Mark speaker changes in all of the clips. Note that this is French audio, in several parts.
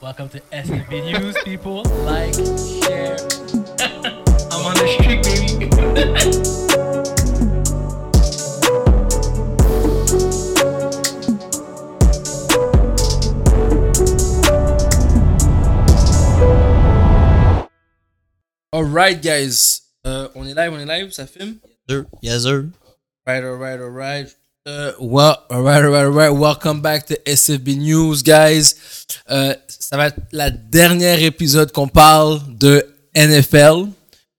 Speaker 1: Welcome to SFB News, people. Like, share. I'm on the street, baby. Alright, guys. Euh, on est live, on est live, ça filme.
Speaker 2: Sir. Yes, sir.
Speaker 1: Right, alright, alright. Euh, well, alright, alright, alright. Welcome back to SFB News, guys. Euh, ça va être la dernière épisode qu'on parle de NFL.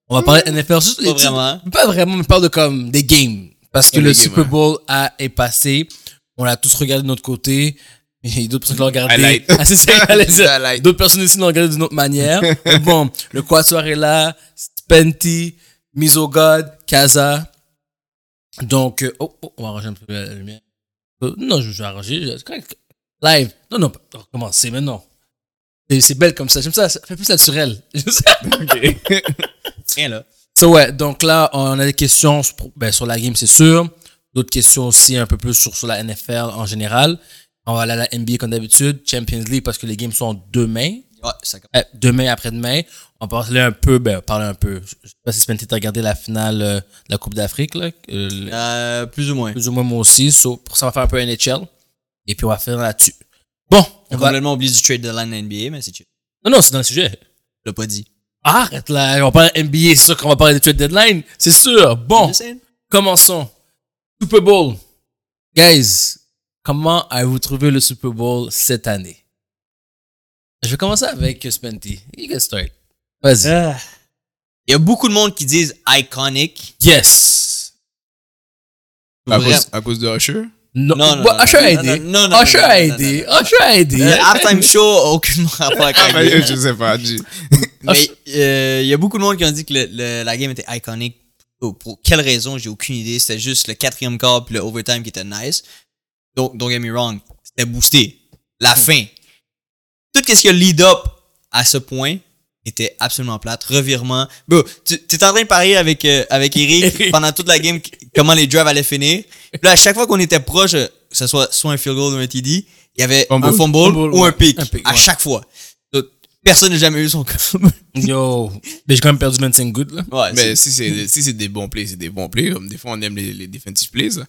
Speaker 1: On va parler de NFL. Juste
Speaker 2: Pas
Speaker 1: les petits-
Speaker 2: vraiment.
Speaker 1: Pas vraiment, on parle de comme des games. Parce que
Speaker 3: Ouais,
Speaker 1: le
Speaker 3: des games,
Speaker 1: Super
Speaker 3: ouais.
Speaker 1: Bowl a, est passé. On l'a tous regardé de notre côté. mais Il y a d'autres personnes qui l'ont regardé.
Speaker 3: Highlight.
Speaker 1: Ah, c'est ça, j'allais dire.
Speaker 3: Highlight.
Speaker 1: D'autres personnes ici l'ont regardé d'une autre manière. Mais bon, le Quatuor est là. Spenty, Misogod, Kaza. Donc, euh, oh, oh, on va arranger un peu la lumière. Euh, Non, je je vais arranger. C'est correct. Live. Non, non, on recommence. C'est maintenant. C'est- C'est belle comme ça. J'aime ça. Ça fait plus naturel.
Speaker 2: Tiens, là.
Speaker 1: So, ouais, donc là, on a des questions sur, ben, sur la game, c'est sûr. D'autres questions aussi un peu plus sur, sur la NFL en général. On va aller à la NBA comme d'habitude, Champions League parce que les games sont demain.
Speaker 2: Ouais, ça commence.
Speaker 1: Euh, demain, après-demain. On va parler un peu, ben, parler un peu. Je sais pas si Spenty t'a regardé la finale euh, de la Coupe d'Afrique, là. Euh, le-
Speaker 2: Euh, plus ou moins.
Speaker 1: plus ou moins moi aussi. So, pour ça, on va faire un peu NHL. Et puis, on va faire là-dessus. Bon, on
Speaker 2: On
Speaker 1: va.
Speaker 2: complètement oublié du trade de line NBA, mais c'est chill.
Speaker 1: Non, non, c'est dans le sujet.
Speaker 2: Je l'ai pas dit.
Speaker 1: Arrête là, on va parler NBA, c'est sûr qu'on va parler des trade deadline, c'est sûr. Bon.
Speaker 2: Just saying.
Speaker 1: commençons. Super Bowl. Guys, comment avez-vous trouvé le Super Bowl cette année? Je vais commencer avec Spenty. You can start. Vas-y.
Speaker 2: Il y a beaucoup de monde qui disent iconic.
Speaker 1: Yes.
Speaker 3: À
Speaker 2: Vraiment.
Speaker 3: cause, à cause de Usher?
Speaker 1: Non,
Speaker 2: Non, non,
Speaker 1: bah,
Speaker 2: non,
Speaker 1: Usher a
Speaker 2: non,
Speaker 1: aidé.
Speaker 2: non, non, non,
Speaker 1: Usher
Speaker 2: non,
Speaker 1: a Ah,
Speaker 2: non,
Speaker 1: aidé.
Speaker 2: non, non,
Speaker 1: Usher a aidé.
Speaker 2: Le halftime show, aucun rapport avec la game.
Speaker 3: Ah, je sais pas. dis-
Speaker 2: Mais euh, il y a beaucoup de monde qui ont dit que le- le- la game était iconique. Pour, pour quelle raison, j'ai aucune idée. C'était juste le quatrième quart puis le overtime qui était nice. Donc, don't get me wrong, c'était boosté. La fin. Tout ce qui a lead up à ce point était absolument plate. Revirement. Bro, tu t'es en train de parier avec, euh, avec Eric pendant toute la game qu- comment les drives allaient finir. Puis là, à chaque fois qu'on était proche, euh, que ce soit soit un field goal ou un TD, il y avait un fumble,
Speaker 3: Fumble.
Speaker 1: Fumble,
Speaker 2: ou
Speaker 1: ouais.
Speaker 2: un pick.
Speaker 1: Un pick,
Speaker 2: à
Speaker 1: ouais.
Speaker 2: chaque fois. Donc, personne n'a jamais eu son
Speaker 1: Yo. Mais j'ai quand même perdu 25 gouttes, là.
Speaker 2: Ouais,
Speaker 3: Mais
Speaker 2: c'est-
Speaker 3: Ah, si c'est si c'est des bons plays, c'est des bons plays. Comme des fois, on aime les, les defensive plays. là.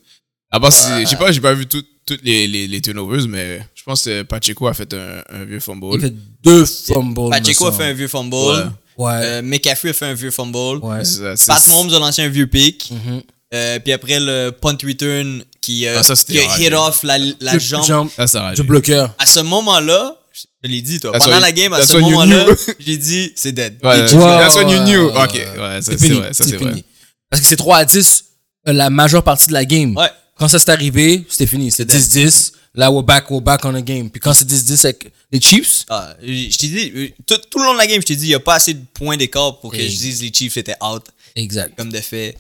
Speaker 3: À part, si- je sais pas, j'ai pas vu tout- toutes les, les, les turnovers, mais je pense que Pacheco a fait un, un vieux
Speaker 1: Il
Speaker 3: fumble.
Speaker 1: fait deux fumbles.
Speaker 2: Pacheco
Speaker 1: me
Speaker 2: a fait un
Speaker 1: semble.
Speaker 2: vieux fumble.
Speaker 1: Ouais.
Speaker 2: Euh, McCaffrey a fait un vieux fumble.
Speaker 1: ouais.
Speaker 3: C'est ça, c'est-
Speaker 2: Pat Mahomes a lancé un vieux pick.
Speaker 1: Mhm.
Speaker 2: Euh, puis après, le punt return qui, euh,
Speaker 3: Ah, ça, c'était
Speaker 2: qui a
Speaker 3: raté.
Speaker 2: hit off la, la
Speaker 1: Le
Speaker 2: jambe.
Speaker 1: jump
Speaker 3: Ça, ça
Speaker 1: Du bloqueur.
Speaker 2: À ce moment-là, je te l'ai dit, toi.
Speaker 3: That's
Speaker 2: pendant
Speaker 3: what
Speaker 2: la
Speaker 3: you-
Speaker 2: game, à
Speaker 3: that's
Speaker 2: ce
Speaker 3: what you
Speaker 2: moment-là,
Speaker 3: knew.
Speaker 2: j'ai dit, c'est dead.
Speaker 3: Ouais,
Speaker 2: Et-
Speaker 3: Euh, that's when you knew.
Speaker 1: Ouais,
Speaker 3: Ok, ouais, ça, c'est
Speaker 1: fini,
Speaker 3: vrai. Ça, c'est vrai.
Speaker 1: fini. Parce que c'est 3 à 10 euh, la majeure partie de la game.
Speaker 2: Ouais.
Speaker 1: Quand ça s'est arrivé, c'était fini. C'était 10-10. Là, we're back, we're back on the game. Puis quand c'est 10-10 avec les Chiefs,
Speaker 2: Ah, je je t'ai dit, euh, tout, tout le long de la game, je t'ai dit, il n'y a pas assez de points d'écart pour que
Speaker 1: Et-
Speaker 2: je dise les Chiefs étaient out.
Speaker 1: exact.
Speaker 2: Comme de fait,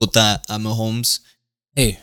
Speaker 2: autant à Mahomes.
Speaker 1: Hey.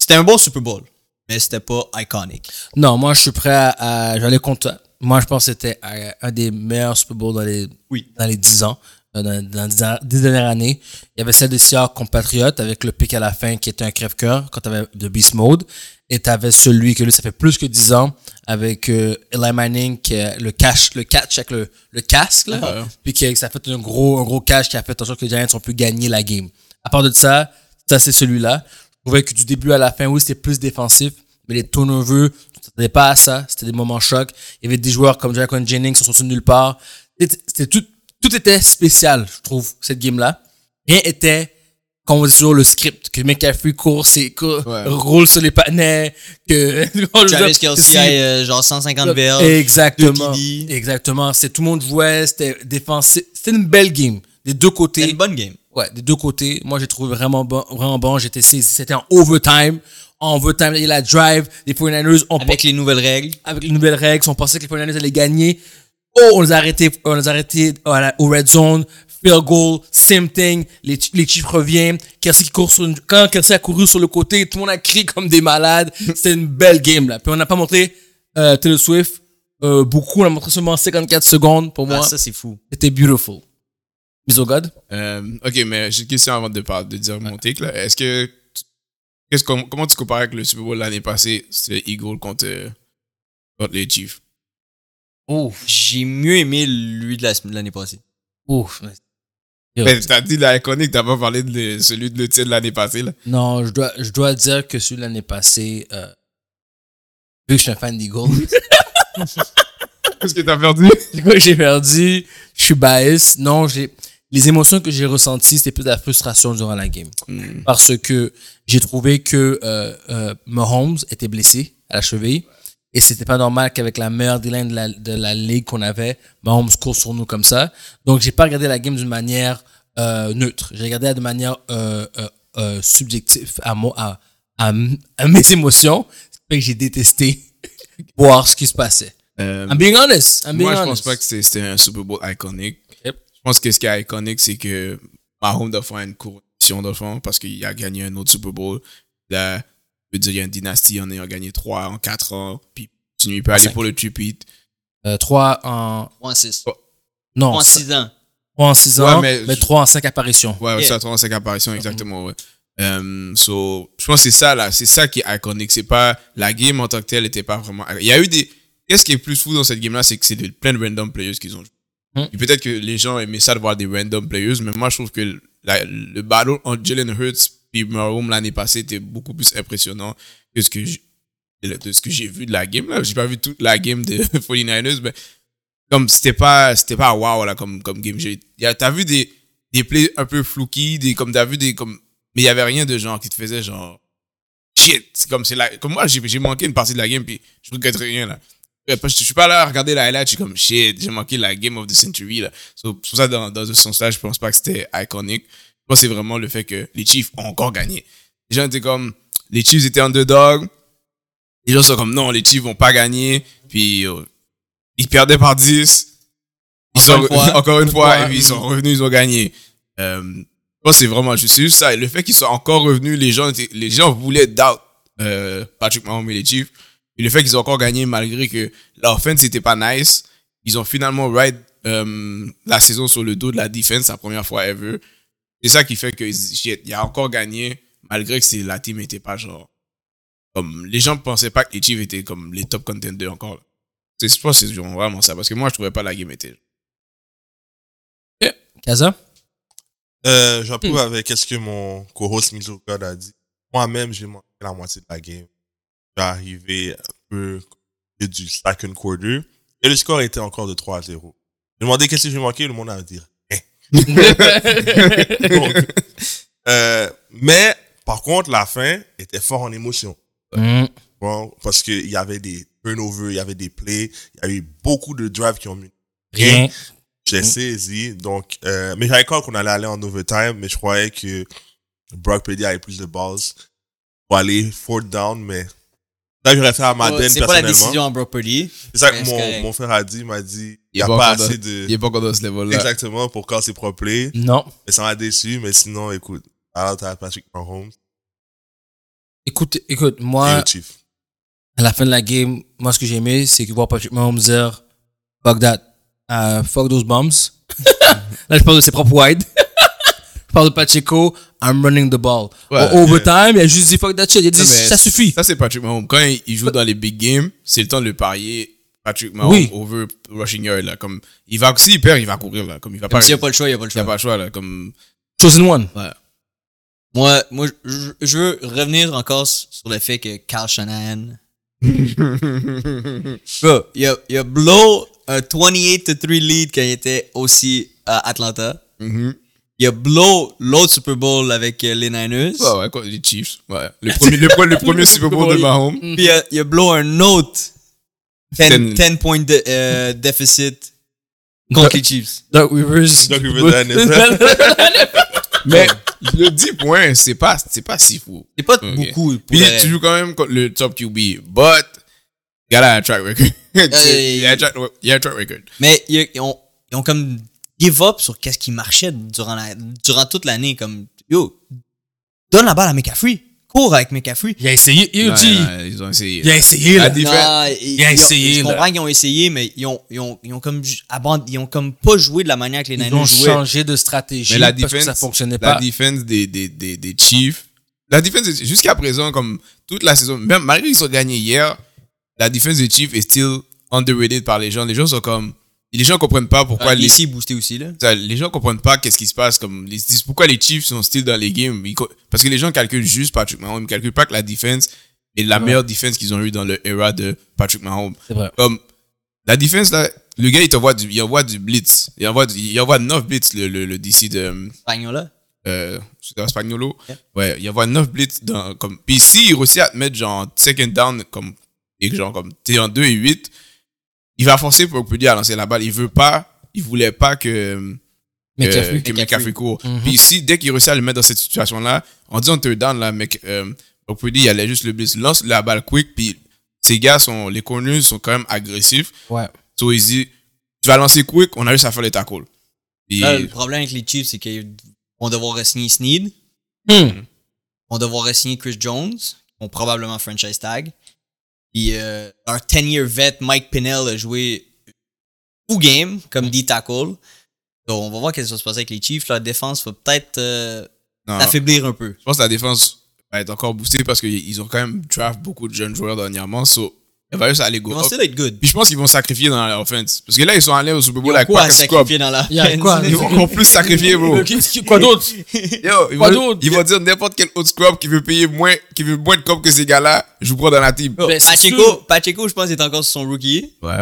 Speaker 2: C'était un bon Super Bowl, mais c'était pas iconique.
Speaker 1: Non, moi, je suis prêt à. à- J'allais contre toi. Moi, je pense que c'était euh, un des meilleurs Super Bowl dans les,
Speaker 2: Oui.
Speaker 1: dans les 10 ans, euh, dans, dans les 10 ans- 10 dernières années. Il y avait celle des Seahawks compatriotes avec le pic à la fin qui était un crève-cœur quand tu avais de Beast Mode. Et tu avais celui que lui, ça fait plus que 10 ans avec euh, Eli Manning qui a le, cash, le catch avec le, le casque. là.
Speaker 3: Ah ouais.
Speaker 1: Puis que ça a fait un gros, un gros catch qui a fait en sorte que les Giants ont pu gagner la game. À part de ça, ça c'est celui-là. Je trouvais que du début à la fin, oui, c'était plus défensif, mais les turnovers, tu t'attendais pas à ça. C'était des moments chocs. Il y avait des joueurs comme Jacqueline Jennings qui sont sortis de nulle part. C'était c'était tout, tout était spécial, je trouve, cette game-là. Rien était, comme on dit toujours, le script. Que McCaffrey court, c'est, court,
Speaker 3: Ouais.
Speaker 1: roule sur les panais, que...
Speaker 2: Travis Kelsey a euh, genre 150 verges.
Speaker 1: Exactement.
Speaker 2: deux TD.
Speaker 1: Exactement. C'est tout le monde jouait, c'était défensif. C'était une belle game. Des deux
Speaker 2: C'était
Speaker 1: côtés.
Speaker 2: une bonne game.
Speaker 1: Ouais, des deux côtés. Moi, j'ai trouvé vraiment bon, vraiment bon. J'étais saisi. C'était en overtime. En overtime, il y a la drive. Les 49ers ont
Speaker 2: Avec les nouvelles règles.
Speaker 1: avec les nouvelles règles, on pensait que les 49ers allaient gagner. Oh, on les a arrêtés, on les a arrêtés euh, à la- au red zone, field goal, same thing, les, chi- les Chiefs reviennent, Kelsey qui court sur une- quand Kelsey a couru sur le côté, tout le monde a crié comme des malades, c'était une belle game là. Puis on n'a pas montré euh, Taylor Swift euh, beaucoup, on a montré seulement 54 secondes pour
Speaker 2: Ah,
Speaker 1: moi,
Speaker 2: ça, c'est fou.
Speaker 1: c'était beautiful. Mise au God.
Speaker 3: Euh, ok, mais j'ai une question avant de, par- de dire mon take. là. Est-ce que. tu- qu'est-ce qu'on- comment tu compares avec le Super Bowl l'année passée, c'était Eagle contre, contre les Chiefs
Speaker 1: Ouf,
Speaker 2: J'ai mieux aimé lui de la sem- de l'année passée.
Speaker 1: ouf.
Speaker 3: Mais Ben, t'as dit l'iconique, t'as pas parlé de celui de le tien de l'année passée, là.
Speaker 1: Non, je dois, je dois dire que celui de l'année passée, euh, vu que je suis un fan d'Eagles,
Speaker 3: Qu'est-ce que t'as perdu?
Speaker 1: du coup, j'ai perdu, je suis bias. Non, j'ai, les émotions que j'ai ressenties, c'est plus de la frustration durant la game. Parce que j'ai trouvé que euh, euh, Mahomes était blessé à la cheville. Et c'était pas normal qu'avec la meilleure des lignes de la, de la ligue qu'on avait, Mahomes court sur nous comme ça. Donc, j'ai pas regardé la game d'une manière euh, neutre. J'ai regardé de manière euh, euh, euh, subjective à, moi, à, à, m- à mes émotions. Ce qui fait que j'ai détesté voir ce qui se passait.
Speaker 3: Euh,
Speaker 1: I'm being honest. I'm being
Speaker 3: Moi, je pense
Speaker 1: honest.
Speaker 3: pas que c'est- c'était un Super Bowl iconique.
Speaker 1: Yep.
Speaker 3: Je pense que ce qui est iconique, c'est que Mahomes doit faire une coronation de fond parce qu'il a gagné un autre Super Bowl. Là, je veux dire, il y a une dynastie, on en a gagné trois en quatre ans, puis continue, il peut aller
Speaker 1: Cinq.
Speaker 3: pour le tripit.
Speaker 1: 3 Euh, en.
Speaker 2: 3 en 6.
Speaker 1: Non,
Speaker 2: 3 en
Speaker 1: 3
Speaker 2: 6 ans.
Speaker 1: en 6
Speaker 3: Ouais,
Speaker 1: ans,
Speaker 3: mais-
Speaker 1: mais 3 en 5 apparitions.
Speaker 3: Ouais,
Speaker 2: Yeah.
Speaker 3: ça, 35 apparitions, exactement, ouais. Euh, so, je pense que c'est ça, là. C'est ça qui est iconique. C'est pas, la game en tant que telle était pas vraiment, il y a eu des, qu'est-ce qui est plus fou dans cette game-là, c'est que c'est de- plein de random players qu'ils ont joué.
Speaker 1: Mm.
Speaker 3: Et peut-être que les gens aimaient ça de voir des random players, mais moi, je trouve que la- le battle entre Jalen Hurts et Mahomes l'année passée était beaucoup plus impressionnant que ce que j- de ce que j'ai vu de la game, là. J'ai pas vu toute la game de 49ers, mais comme c'était pas c'était pas wow là comme comme game j'ai y a- t'as vu des des plays un peu flouki des comme t'as vu des comme mais il y avait rien de genre qui te faisait genre shit c'est comme c'est la comme moi j'ai j'ai manqué une partie de la game puis je regrette rien là Euh, parce que je suis pas là à regarder la highlight je suis comme shit j'ai manqué la game of the century là So, c'est pour ça dans dans ce sens là je pense pas que c'était iconique je pense que c'est vraiment le fait que les Chiefs ont encore gagné les gens étaient comme les Chiefs étaient underdog les gens sont comme non les Chiefs vont pas gagner puis euh, ils perdaient par 10 ils
Speaker 2: Encore
Speaker 3: ont-
Speaker 2: une fois.
Speaker 3: encore une fois,
Speaker 1: fois.
Speaker 3: et puis ils sont revenus, ils ont gagné. Euh, moi, c'est vraiment juste c'est juste ça. Et le fait qu'ils soient encore revenus, les gens, étaient- les gens voulaient doubt euh, Patrick Mahomes et les Chiefs. Et le fait qu'ils ont encore gagné malgré que l'offense n'était pas nice, ils ont finalement ride euh, la saison sur le dos de la defense, la première fois ever. C'est ça qui fait qu'il y a encore gagné malgré que c'est- la team n'était pas genre. Comme, les gens ne pensaient pas que les Chiefs étaient comme les top contenders encore. C'est- Je pense que c'est vraiment ça. Parce que moi, je trouvais pas la game était
Speaker 1: Kaza?
Speaker 4: Euh, J'approuve avec ce que mon co-host Mijo God a dit. Moi-même, j'ai manqué la moitié de la game. J'ai arrivé un peu au milieu du second quarter et le score était encore de 3 à 0. Je me demandais qu'est-ce que j'ai manqué, le monde a dit. Donc, euh, mais par contre, la fin était fort en émotion.
Speaker 1: Mm.
Speaker 4: Bon, parce qu'il y avait des turnovers, il y avait des plays, il y a eu beaucoup de drives qui ont mis
Speaker 1: Rien.
Speaker 4: J'ai
Speaker 1: Mm.
Speaker 4: saisi. Donc, euh, mais j'avais cru qu'on allait aller en overtime, mais je croyais que Brock Purdy avait plus de balls pour aller fourth down, mais là, j'aurais fait à Madden
Speaker 2: Ouais, C'est
Speaker 4: personnellement.
Speaker 2: pas la décision à Brock Purdy.
Speaker 4: C'est ça que
Speaker 2: mais c'est
Speaker 4: mon,
Speaker 2: correct.
Speaker 4: mon frère a dit, il m'a dit, il
Speaker 3: Il
Speaker 4: n'y a
Speaker 3: va
Speaker 4: pas
Speaker 3: encore
Speaker 4: assez
Speaker 3: Il
Speaker 4: de...
Speaker 3: est pas encore dans ce level-là.
Speaker 4: Exactement, pour quand c'est propre play.
Speaker 1: Non.
Speaker 4: Mais ça m'a déçu, mais sinon, écoute, alors t'as Patrick Mahomes
Speaker 1: Écoute, écoute,
Speaker 4: et
Speaker 1: moi,
Speaker 4: le Chief.
Speaker 1: à la fin de la game, moi, ce que j'ai aimé, c'est que voir Patrick Mahomes dire fuck that, euh, fuck those bombs. Là, je parle de ses propres wide. je parle de Pacheco, I'm running the ball.
Speaker 3: Ouais.
Speaker 1: Au overtime, il a juste dit fuck that shit. Il a dit
Speaker 3: Non, mais
Speaker 1: ça suffit.
Speaker 3: Ça, c'est Patrick Mahomes. Quand il, il joue dans les big games, c'est le temps de le parier. Patrick Mahomes
Speaker 1: Oui.
Speaker 3: over rushing yard, là. Comme, il va, s'il perd, il va courir, là. Comme, il va pas,
Speaker 2: Comme s'il n'y a
Speaker 3: il
Speaker 2: pas le choix, il n'y a pas le
Speaker 3: a
Speaker 2: choix.
Speaker 3: pas le choix, là. Comme,
Speaker 1: Chosen one.
Speaker 2: Moi, moi je- je, je veux revenir encore s- sur le fait que Carl Shanahan. Bro, il a, il a blow un 28-3 lead quand il était aussi à Atlanta.
Speaker 3: Mhm.
Speaker 2: Il a blow l'autre Super Bowl avec euh, les Niners.
Speaker 3: Ouais, ouais, quoi, les Chiefs. Ouais. Le premier, le, pre- le premier Super Bowl de Mahomes.
Speaker 2: Puis il a, il a blow un autre 10,
Speaker 3: Ten.
Speaker 2: point de- euh, déficit contre les Chiefs.
Speaker 1: Doug Rivers.
Speaker 4: Doug Rivers de la NFL.
Speaker 3: Mais, le 10 points, c'est pas, c'est pas si fou.
Speaker 2: C'est pas
Speaker 3: Ok.
Speaker 2: beaucoup. Pour
Speaker 3: Puis,
Speaker 2: la-
Speaker 3: tu joues quand même contre le top QB. But, gotta have a track record.
Speaker 2: Hey.
Speaker 3: Il y a un track- il y a un track record.
Speaker 2: Mais il y a- ils ont, ils ont comme give up sur qu'est-ce qui marchait durant, la, durant toute l'année. Comme, yo, donne la balle à McCaffrey. Cours avec McCaffrey.
Speaker 1: Il a essayé. Il a
Speaker 3: Non,
Speaker 1: dit.
Speaker 3: non, non, Ils ont essayé.
Speaker 1: Il a essayé,
Speaker 3: La
Speaker 1: là.
Speaker 3: défaite.
Speaker 2: Non, ils,
Speaker 1: il a
Speaker 2: ils ont-
Speaker 1: essayé,
Speaker 2: Je
Speaker 1: là.
Speaker 2: comprends qu'ils ont essayé, mais ils ont, ils ont, ils ont comme ju- abandon- ils ont comme pas joué de la manière que les
Speaker 1: Ils
Speaker 2: Niners
Speaker 1: ont
Speaker 2: jouaient.
Speaker 1: changé de stratégie
Speaker 3: Mais la
Speaker 1: parce que
Speaker 3: défense,
Speaker 1: ça fonctionnait
Speaker 3: la
Speaker 1: pas.
Speaker 3: défense des, des, des, des Chiefs. La défense des- jusqu'à présent, comme toute la saison, même malgré qu'ils ont gagné hier, la défense des Chiefs est still underrated par les gens. Les gens sont comme. Les gens comprennent pas pourquoi
Speaker 2: Ah,
Speaker 3: les.
Speaker 2: ici, boosté aussi, là.
Speaker 3: Ça, les gens comprennent pas qu'est-ce qui se passe comme ils se disent pourquoi les Chiefs sont still dans les games Ils co- parce que les gens calculent juste Patrick Mahomes ils calculent pas que la défense est la meilleure défense qu'ils ont eu dans le era de Patrick Mahomes
Speaker 1: C'est vrai.
Speaker 3: comme la défense là le gars il t'envoie du il envoie du blitz il envoie du- il envoie 9 blitz le le, le DC de
Speaker 2: Spagnola.
Speaker 3: euh, c'était Spagnolo
Speaker 2: Yeah.
Speaker 3: ouais il envoie 9 blitz dans comme puis si il réussit à te mettre genre second down comme et que genre comme t'es en 2 et 8 il va forcer pour que à lancer la balle il veut pas il voulait pas que
Speaker 1: Mais
Speaker 3: euh,
Speaker 1: Caffrey,
Speaker 3: que
Speaker 2: McCaffrey.
Speaker 3: McCaffrey court.
Speaker 1: Mhm.
Speaker 3: Puis si, dès qu'il réussit à le mettre dans cette situation-là, on dit on te down là, mec, euh, on peut dire, il allait juste le blitz, lance la balle quick, puis ces gars sont, les corners sont quand même agressifs.
Speaker 1: ouais.
Speaker 3: So, il dit, tu vas lancer quick, on a juste à faire le tackle. Puis,
Speaker 2: Là, le problème avec les Chiefs, c'est qu'ils vont devoir re-signer Sneed.
Speaker 1: Hmm.
Speaker 2: vont devoir re-signer Chris Jones, qui vont probablement franchise tag. Puis euh, leur 10-year vet Mike Pinnell a joué ou game comme dit tackle. Donc on va voir qu'est-ce qui va se passer avec les Chiefs. Leur défense va peut-être euh,
Speaker 3: non,
Speaker 2: s'affaiblir un peu.
Speaker 3: je pense que la défense va être encore boostée parce qu'ils ont quand même draft beaucoup de jeunes joueurs dernièrement. So, elle va juste aller
Speaker 2: Ils
Speaker 3: go.
Speaker 2: vont
Speaker 3: up.
Speaker 2: still être good.
Speaker 3: Puis je pense qu'ils vont sacrifier dans la offense. Parce que là, ils sont allés au Super
Speaker 2: Ils
Speaker 3: Bowl
Speaker 2: ont
Speaker 3: avec
Speaker 2: quoi à
Speaker 3: pas Scrub.
Speaker 2: sacrifier dans la
Speaker 1: Il y a
Speaker 2: offense,
Speaker 1: quoi?
Speaker 2: là?
Speaker 3: Ils vont encore plus sacrifier, bro.
Speaker 1: Quoi d'autre
Speaker 3: Yo, ils
Speaker 1: Quoi
Speaker 3: vont,
Speaker 1: d'autre?
Speaker 3: ils vont dire n'importe quel autre scrub qui veut payer moins, qui veut moins de cop que ces gars-là, je vous prends dans la team.
Speaker 2: Oh,
Speaker 1: Ben, c'est
Speaker 2: Pacheco,
Speaker 1: sûr.
Speaker 2: Pacheco, je pense, est encore sur son rookie.
Speaker 1: Ouais.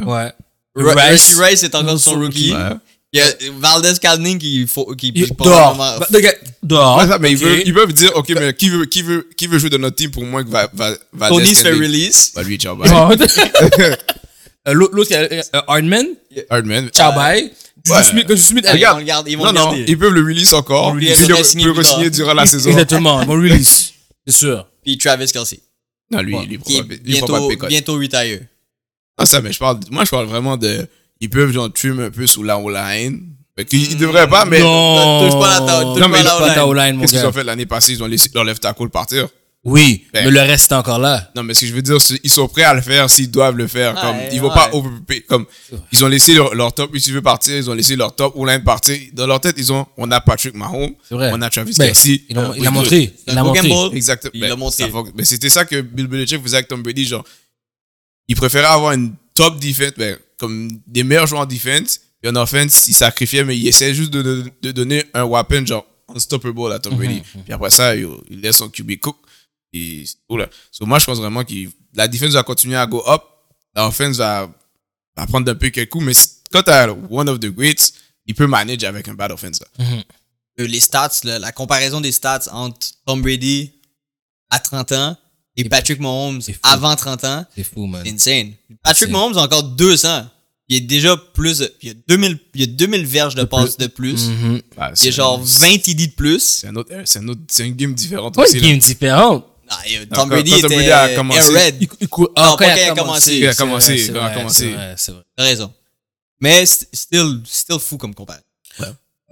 Speaker 2: Ra-
Speaker 1: Rice.
Speaker 2: Rashi Rice est encore sur son rookie.
Speaker 3: Ouais.
Speaker 2: Il y a Valdez Caldenin qui, faut- qui
Speaker 1: Il- Dehors.
Speaker 2: probablement-
Speaker 1: Bah, le gars, Dehors.
Speaker 3: Ouais, ça, mais ils,
Speaker 1: Ok.
Speaker 3: veulent, ils peuvent dire, ok, mais qui veut, qui veut, qui veut jouer dans notre team pour moins que va, va, va
Speaker 2: Tony se fait
Speaker 3: Destin Lee?
Speaker 2: release.
Speaker 3: Bah, lui, ciao, bye.
Speaker 1: Bon. Euh, L'autre, l'autre, euh, euh, Hardman.
Speaker 3: Hardman.
Speaker 1: Ciao, bye. Juju
Speaker 3: Ouais.
Speaker 1: Smith- Juju Smith,
Speaker 2: Ah,
Speaker 1: elle-
Speaker 2: Ils
Speaker 3: Regarde.
Speaker 2: vont le garder. Ils vont
Speaker 3: Non,
Speaker 2: le
Speaker 3: non,
Speaker 2: garder.
Speaker 3: ils peuvent le release encore.
Speaker 2: Ils
Speaker 3: Ils
Speaker 2: le
Speaker 3: peuvent
Speaker 2: restent signés
Speaker 3: le
Speaker 2: plus tard.
Speaker 3: re-signer durant la saison.
Speaker 1: Exactement, mon release. C'est sûr.
Speaker 2: Puis Travis Kelsey.
Speaker 3: Non, lui, il
Speaker 2: qui
Speaker 3: prend
Speaker 2: est
Speaker 3: pas de- il prend pas de
Speaker 2: bientôt,
Speaker 3: pécote.
Speaker 2: bientôt retire.
Speaker 3: Non, ça, mais je parle, moi, je parle vraiment de, ils peuvent, genre, trim un peu sous la O-line. Fait qu'ils ils devraient pas, mais.
Speaker 1: Hmm. non,
Speaker 2: touche pas la ta- touche
Speaker 1: Non,
Speaker 2: pas
Speaker 1: mais
Speaker 2: la
Speaker 1: touche pas ta
Speaker 2: O-line.
Speaker 1: O-line, mon
Speaker 3: Qu'est-ce qu'ils ont
Speaker 1: gars.
Speaker 3: fait l'année passée? Ils ont laissé leur left tackle partir.
Speaker 1: Oui,
Speaker 3: Ben.
Speaker 1: mais le reste est encore là.
Speaker 3: Non, mais ce que je veux dire, c'est ils sont prêts à le faire s'ils doivent le faire.
Speaker 2: Ouais,
Speaker 3: comme, ils vont
Speaker 2: ouais.
Speaker 3: pas overpay. Comme, ils ont laissé leur, leur top, si veut partir, ils ont laissé leur top, Oline partir. Dans leur tête, ils ont, on a Patrick Mahomes,
Speaker 1: C'est vrai.
Speaker 3: on a Travis
Speaker 1: Ben,
Speaker 3: Kelsey.
Speaker 1: il a,
Speaker 3: Euh,
Speaker 1: il a
Speaker 3: oui,
Speaker 1: montré. Il a
Speaker 2: Go
Speaker 1: montré.
Speaker 2: Gamble.
Speaker 3: Exactement.
Speaker 2: Oh, Il
Speaker 3: Ben,
Speaker 2: l'a montré.
Speaker 3: ça fon- ben, c'était ça que Bill Belichick faisait avec Tom Brady, genre, il préférait avoir une top defense, ben, comme des meilleurs joueurs en defense, et en offense, il sacrifiait, mais il essayait juste de, de- de donner un weapon, genre, unstoppable à Tom
Speaker 2: Mhm.
Speaker 3: Brady. Puis après ça, il, il laisse son QB cook. Et, oula. So, moi, je pense vraiment que la defense va continuer à go up, la offense va, va prendre un peu quelques coups, mais c'est- quand t'as one of the greats, il peut manager avec un bad offense, là.
Speaker 2: Euh, Les stats, là, la comparaison des stats entre Tom Brady à 30 ans et Patrick Mahomes
Speaker 1: c'est fou.
Speaker 2: avant 30 ans,
Speaker 1: C'est fou, man.
Speaker 2: c'est insane. Patrick
Speaker 1: C'est-
Speaker 2: Mahomes a encore 200. Il est déjà plus. Il y a 2000, il y a 2000 verges de passes de plus.
Speaker 1: Mhm.
Speaker 3: Ah,
Speaker 2: Il y
Speaker 3: c'est-
Speaker 2: a genre 20 TD de plus.
Speaker 3: C'est un autre, c'est un autre, c'est une game différente
Speaker 1: Pas
Speaker 3: aussi,
Speaker 1: une
Speaker 3: là.
Speaker 1: game différente.
Speaker 2: Ah, il y a-
Speaker 3: quand-
Speaker 2: Tom Brady
Speaker 3: quand Tom
Speaker 2: était
Speaker 3: Brady a commencé-
Speaker 2: airhead.
Speaker 1: Il cou-
Speaker 2: Non,
Speaker 1: Ah,
Speaker 2: pas quand il a commencé.
Speaker 1: Il
Speaker 3: Il a commencé,
Speaker 1: C'est
Speaker 3: quand il a
Speaker 1: vrai,
Speaker 3: commencé.
Speaker 1: c'est vrai, c'est vrai.
Speaker 2: T'as raison. Mais c'est still, still fou comme comparaison.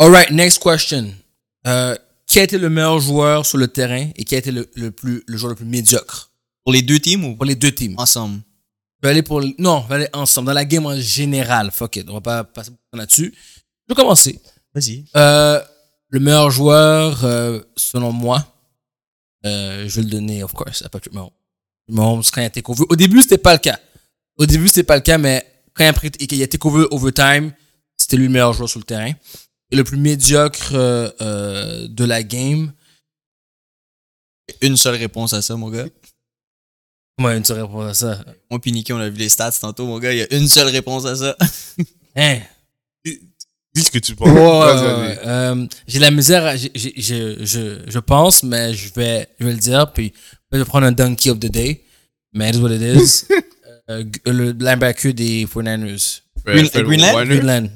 Speaker 1: All right, next question. Euh, qui a été le meilleur joueur sur le terrain et qui a été le, le plus, le joueur le plus médiocre
Speaker 2: Pour les deux teams ou
Speaker 1: pour les deux teams?
Speaker 2: ensemble?
Speaker 1: Je vais aller pour. le- Non, je vais aller ensemble. Dans la game en général. Fuck it. On va pas passer beaucoup de temps là-dessus. Je vais commencer.
Speaker 2: Vas-y.
Speaker 1: Euh, le meilleur joueur, euh, selon moi, euh, je vais le donner, of course, à Patrick Mahomes. Mahomes, quand il a été couvert. Au début, c'était pas le cas. Au début, c'était pas le cas, mais quand il a, pris- qu'il a été couvert overtime, c'était lui le meilleur joueur sur le terrain. Et le plus médiocre euh, euh, de la game.
Speaker 2: Une seule réponse à ça, mon gars.
Speaker 1: Comment une seule réponse à ça?
Speaker 2: Moi puis Nicky, on a vu les stats tantôt, mon gars. Il y a une seule réponse à ça.
Speaker 1: Hein?
Speaker 4: Dis ce que tu
Speaker 1: Ouais,
Speaker 4: penses.
Speaker 1: ouais,
Speaker 3: vas-y,
Speaker 1: ouais. Euh, j'ai la misère, à- j'ai- j'ai- je, je, je pense, mais je vais, je vais le dire, puis je vais prendre un donkey of the day, mais it is what it is. Euh, g- le linebacker des 49ers.
Speaker 2: Green-
Speaker 3: Fred
Speaker 2: Greenland?
Speaker 3: Warner.
Speaker 1: Greenland.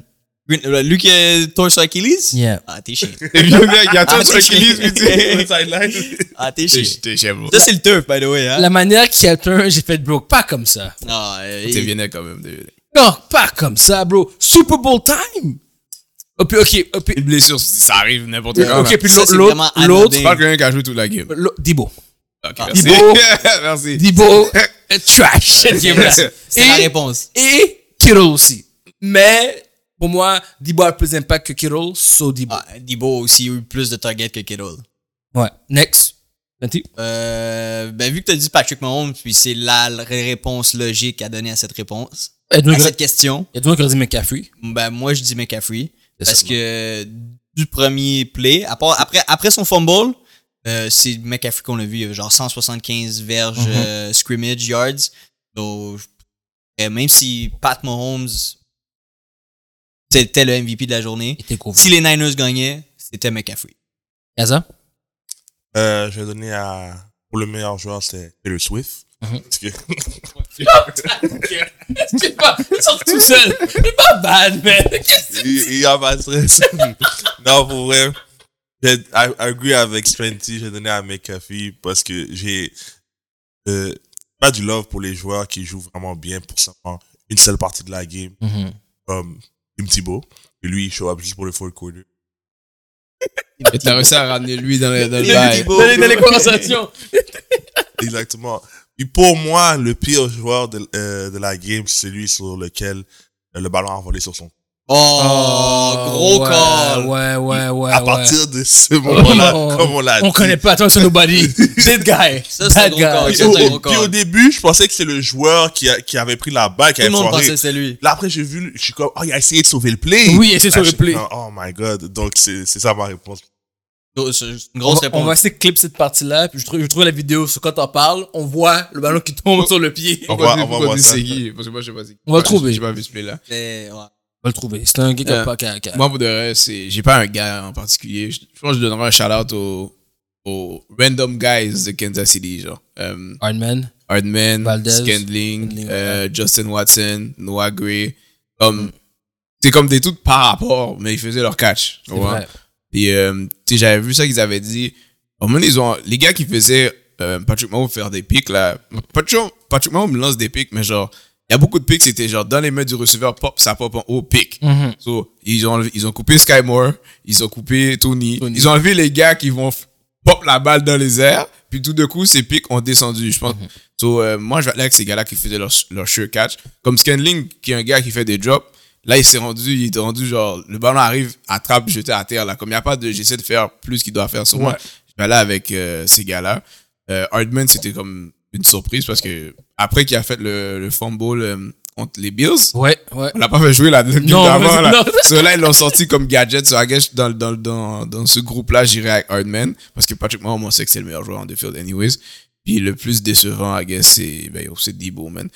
Speaker 2: Green- euh, Lui qui a torse Achilles?
Speaker 1: Yeah.
Speaker 2: Ah, t'es chier.
Speaker 3: Et puis, Il y a
Speaker 2: Ah,
Speaker 3: tout sur
Speaker 2: c'est
Speaker 3: Achilles,
Speaker 2: chier.
Speaker 3: lui, tu sais, sideline.
Speaker 2: Ah, t'es
Speaker 3: T'es-
Speaker 2: chier.
Speaker 3: T'es chef, bro.
Speaker 2: Ça, c'est le turf, by the way, hein?
Speaker 1: La manière qu'il a turn, j'ai fait, bro, pas comme ça.
Speaker 2: Ah, euh,
Speaker 3: T'es
Speaker 2: il-
Speaker 3: viennet quand même. t'es viennet.
Speaker 1: Non, pas comme ça, bro. Super Bowl time! Oh, puis, ok, oh, puis,
Speaker 3: Une blessure, ça arrive n'importe quand.
Speaker 1: ok,
Speaker 3: là.
Speaker 1: puis
Speaker 2: Ça,
Speaker 1: l'autre-
Speaker 2: c'est vraiment
Speaker 1: l'autre, l'autre,
Speaker 2: anodin.
Speaker 3: Parle quelqu'un qui a joué toute la game.
Speaker 1: l'autre- Debo.
Speaker 3: Ok,
Speaker 2: Ah.
Speaker 3: merci.
Speaker 1: Thibaut.
Speaker 3: Merci.
Speaker 1: Debo, euh, trash, cette game-là.
Speaker 2: c'est la
Speaker 1: Et-
Speaker 2: réponse.
Speaker 1: et Kittle aussi. Mais pour moi, Debo a plus d'impact que Kittle, so Debo.
Speaker 2: Ah, Debo aussi a eu plus de targets que Kittle.
Speaker 1: Ouais. Next. Fenty?
Speaker 2: Euh, ben, vu que t'as dit Patrick Mahomes, puis c'est la l- réponse logique à donner à cette réponse.
Speaker 1: Il y a des
Speaker 2: À
Speaker 1: gens
Speaker 2: cette question,
Speaker 1: il y a des gens qui ont dit McCaffrey.
Speaker 2: ben moi je dis McCaffrey.
Speaker 1: C'est
Speaker 2: Parce
Speaker 1: ça.
Speaker 2: que du premier play, à part- après, après son fumble, euh, c'est McCaffrey qu'on a vu, il y avait genre 175 verges,
Speaker 1: Mhm.
Speaker 2: euh, scrimmage, yards. Donc, je- euh, même si Pat Mahomes était le MVP de la journée,
Speaker 1: Il était couvert.
Speaker 2: si les Niners gagnaient, c'était McCaffrey.
Speaker 1: Gaza?
Speaker 4: Euh, je vais donner à. Pour le meilleur joueur, c'est Taylor Swift.
Speaker 1: Mhm.
Speaker 4: Parce que-
Speaker 1: C'est pas, sort tout seul. C'est pas bad, man.
Speaker 4: il, il a pas de stress. non, pour vrai. Je, I, I agree avec Spenty, je donnais à McAfee parce que j'ai euh, pas du love pour les joueurs qui jouent vraiment bien pour seulement une seule partie de la game,
Speaker 1: Mm-hmm.
Speaker 4: comme Tim Thibault. Et lui, il show up juste pour le fourth quarter.
Speaker 3: Et t'as réussi à ramener lui dans le, dans le
Speaker 2: Et
Speaker 3: bail.
Speaker 2: Thibault.
Speaker 4: Exactement. Et pour moi, le pire joueur de, euh, de la game, c'est celui sur lequel euh, le ballon a volé sur son.
Speaker 2: Oh, gros
Speaker 1: ouais,
Speaker 2: call.
Speaker 1: Ouais, ouais, ouais.
Speaker 4: à
Speaker 1: ouais. Oh,
Speaker 4: partir de ce moment-là, comme on l'a dit.
Speaker 1: On connaît pas, toi, c'est nobody. Dead guy.
Speaker 2: Ça, c'est
Speaker 1: Bad
Speaker 2: un gros call.
Speaker 1: guy.
Speaker 4: Puis
Speaker 2: Ça,
Speaker 4: au,
Speaker 2: c'est un gros
Speaker 4: puis au
Speaker 2: call.
Speaker 4: début, je pensais que c'est le joueur qui, a- qui avait pris la balle, qui
Speaker 2: Tout le
Speaker 4: avait
Speaker 2: monde pensait
Speaker 4: foiré.
Speaker 2: que c'était lui.
Speaker 4: Là, après, j'ai vu, je suis comme, oh, il a essayé de sauver le play.
Speaker 1: Oui, il a essayé de sauver
Speaker 4: Là,
Speaker 1: le
Speaker 4: je-
Speaker 1: play.
Speaker 4: non, Oh my god. Donc, c'est c'est ça ma réponse.
Speaker 2: Donc, c'est Une
Speaker 1: On
Speaker 2: grosse
Speaker 1: va, on va
Speaker 2: réponse.
Speaker 1: essayer de clip cette partie-là, puis je trouve, je trouve la vidéo sur quand on parle, on voit le ballon qui tombe sur le pied.
Speaker 4: On
Speaker 1: On
Speaker 4: va- on va voir ça.
Speaker 3: c'est qui. Parce que moi, je sais pas c'est qui.
Speaker 1: On va le trouver.
Speaker 3: J'ai pas vu ce play-là.
Speaker 2: Mais, ouais.
Speaker 1: va le trouver. C'est un gars qui a
Speaker 3: Euh,
Speaker 1: pas. qui a- qui a-
Speaker 3: Moi, pour de vrai, c'est, j'ai pas un gars en particulier. Je, je pense que je donnerais un shout-out aux, aux random guys de Kansas City, genre. Euh,
Speaker 1: Iron Man.
Speaker 3: Hardman,
Speaker 1: Valdez,
Speaker 3: Scandling,
Speaker 1: Scandling,
Speaker 3: euh, Justin Watson, Noah Gray. Comme, c'est comme des trucs par rapport, mais ils faisaient leur catch. tu
Speaker 1: C'est
Speaker 3: vois.
Speaker 1: vrai.
Speaker 3: Et, euh, tu sais, j'avais vu ça qu'ils avaient dit. Au moment, ils ont, les gars qui faisaient euh, Patrick Mahomes faire des pics, là. Patrick, Patrick Mahomes lance des pics, mais genre, il y a beaucoup de pics, c'était genre dans les mains du receveur, pop, ça pop en haut, pic.
Speaker 1: Mhm.
Speaker 3: So, ils ont, ils ont coupé Sky Moore, ils ont coupé Tony,
Speaker 1: Tony.
Speaker 3: ils ont enlevé les gars qui vont f- pop la balle dans les airs, puis tout de coup, ces pics ont descendu, je pense. So, euh, moi, je vais aller avec ces gars-là qui faisaient leur, leur sure catch. Comme Scanling, qui est un gars qui fait des drops, là, il s'est rendu, il est rendu genre, le ballon arrive, attrape, jeté à terre, là. Comme il n'y a pas de, j'essaie de faire plus qu'il doit faire sur moi, je vais aller avec euh, ces gars-là. Euh, Hardman, c'était comme une surprise parce que après qu'il a fait le, le fumble euh, contre les Bills,
Speaker 1: Ouais, ouais.
Speaker 3: on l'a pas fait jouer la game
Speaker 1: Non,
Speaker 3: d'avant.
Speaker 1: mais-
Speaker 3: Là.
Speaker 1: non.
Speaker 3: So, là, ils l'ont sorti comme gadget. So, I guess, dans, dans, dans, dans ce groupe-là, j'irai avec Hardman. Parce que Patrick Mahomes, on sait que c'est le meilleur joueur en the field anyways. Puis le plus décevant, I guess, c'est ben, yo, c'est Debo, man.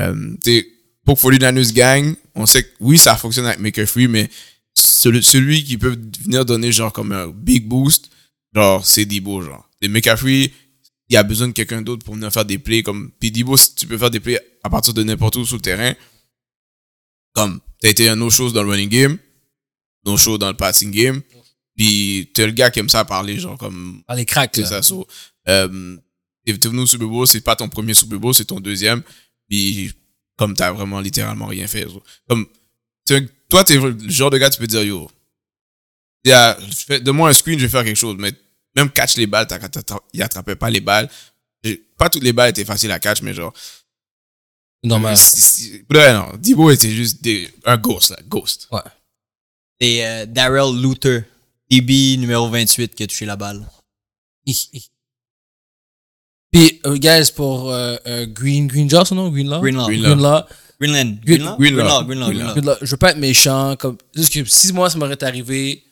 Speaker 3: Euh, tu sais, pour que 49ers gagne, on sait que oui, ça fonctionne avec McAfee, mais celui, celui qui peut venir donner genre comme un big boost, genre, c'est Debo, genre. Et McAfee, il y a besoin de quelqu'un d'autre pour venir faire des plays comme. Puis Debo, si tu peux faire des plays à partir de n'importe où sur le terrain, comme t'as été un no-show dans le running game, no-show dans le passing game, puis t'es le gars qui aime ça parler, genre comme
Speaker 1: Ah, les cracks,
Speaker 3: c'est
Speaker 1: là.
Speaker 3: ça. So, euh, t'es t'es venu au Super Bowl, c'est pas ton premier Super Bowl, c'est ton deuxième. Puis, comme t'as vraiment littéralement rien fait. so. Comme, t'es un- toi, t'es le genre de gars, tu peux dire, yo, y a- fais- donne-moi un screen, je vais faire quelque chose. Mais même catch les balles, t'as- t'as- t'as- il attrapait pas les balles. J'ai- Pas toutes les balles étaient faciles à catch, mais genre.
Speaker 1: Normal.
Speaker 3: si- si- ouais, non, Dibo était juste des- un ghost, là, ghost.
Speaker 1: Ouais.
Speaker 2: C'est euh, Darrell Luther, DB numéro 28 qui a touché la balle.
Speaker 1: Hi, hi. Puis, euh, guys, pour euh, euh, Green, Green Jaw, son nom? Greenlaw?
Speaker 2: Greenlaw.
Speaker 3: Greenlaw.
Speaker 1: Greenlaw.
Speaker 2: Greenland.
Speaker 1: Green-
Speaker 2: Greenland.
Speaker 3: Greenlaw.
Speaker 2: Greenland. Greenland.
Speaker 3: Greenlaw.
Speaker 1: Greenlaw. Je veux pas être méchant. Comme, juste que si moi, ça m'aurait arrivé,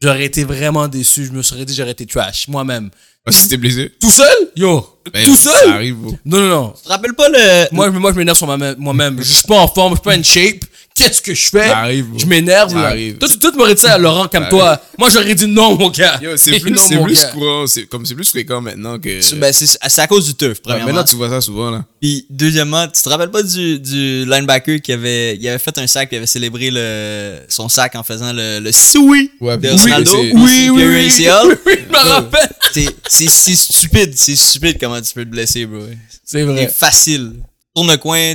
Speaker 1: j'aurais été vraiment déçu. Je me serais dit, j'aurais été trash, moi-même.
Speaker 3: Parce que c'était blessé.
Speaker 1: Tout seul? Yo!
Speaker 3: Ben,
Speaker 1: tout seul?
Speaker 3: Ça arrive, bro.
Speaker 1: Non, non, non.
Speaker 2: Tu te rappelles pas le.
Speaker 1: Moi, je- moi je m'énerve sur ma- moi-même. je suis pas en forme, je suis pas in shape. Qu'est-ce que je fais?
Speaker 3: Ça arrive, bro.
Speaker 1: Je m'énerve.
Speaker 3: Ça
Speaker 1: là.
Speaker 3: arrive.
Speaker 1: Toi, tu toi, tu m'aurais dit ça à Laurent, comme toi. Moi, j'aurais dit non, mon gars.
Speaker 3: Yo, c'est plus,
Speaker 1: Non,
Speaker 3: c'est
Speaker 1: mon
Speaker 3: plus
Speaker 1: gars.
Speaker 3: courant, c'est comme c'est plus fréquent maintenant que.
Speaker 2: C'est- ben, c'est c'est à cause du turf,
Speaker 3: Ouais,
Speaker 2: premièrement.
Speaker 3: maintenant, tu vois ça souvent, là.
Speaker 2: Puis, deuxièmement, tu te rappelles pas du, du linebacker qui avait, il avait fait un sac, puis il avait célébré le, son sac en faisant le, le oui
Speaker 3: Ouais,
Speaker 2: de
Speaker 3: puis
Speaker 2: Ronaldo.
Speaker 3: c'est-
Speaker 1: Oui,
Speaker 2: Puis il y
Speaker 1: oui,
Speaker 2: a eu un
Speaker 1: oui.
Speaker 2: ACL.
Speaker 1: Oui, je me rappelle.
Speaker 2: C'est- C'est c'est stupide, c'est stupide comment tu peux te blesser, bro.
Speaker 1: C'est
Speaker 2: C'est
Speaker 1: vrai.
Speaker 2: facile. Tourne le coin,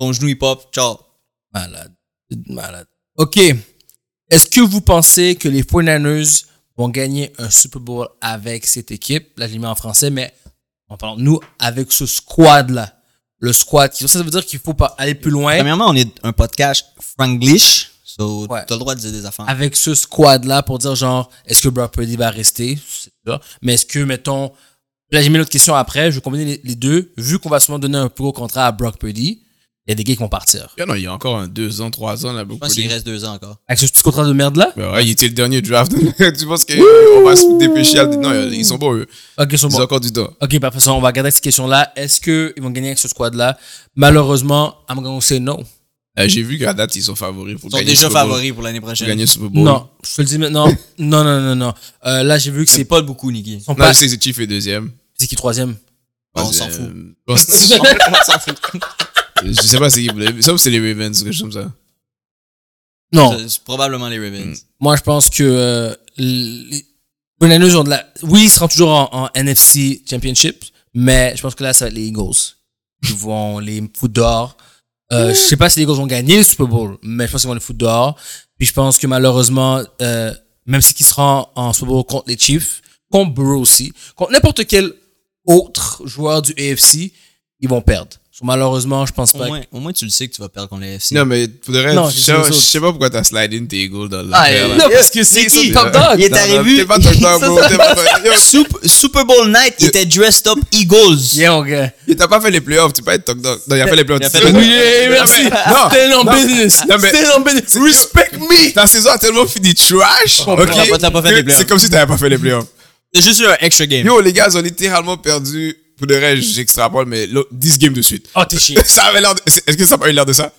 Speaker 2: ton genou il pop, ciao.
Speaker 1: Malade. Malade. OK. Est-ce que vous pensez que les 49ers vont gagner un Super Bowl avec cette équipe? Là, je l'ai mis en français, mais en parlant de nous, avec ce squad-là. Le squad. qui- Ça, ça veut dire qu'il faut pas aller plus loin.
Speaker 2: Premièrement, on est un podcast franglish, so
Speaker 1: Ouais.
Speaker 2: t'as le droit de dire des affaires.
Speaker 1: avec ce squad-là pour dire genre, est-ce que Brock Purdy va rester? C'est ça. Mais est-ce que, mettons, là j'ai mis une autre question après, je vais combiner les, les deux. Vu qu'on va sûrement donner un plus gros contrat à Brock Purdy, il y a des gars qui vont partir.
Speaker 3: Yeah, non, il y a encore un 2 ans, 3 ans là,
Speaker 2: Je pense
Speaker 3: Broccoli.
Speaker 2: qu'il reste deux ans encore.
Speaker 1: Avec ce petit contrat de merde là,
Speaker 3: Ben ouais, il était le dernier draft. tu penses qu'on va se dépêcher à... Non, ils sont bons, eux.
Speaker 1: ok, ils sont
Speaker 3: Ils
Speaker 1: bons.
Speaker 3: ont encore du temps.
Speaker 1: Ok, parfait. ça, On va regarder cette question-là. Est-ce qu'ils vont gagner avec ce squad-là? Malheureusement, I'm going to say no.
Speaker 3: Euh, J'ai vu qu'à date, ils sont favoris pour
Speaker 2: Ils sont
Speaker 3: gagner
Speaker 2: déjà
Speaker 3: le Super Bowl.
Speaker 2: favoris pour l'année
Speaker 3: Pour
Speaker 2: prochaine.
Speaker 3: gagner le Super Bowl.
Speaker 1: Non, je te le dis maintenant. non, non, non, non. Euh, là, j'ai vu que
Speaker 2: C'est
Speaker 1: c'est
Speaker 2: pas le beaucoup, Niki.
Speaker 1: son
Speaker 3: Non,
Speaker 1: pas.
Speaker 3: je sais, c'est Chief est deuxième.
Speaker 1: C'est qui troisième?
Speaker 2: On
Speaker 3: Euh,
Speaker 2: s'en fout.
Speaker 3: je pense-
Speaker 2: On s'en fout.
Speaker 3: je sais pas c'est qui. mais Ça ou c'est les Ravens, quelque chose comme ça.
Speaker 1: Non. Mm.
Speaker 2: C'est- c'est probablement les Ravens.
Speaker 1: Moi, je pense que euh, les Bananas ont de la. Oui, ils seront toujours en, en NFC Championship, mais je pense que là, ça va être les Eagles. Ils vont les foutre dehors. Euh, je sais pas si les Eagles vont gagner le Super Bowl, mais je pense qu'ils vont les foutre dehors. Puis je pense que malheureusement, euh, même si qu'ils seront en Super Bowl contre les Chiefs, contre Burrow aussi, contre n'importe quel autre joueur du AFC, ils vont perdre. So, malheureusement, je pense
Speaker 2: Au
Speaker 1: pas.
Speaker 2: moins, au moins, tu le sais que tu vas perdre contre les FC.
Speaker 3: Non, mais pour de vrai,
Speaker 1: Non,
Speaker 3: je
Speaker 1: c'est
Speaker 3: sais
Speaker 1: les
Speaker 3: je
Speaker 1: autres.
Speaker 3: sais pas pourquoi t'as slide in tes Eagles dans
Speaker 2: Ah,
Speaker 3: l'affaire, là.
Speaker 2: non,
Speaker 1: parce que
Speaker 2: c'est qui?
Speaker 1: top dog.
Speaker 2: Il est
Speaker 3: Non, non,
Speaker 2: arrivé.
Speaker 3: T'es pas top dog, bro. T'es pas top- Yo,
Speaker 2: Super, Super Bowl Night, il était dressed up Eagles.
Speaker 1: Yeah, mon gars.
Speaker 3: Il t'a pas fait les playoffs, tu peux pas être top dog. Non, il a fait les playoffs.
Speaker 2: Il a
Speaker 3: tu
Speaker 2: fait
Speaker 3: sais.
Speaker 2: les-
Speaker 1: Oui, eh, merci.
Speaker 3: ben, Non,
Speaker 1: Stay in
Speaker 3: non.
Speaker 1: business.
Speaker 3: Non, mais-
Speaker 1: Stay in business.
Speaker 3: C'est-
Speaker 1: Respect me.
Speaker 3: Ta saison a tellement fini trash. ok,
Speaker 2: Oh, T'as pas- t'as pas fait les
Speaker 3: que
Speaker 2: playoffs.
Speaker 3: C'est comme si t'avais pas fait les playoffs.
Speaker 2: C'est juste un extra game.
Speaker 3: Yo, les gars, ils ont littéralement perdu. Pour de vrai, j'extrapole, mais l'autre- 10 games de suite.
Speaker 1: Oh, t'es chier.
Speaker 3: ça avait l'air de- c'est- Est-ce que ça n'a pas eu l'air de ça?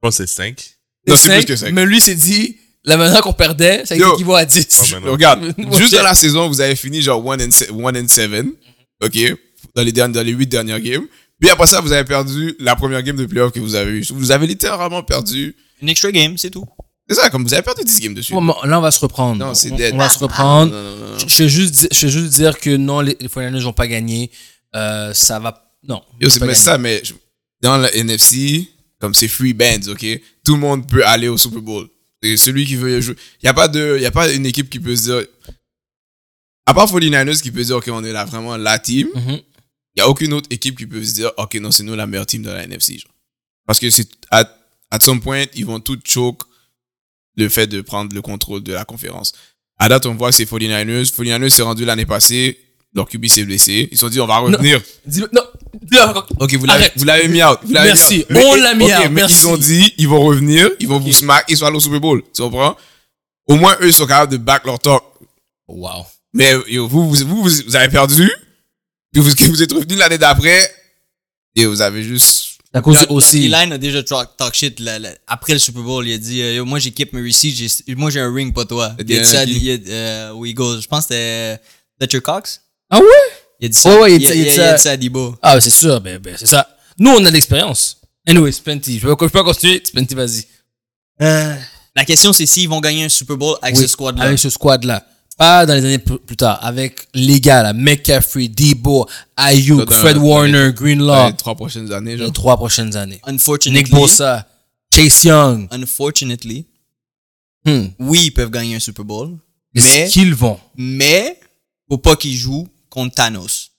Speaker 4: pense que c'est 5.
Speaker 3: Non, c'est
Speaker 1: Cinq,
Speaker 3: plus que 5.
Speaker 1: Mais lui s'est dit, la manière qu'on perdait, ça
Speaker 3: Yo. Oh,
Speaker 1: équivaut à 10.
Speaker 4: Ouais, mais non.
Speaker 3: Regarde,
Speaker 1: Moi,
Speaker 3: juste
Speaker 1: j'ai-
Speaker 3: dans la saison, vous avez fini genre 1 and, se- one and 7. OK? Dans les, derniers, dans les 8 dernières games. Puis après ça, vous avez perdu la première game de playoff que vous avez eue. Vous avez littéralement perdu.
Speaker 2: Un extra game, c'est tout.
Speaker 3: C'est ça, comme vous avez perdu 10 games dessus.
Speaker 1: Bon, bon, Là, on va se reprendre.
Speaker 3: Non, c'est
Speaker 1: On-
Speaker 3: dead. Ah,
Speaker 1: On va se reprendre.
Speaker 3: Non, non, non, non.
Speaker 1: Je je vais juste, di- je vais juste dire que non, les, les 49ers n'ont pas gagné. Euh, ça va. Non.
Speaker 3: Yo,
Speaker 1: ils
Speaker 3: c'est
Speaker 1: ont pas
Speaker 3: mais
Speaker 1: gagné.
Speaker 3: ça, mais je- dans la NFC, comme c'est free bands, OK? Tout le monde peut aller au Super Bowl. C'est celui qui veut jouer. Il n'y a, pas de- y a pas une équipe qui peut se dire. À part 49ers qui peut dire, OK, on est là vraiment la team.
Speaker 1: Mhm.
Speaker 3: Il n'y a aucune autre équipe qui peut se dire, OK, non, c'est nous la meilleure team de la NFC. genre. Parce que c'est à, à some point, ils vont tout choke le fait de prendre le contrôle de la conférence. À date, on voit que c'est 49ers. 49ers s'est rendu l'année passée. Leur QB s'est blessé. Ils se sont dit, on va revenir.
Speaker 1: Dis- Non. dis-
Speaker 3: Ok, vous l'avez,
Speaker 1: Arrête.
Speaker 3: vous l'avez mis out. Vous l'avez
Speaker 1: Merci.
Speaker 3: out. Mais-
Speaker 1: On l'a mis
Speaker 3: ok,
Speaker 1: out.
Speaker 3: Mais
Speaker 1: Merci.
Speaker 3: ils ont dit, ils vont revenir, ils vont vous smack, ils sont allés au Super Bowl. Tu comprends? Au moins, eux, ils sont capables de back leur talk.
Speaker 1: Wow.
Speaker 3: Mais yo, vous, vous, vous, vous- vous avez perdu. Puis vous, vous êtes revenu l'année d'après. Et vous avez juste.
Speaker 1: À cause
Speaker 2: Notre- notre
Speaker 1: aussi.
Speaker 2: D-line a déjà talk, talk shit la- la- après le Super Bowl. Il a dit euh, Yo, Moi, j'équipe mes receipts. j'ai- Moi, j'ai un ring, pas toi.
Speaker 3: Et
Speaker 2: Il a dit ça à-
Speaker 3: qui?
Speaker 2: il a- euh, aux Eagles. Je pense que c'était euh, Fletcher Cox.
Speaker 1: Ah ouais?
Speaker 2: Il a dit ça.
Speaker 1: Oh ouais, il a
Speaker 2: il, a,
Speaker 1: dit- il a dit
Speaker 2: il a
Speaker 1: ça-
Speaker 2: dit ça à Debo.
Speaker 1: Ah, c'est sûr. Ben, ben, c'est ça. Nous, on a de l'expérience. Anyway, Spenty. Je peux, je peux continuer. Spenty, vas-y.
Speaker 2: La question, c'est s'ils vont gagner un Super Bowl avec
Speaker 1: Euh. Oui,
Speaker 2: ce squad-là.
Speaker 1: Avec ce squad-là. Pas dans les années plus plus tard. Avec les gars, là, McCaffrey, Debo, Ayuk,
Speaker 3: Dans- dans-
Speaker 1: Fred
Speaker 3: dans
Speaker 1: Warner,
Speaker 3: dans
Speaker 1: Greenlaw,
Speaker 3: les trois prochaines années, genre.
Speaker 1: Ah. les trois prochaines années.
Speaker 2: Unfortunately,
Speaker 1: Nick Bosa, Chase Young.
Speaker 2: unfortunately,
Speaker 1: Hmm.
Speaker 2: oui, ils peuvent gagner un Super Bowl. Mais,
Speaker 1: Est-ce qu'ils vont?
Speaker 2: mais faut pas qu'ils jouent contre Thanos.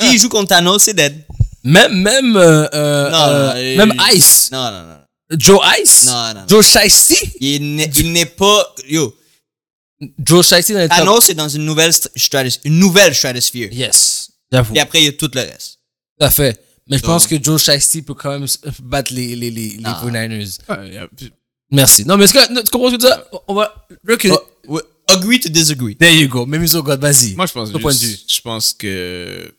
Speaker 2: S'ils jouent contre Thanos, c'est dead.
Speaker 1: Même, même, euh, euh,
Speaker 2: Non,
Speaker 1: euh,
Speaker 2: non, euh,
Speaker 1: même
Speaker 2: il-
Speaker 1: Ice.
Speaker 2: Non, non, non.
Speaker 1: Joe Ice?
Speaker 2: Non, non, non.
Speaker 1: Joe Shiesty?
Speaker 2: Il n'est il n'est pas. Yo,
Speaker 1: Joe Shiesty dans les top-
Speaker 2: Thanos est dans une nouvelle st- stratos- une nouvelle stratosphere.
Speaker 1: Yes. J'avoue.
Speaker 2: Et après, il y a tout le reste.
Speaker 1: Tout à fait. Mais je
Speaker 2: Donc-
Speaker 1: pense que Joe Shiesty peut quand même s- euh, battre les, les, les, les
Speaker 2: Ah.
Speaker 1: 49ers.
Speaker 3: Ouais, y a- puis-
Speaker 1: Merci. Non, mais est-ce que, non, tu comprends ce que je veux dire? On va, recule.
Speaker 2: Oh, ouais, agree to disagree.
Speaker 1: There you go. Même God, vas-y.
Speaker 3: Moi, je pense
Speaker 1: Ton point de
Speaker 3: juste-
Speaker 1: vue.
Speaker 3: Je pense que.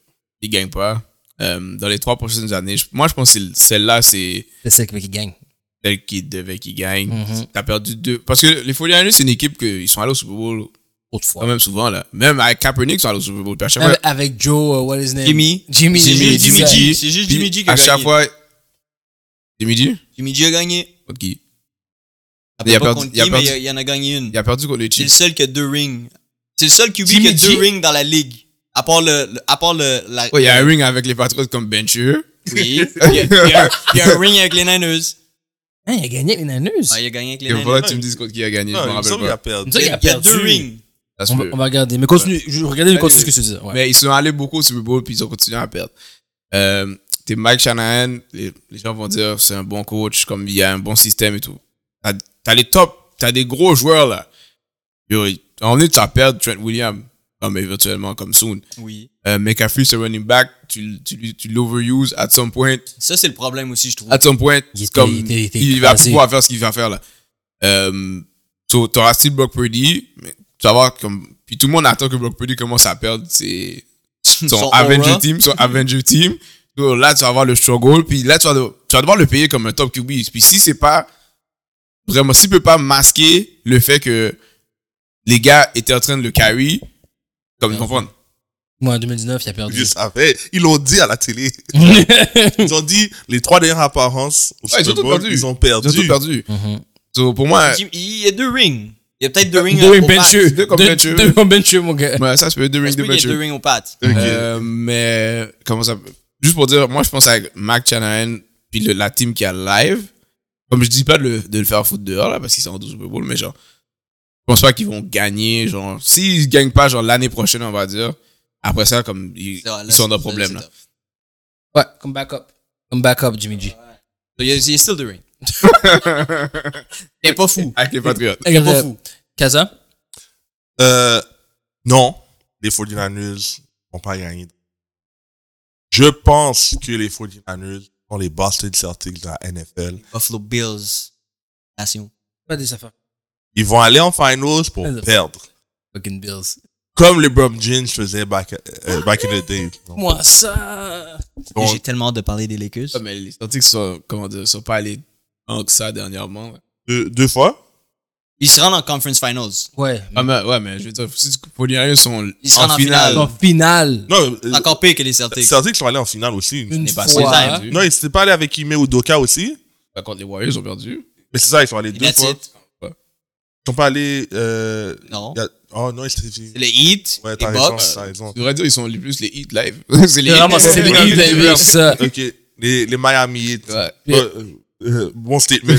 Speaker 3: Ils gagnent pas. Euh, dans les trois prochaines années, je- moi, je pense que c'est- celle-là, c'est.
Speaker 1: C'est ça qui gagne.
Speaker 3: tel qu'il devait qu'il gagne.
Speaker 1: Mhm.
Speaker 3: T'as perdu deux. Parce que les Folies c'est une équipe qu'ils sont allés au Super Bowl
Speaker 1: Autrefois.
Speaker 3: quand même souvent, là. Même avec Kaepernick, ils sont allés au Super Bowl. Puis à chaque
Speaker 1: Avec,
Speaker 3: fois,
Speaker 1: avec Joe, euh, what is his name?
Speaker 2: Jimmy.
Speaker 1: Jimmy,
Speaker 2: C'est
Speaker 1: Jimmy,
Speaker 2: juste Jimmy
Speaker 1: Jimmy.
Speaker 2: G. C'est juste
Speaker 3: puis
Speaker 2: Jimmy G qui a
Speaker 3: à chaque
Speaker 2: gagné.
Speaker 3: fois. Jimmy G
Speaker 2: Jimmy G a gagné.
Speaker 3: Contre qui
Speaker 2: Après,
Speaker 3: Il a
Speaker 2: pas
Speaker 3: perdu-
Speaker 2: contre
Speaker 3: il a
Speaker 2: qui, mais
Speaker 3: perdu-
Speaker 2: il y en a gagné une.
Speaker 3: Il a perdu contre les
Speaker 2: C'est le
Speaker 3: Chiefs.
Speaker 2: seul qui a deux rings. C'est le seul QB qui a
Speaker 1: Jimmy G.
Speaker 2: deux rings dans la ligue. À part le, le- à part le, la,
Speaker 3: Ouais, il y a un ring avec les Patriots comme Ben Bencher.
Speaker 2: oui. Il y a, il y a- il y a un ring avec les Niners.
Speaker 1: Hein, il a gagné avec les Niners.
Speaker 2: Ouais, il a gagné avec les
Speaker 3: Et
Speaker 2: Niners.
Speaker 3: voilà, tu me dis contre qui il a gagné.
Speaker 4: Non,
Speaker 3: je
Speaker 4: il
Speaker 3: me
Speaker 4: me semble
Speaker 3: rappelle
Speaker 1: Il
Speaker 3: pas.
Speaker 4: qu'il a perdu.
Speaker 2: Il
Speaker 1: me
Speaker 2: y
Speaker 1: semble
Speaker 2: a,
Speaker 1: qu'il a
Speaker 2: deux
Speaker 1: perdu.
Speaker 2: rings.
Speaker 3: Ça se
Speaker 1: on, va,
Speaker 3: peut.
Speaker 1: on va regarder. Mais continue. Je regardais, mais continue ce que tu dis. Ouais.
Speaker 3: Mais ils sont allés beaucoup au Super Bowl, puis ils ont continué à perdre. Euh, T'es Mike Shanahan, les, les gens vont dire c'est un bon coach, comme il y a un bon système et tout. T'as t'as les top, t'as des gros joueurs là. Yo, on est à perdre Trent Williams. comme éventuellement, comme soon.
Speaker 2: Oui.
Speaker 3: Euh, McCaffrey, ce running back, tu, tu, tu l'overuse at some point.
Speaker 2: Ça, c'est le problème aussi, je trouve.
Speaker 3: À some point,
Speaker 1: Il était-
Speaker 3: comme,
Speaker 1: il était- il était
Speaker 3: il va
Speaker 1: écrasé.
Speaker 3: pouvoir faire ce qu'il va faire là. Euh, so, t'auras still Brock Purdy, mais tu vas voir comme. Puis tout le monde attend que Brock Purdy commence à perdre ses, son,
Speaker 2: aura.
Speaker 3: Avenger team, son Avenger team. So, là, tu vas avoir le struggle, puis là, tu vas, de- tu vas devoir le payer comme un top QB. Puis si c'est pas. Vraiment, s'il peut pas masquer le fait que les gars étaient en train de le carry, comme ils comprennent.
Speaker 1: Moi, en 2019, il a perdu.
Speaker 4: Je savais. Ils l'ont dit à la télé. Ils ont dit les trois dernières apparences au
Speaker 3: Ouais, ils ont
Speaker 4: Super
Speaker 3: tout
Speaker 4: Bowl,
Speaker 3: perdu.
Speaker 4: ils
Speaker 3: Ils
Speaker 4: ont
Speaker 3: ont
Speaker 4: perdu.
Speaker 3: tout perdu.
Speaker 1: Mhm.
Speaker 3: So, pour moi.
Speaker 2: Il il y a deux rings. Il y a peut-être deux rings.
Speaker 1: Deux
Speaker 2: euh,
Speaker 1: rings
Speaker 2: au pat.
Speaker 1: bencheux.
Speaker 3: Deux
Speaker 1: Deux
Speaker 3: comme bencheux.
Speaker 1: deux comme bencheux, mon gars.
Speaker 3: Ouais, ça, je peux deux
Speaker 2: Ça
Speaker 3: rings
Speaker 2: se peut
Speaker 3: de
Speaker 2: qu'il y ait deux rings au pat.
Speaker 4: Ok.
Speaker 3: Euh, mais comment ça juste pour dire moi je pense avec Mac Shanahan puis le- la team qui a live comme je dis pas de le, de le faire foutre dehors là parce qu'ils sont en 12 Super Bowl mais genre je pense pas qu'ils vont gagner genre s'ils gagnent pas genre l'année prochaine on va dire après ça comme ils,
Speaker 2: C'est vrai, là,
Speaker 3: ils sont dans
Speaker 2: c'est-
Speaker 3: le problème là
Speaker 2: c'est top.
Speaker 1: Ouais, comme backup. Comme backup, Jimmy G.
Speaker 2: Il y a- il y a still deux rings. Il est pas fou.
Speaker 3: avec les Patriots
Speaker 1: Hey,
Speaker 2: pas
Speaker 1: euh,
Speaker 2: fou.
Speaker 1: Kaza?
Speaker 4: Euh, non, les 49ers n'ont pas gagné. Je pense que les 49ers sont les Boston Celtics de la NFL.
Speaker 2: Buffalo Bills. Nation.
Speaker 1: Pas des affaires.
Speaker 4: Ils vont aller en finals pour
Speaker 1: Alors.
Speaker 4: perdre.
Speaker 1: Fucking Bills.
Speaker 4: Comme les Brum Jeans faisaient back, euh, back in the day. Donc,
Speaker 1: Moi, ça.
Speaker 4: donc,
Speaker 2: J'ai tellement hâte de parler des Lakers.
Speaker 3: Ouais, mais les Celtics sont comment dire sont pas allés en que ça dernièrement
Speaker 2: Mm.
Speaker 3: là.
Speaker 4: deux, deux fois?
Speaker 2: Ils se rendent en conference finals.
Speaker 1: Ouais.
Speaker 3: Ah, mais- ouais mais je veux dire si les Polynariens sont
Speaker 2: Ils se rendent en
Speaker 3: en finale
Speaker 1: En finale.
Speaker 4: Non, euh,
Speaker 2: Encore pire que les
Speaker 4: les
Speaker 2: Celtics.
Speaker 4: Celtics sont allés en finale aussi.
Speaker 1: Une
Speaker 3: n'est pas
Speaker 1: fois.
Speaker 3: perdu.
Speaker 4: Non, ils s'étaient pas allés avec Ime ou Doka aussi.
Speaker 3: contre Bah, les Warriors ils ont perdu
Speaker 4: Mais c'est ça, ils sont allés
Speaker 2: Et
Speaker 4: deux
Speaker 2: that's
Speaker 4: fois.
Speaker 2: it.
Speaker 4: Ils sont pas allés, euh,
Speaker 2: Non.
Speaker 4: y a- oh non, ils s'étaient,
Speaker 2: C'est le Heat,
Speaker 4: ouais,
Speaker 2: les
Speaker 4: t'as raison,
Speaker 2: Bucks.
Speaker 4: t'as raison.
Speaker 3: tu devrais dire ils sont les plus les hits live c'est les
Speaker 1: C'est vraiment, c'est les
Speaker 3: Heat.
Speaker 1: Heat, les Heat, ça.
Speaker 4: Ok, les, les Miami Heat.
Speaker 3: Ouais.
Speaker 4: Euh, euh, bon statement.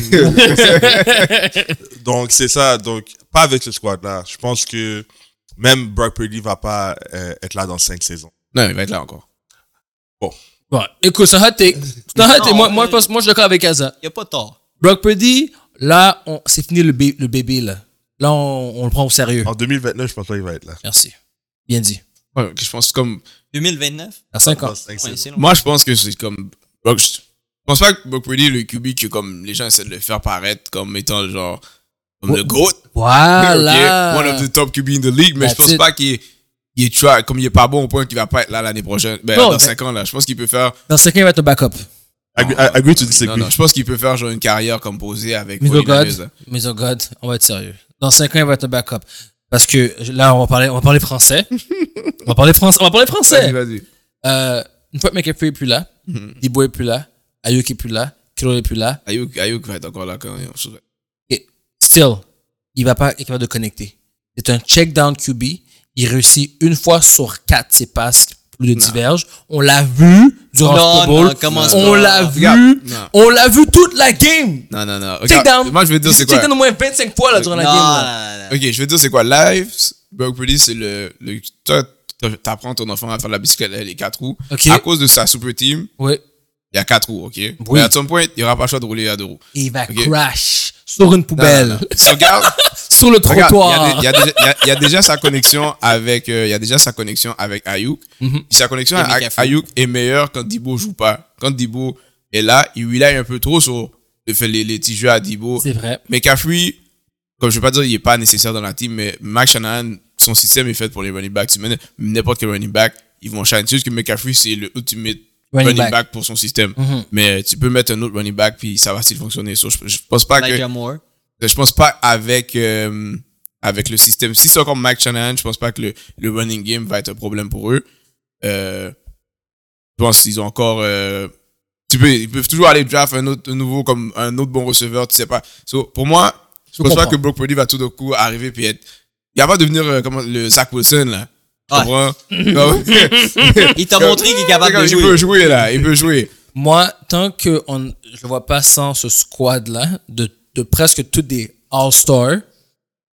Speaker 4: donc, c'est ça. Donc, pas avec ce squad-là. Je pense que même Brock Purdy va pas euh, être là dans cinq saisons.
Speaker 3: non il va être là encore
Speaker 1: Bon, écoute, c'est un hot take. C'est un hot take. Moi, moi, je pense, moi, je suis d'accord avec Kaza.
Speaker 2: Il n'y a pas tort.
Speaker 1: Brock Purdy, là, on- c'est fini le, bé- le bébé, là. Là, on, on le prend au sérieux.
Speaker 4: En 2029, je pense pas qu'il va être là.
Speaker 1: Merci. Bien dit.
Speaker 3: Ouais, je pense comme
Speaker 2: 2029?
Speaker 1: À 5 ans.
Speaker 4: Dans cinq
Speaker 2: Ouais,
Speaker 4: saisons.
Speaker 2: c'est long.
Speaker 3: moi je pense que c'est comme Brock- je pense pas que Brock Purdy est le QB que comme les gens essaient de le faire paraître comme étant genre comme
Speaker 1: Oh,
Speaker 3: le goat
Speaker 1: Voilà.
Speaker 3: Ok, one of the top QB in the league mais je
Speaker 1: ah That's
Speaker 3: pense
Speaker 1: it.
Speaker 3: pas qu'il est, il est try- comme il est pas bon au point qu'il va pas être là l'année prochaine ben,
Speaker 1: Non,
Speaker 3: dans
Speaker 1: ben-
Speaker 3: 5 ans là je pense qu'il peut faire
Speaker 1: Dans 5 ans, il va être un backup.
Speaker 4: Agree, agree to
Speaker 3: non,
Speaker 4: disagree.
Speaker 3: non, je pense qu'il peut faire genre une carrière comme posée avec
Speaker 1: Mais oh
Speaker 3: 49ers,
Speaker 1: God,
Speaker 3: là.
Speaker 1: mais oh God, on va être sérieux. Dans 5 ans, il va être un backup. Parce que là, on va parler, on va parler français. on va parler français. On va parler
Speaker 3: vas-y Hmm.
Speaker 1: français.
Speaker 3: vas-y
Speaker 1: Euh, une fois que McAfee est plus là, Debo est plus là, Ayuk est plus là, Kiro est plus là,
Speaker 3: Ayuk, Ayuk va être encore là quand je-
Speaker 1: et still, il va pas être capable de connecter. C'est un check down QB. Il réussit une fois sur quatre ses passes plus de diverge. On l'a vu durant le
Speaker 2: Non,
Speaker 1: Super
Speaker 2: non,
Speaker 1: Bowl.
Speaker 2: commence
Speaker 1: on
Speaker 2: pas.
Speaker 1: l'a vu.
Speaker 3: Regarde, non.
Speaker 1: On l'a vu toute la game.
Speaker 3: non non non
Speaker 1: Check
Speaker 3: Regarde,
Speaker 1: down.
Speaker 3: moi je vais dire
Speaker 1: Il
Speaker 3: c'est
Speaker 1: s'est
Speaker 3: quoi
Speaker 1: check down au moins 25 fois là, durant la
Speaker 2: Non,
Speaker 1: game. là.
Speaker 2: non, non, non.
Speaker 3: Ok, je veux dire, c'est quoi? Live, Brock Purdy, c'est le, le. Toi, t'a- t'apprends ton enfant à faire de la bicyclette, avec les quatre roues.
Speaker 1: Ok.
Speaker 3: À cause de sa super team,
Speaker 1: Ouais.
Speaker 3: il y a quatre roues, ok? Mais à son point, il n'y aura pas le choix de rouler à deux roues.
Speaker 1: Et il va
Speaker 3: Ok.
Speaker 1: crash sur une
Speaker 3: Non, non,
Speaker 1: poubelle,
Speaker 3: non. So, regarde,
Speaker 1: sur le
Speaker 3: regarde,
Speaker 1: trottoir.
Speaker 3: il y a des- il y, a déjà- il y a- il y a déjà sa connexion avec. euh, Il y a déjà sa connexion avec Ayuk.
Speaker 1: Mhm.
Speaker 3: Puis Sa connexion
Speaker 2: Et
Speaker 3: avec
Speaker 2: McAfee.
Speaker 3: Ayuk est meilleure quand Dibo joue pas. Quand Dibo est là, il rely un peu trop sur le fait- les, les petits jeux à Dibo.
Speaker 1: C'est vrai.
Speaker 3: Mais McCaffrey, comme je ne vais pas dire il n'est pas nécessaire dans la team, mais Max Shanahan, son système est fait pour les running backs. Tu mets n'importe quel running back, ils vont shine. C'est juste que McCaffrey, c'est le ultimate
Speaker 1: Running
Speaker 3: running,
Speaker 1: back.
Speaker 3: back. Mm-hmm. pour son système. Mais tu peux mettre un autre running back, puis ça va still fonctionner. So, je, je pense pas que,
Speaker 2: Elijah Moore.
Speaker 3: Euh, je pense pas avec, euh, avec le système. Si c'est encore Max Shanahan, je pense pas que le, le running game va être un problème pour eux. Euh, je pense qu'ils ont encore. euh, tu peux, ils peuvent toujours aller draft un autre un nouveau comme un autre bon receveur, tu sais pas. So, pour moi, je pense pas
Speaker 1: comprends.
Speaker 3: que Brock Purdy va tout d'un coup arriver puis être. Il va pas devenir euh, comment, le Zach Wilson là. Tu
Speaker 2: Ouais.
Speaker 3: comprends? Comme-
Speaker 2: Il t'a montré qu'il est capable
Speaker 3: Comme,
Speaker 2: de
Speaker 3: Il peut
Speaker 2: jouer.
Speaker 3: jouer là, il peut jouer.
Speaker 1: Moi, tant que on, je le vois pas sans ce squad-là, de, de presque tous des All-Stars,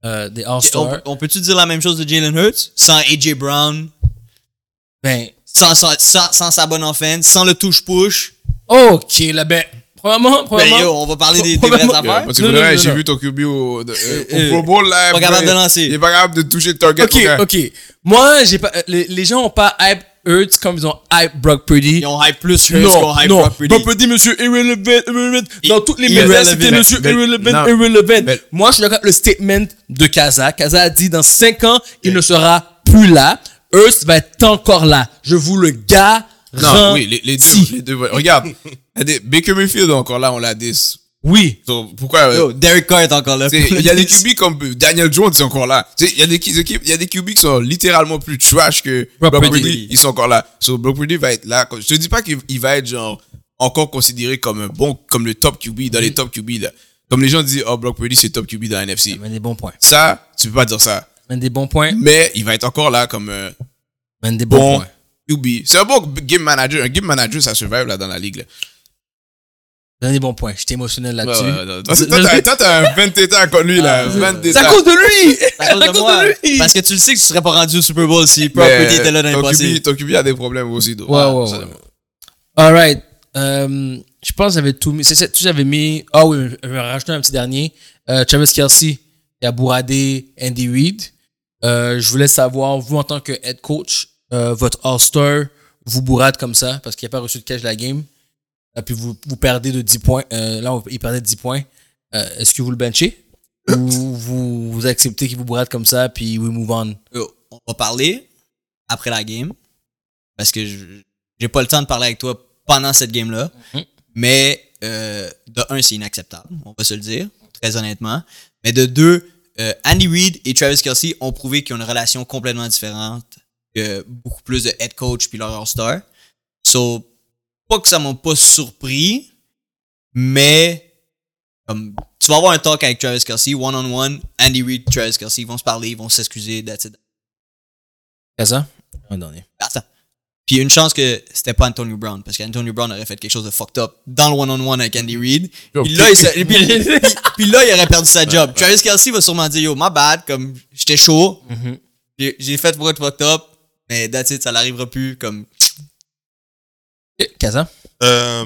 Speaker 1: euh, des
Speaker 2: On,
Speaker 1: All-Stars,
Speaker 2: on peut-tu dire la même chose de Jalen Hurts? Sans AJ Brown,
Speaker 1: ben,
Speaker 2: sans, sans, sans, sans sa bonne offense, sans le touche-push.
Speaker 1: ok, là, ben, premièrement,
Speaker 2: Ben
Speaker 1: premièrement,
Speaker 2: yo, on va parler des, des
Speaker 1: Probablement-
Speaker 2: vraies
Speaker 1: Ouais.
Speaker 2: affaires.
Speaker 3: Parce que
Speaker 1: Non,
Speaker 3: pour
Speaker 1: non,
Speaker 3: le reste,
Speaker 1: non,
Speaker 3: j'ai
Speaker 1: non.
Speaker 3: vu ton QB au, de- euh,
Speaker 2: Euh,
Speaker 3: au Pro Bowl là.
Speaker 2: pas
Speaker 3: il-
Speaker 2: capable de lancer.
Speaker 3: Il est pas capable de toucher le target.
Speaker 1: ok,
Speaker 3: mon gars.
Speaker 1: ok. Moi, j'ai pas. euh, Les, les gens ont pas hype Hurts comme ils ont hype Brock Purdy.
Speaker 2: Ils ont hype plus Hurts
Speaker 1: Non,
Speaker 2: qu'on hype
Speaker 1: non.
Speaker 2: Brock Purdy.
Speaker 1: Brock Purdy, monsieur irrelevant, irrelevant. Dans
Speaker 2: I-
Speaker 1: toutes les médias,
Speaker 2: irrelevant.
Speaker 1: c'était monsieur
Speaker 3: Mais-
Speaker 1: irrelevant,
Speaker 3: non.
Speaker 1: irrelevant.
Speaker 3: Mais-
Speaker 1: Moi, je suis d'accord avec le statement de Kaza. Kaza a dit dans 5 ans, il ne sera plus là. Hurts va être encore là. Je vous le garantis.
Speaker 3: Non, oui, les, les deux. Les deux regarde, la dé- Baker Mayfield, encore là, on l'a dit.
Speaker 1: Oui.
Speaker 3: So, pourquoi. euh,
Speaker 2: Yo, Derek Carr est encore là.
Speaker 3: tu sais, Il y a des QB comme Daniel Jones, ils sont encore là. Tu sais, Il y a des qui- des équipes- il y a des QB qui sont littéralement plus trash que
Speaker 1: Brock
Speaker 3: Brock
Speaker 1: Purdy.
Speaker 3: Purdy. Ils sont encore là. So, Brock Purdy va être là. Je te dis pas qu'il il va être genre encore considéré comme un bon, comme le top QB dans
Speaker 1: Mm.
Speaker 3: les top QB. Là. Comme les gens disent, oh, Brock Purdy, c'est top QB dans la NFC.
Speaker 1: Il mène des bons points.
Speaker 3: Ça, tu peux pas dire ça.
Speaker 1: Il mène des bons points. Il
Speaker 3: Mais il va être encore là comme un
Speaker 1: mène des bons
Speaker 3: bon
Speaker 1: points.
Speaker 3: QB. C'est un bon game manager. Un game manager, ça survive là dans la ligue. là.
Speaker 1: Il mène des bons points. J'étais émotionnel
Speaker 3: Ouais,
Speaker 1: là-dessus.
Speaker 3: ouais, ouais. Toi, c'est- toi, t'as- toi, t'as un 20 ans comme lui,
Speaker 1: Ah,
Speaker 3: là. 20
Speaker 1: C'est à cause de lui!
Speaker 2: à cause de moi.
Speaker 1: lui!
Speaker 2: Parce que tu le sais que tu serais pas rendu au Super Bowl si Brock
Speaker 3: Mais
Speaker 2: Purdy était là dans les
Speaker 3: Ben, ton
Speaker 2: passé.
Speaker 3: QB ton QB a des problèmes aussi. donc,
Speaker 1: Ouais,
Speaker 3: ah,
Speaker 1: ouais,
Speaker 3: ça-
Speaker 1: ouais. Alright. Euh, je pense que j'avais tout mis. C'est ça, tout j'avais mis. Ah oui, je vais rajouter un petit dernier. Euh, Travis Kelsey, il a bourradé Andy Reid. Euh, je voulais savoir, vous en tant que head coach, euh, votre All-Star vous bourrade comme ça parce qu'il n'a pas reçu de cash de la game. Et puis vous, vous perdez de 10 points. Euh, là, on- il perdait de 10 points. Euh, Est-ce que vous le benchez ou vous, vous acceptez qu'il vous bourrade comme ça puis we move on?
Speaker 2: Yo, Euh, on va parler après la game. Parce que je- j'ai pas le temps de parler avec toi pendant cette game-là.
Speaker 1: Mhm.
Speaker 2: Mais euh, de un, c'est inacceptable. On va se le dire, très honnêtement. Mais de deux, euh, Andy Reid et Travis Kelsey ont prouvé qu'ils ont une relation complètement différente. que beaucoup plus de head coach puis leur star. So, pas que ça m'a pas surpris, mais comme tu vas avoir un talk avec Travis Kelsey, one-on-one, Andy Reid, Travis Kelsey, ils vont se parler, ils vont s'excuser, that's it.
Speaker 1: Kaza? Un dernier.
Speaker 2: That's it. Puis une chance que c'était pas Antonio Brown, parce qu'Antonio Brown aurait fait quelque chose de fucked up dans le one-on-one avec Andy Reid.
Speaker 3: Yo,
Speaker 2: Puis là, il s'est- puis- puis- puis là, il aurait perdu sa job. Travis Kelsey va sûrement dire, yo, my bad, comme j'étais chaud,
Speaker 3: Mm-hmm.
Speaker 2: j'ai j'ai fait pour être fucked up, mais that's it, ça l'arrivera plus, comme
Speaker 1: Kaza?
Speaker 4: Euh,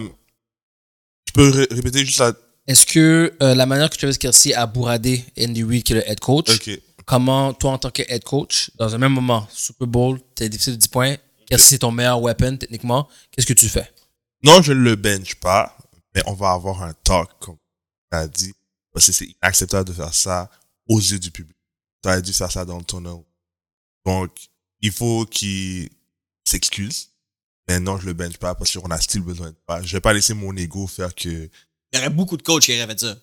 Speaker 4: tu peux ré- répéter juste la.
Speaker 1: Est-ce que euh, la manière que Travis Kelsey a bourradé Andy Reid, qui est le head coach,
Speaker 4: Ok.
Speaker 1: comment toi, en tant que head coach, dans un même moment, Super Bowl, t'es difficile de 10 points, Kelsey, c'est ton meilleur weapon techniquement, qu'est-ce que tu fais?
Speaker 4: Non, je ne le bench pas, mais on va avoir un talk, comme tu as dit, parce que c'est inacceptable de faire ça aux yeux du public. Tu as dû faire ça dans le tonneau. Donc, il faut qu'il s'excuse. Mais non, je le bench pas parce qu'on a still besoin de pas. Je vais pas laisser mon ego faire que,
Speaker 2: il y aurait beaucoup de coachs qui auraient fait ça.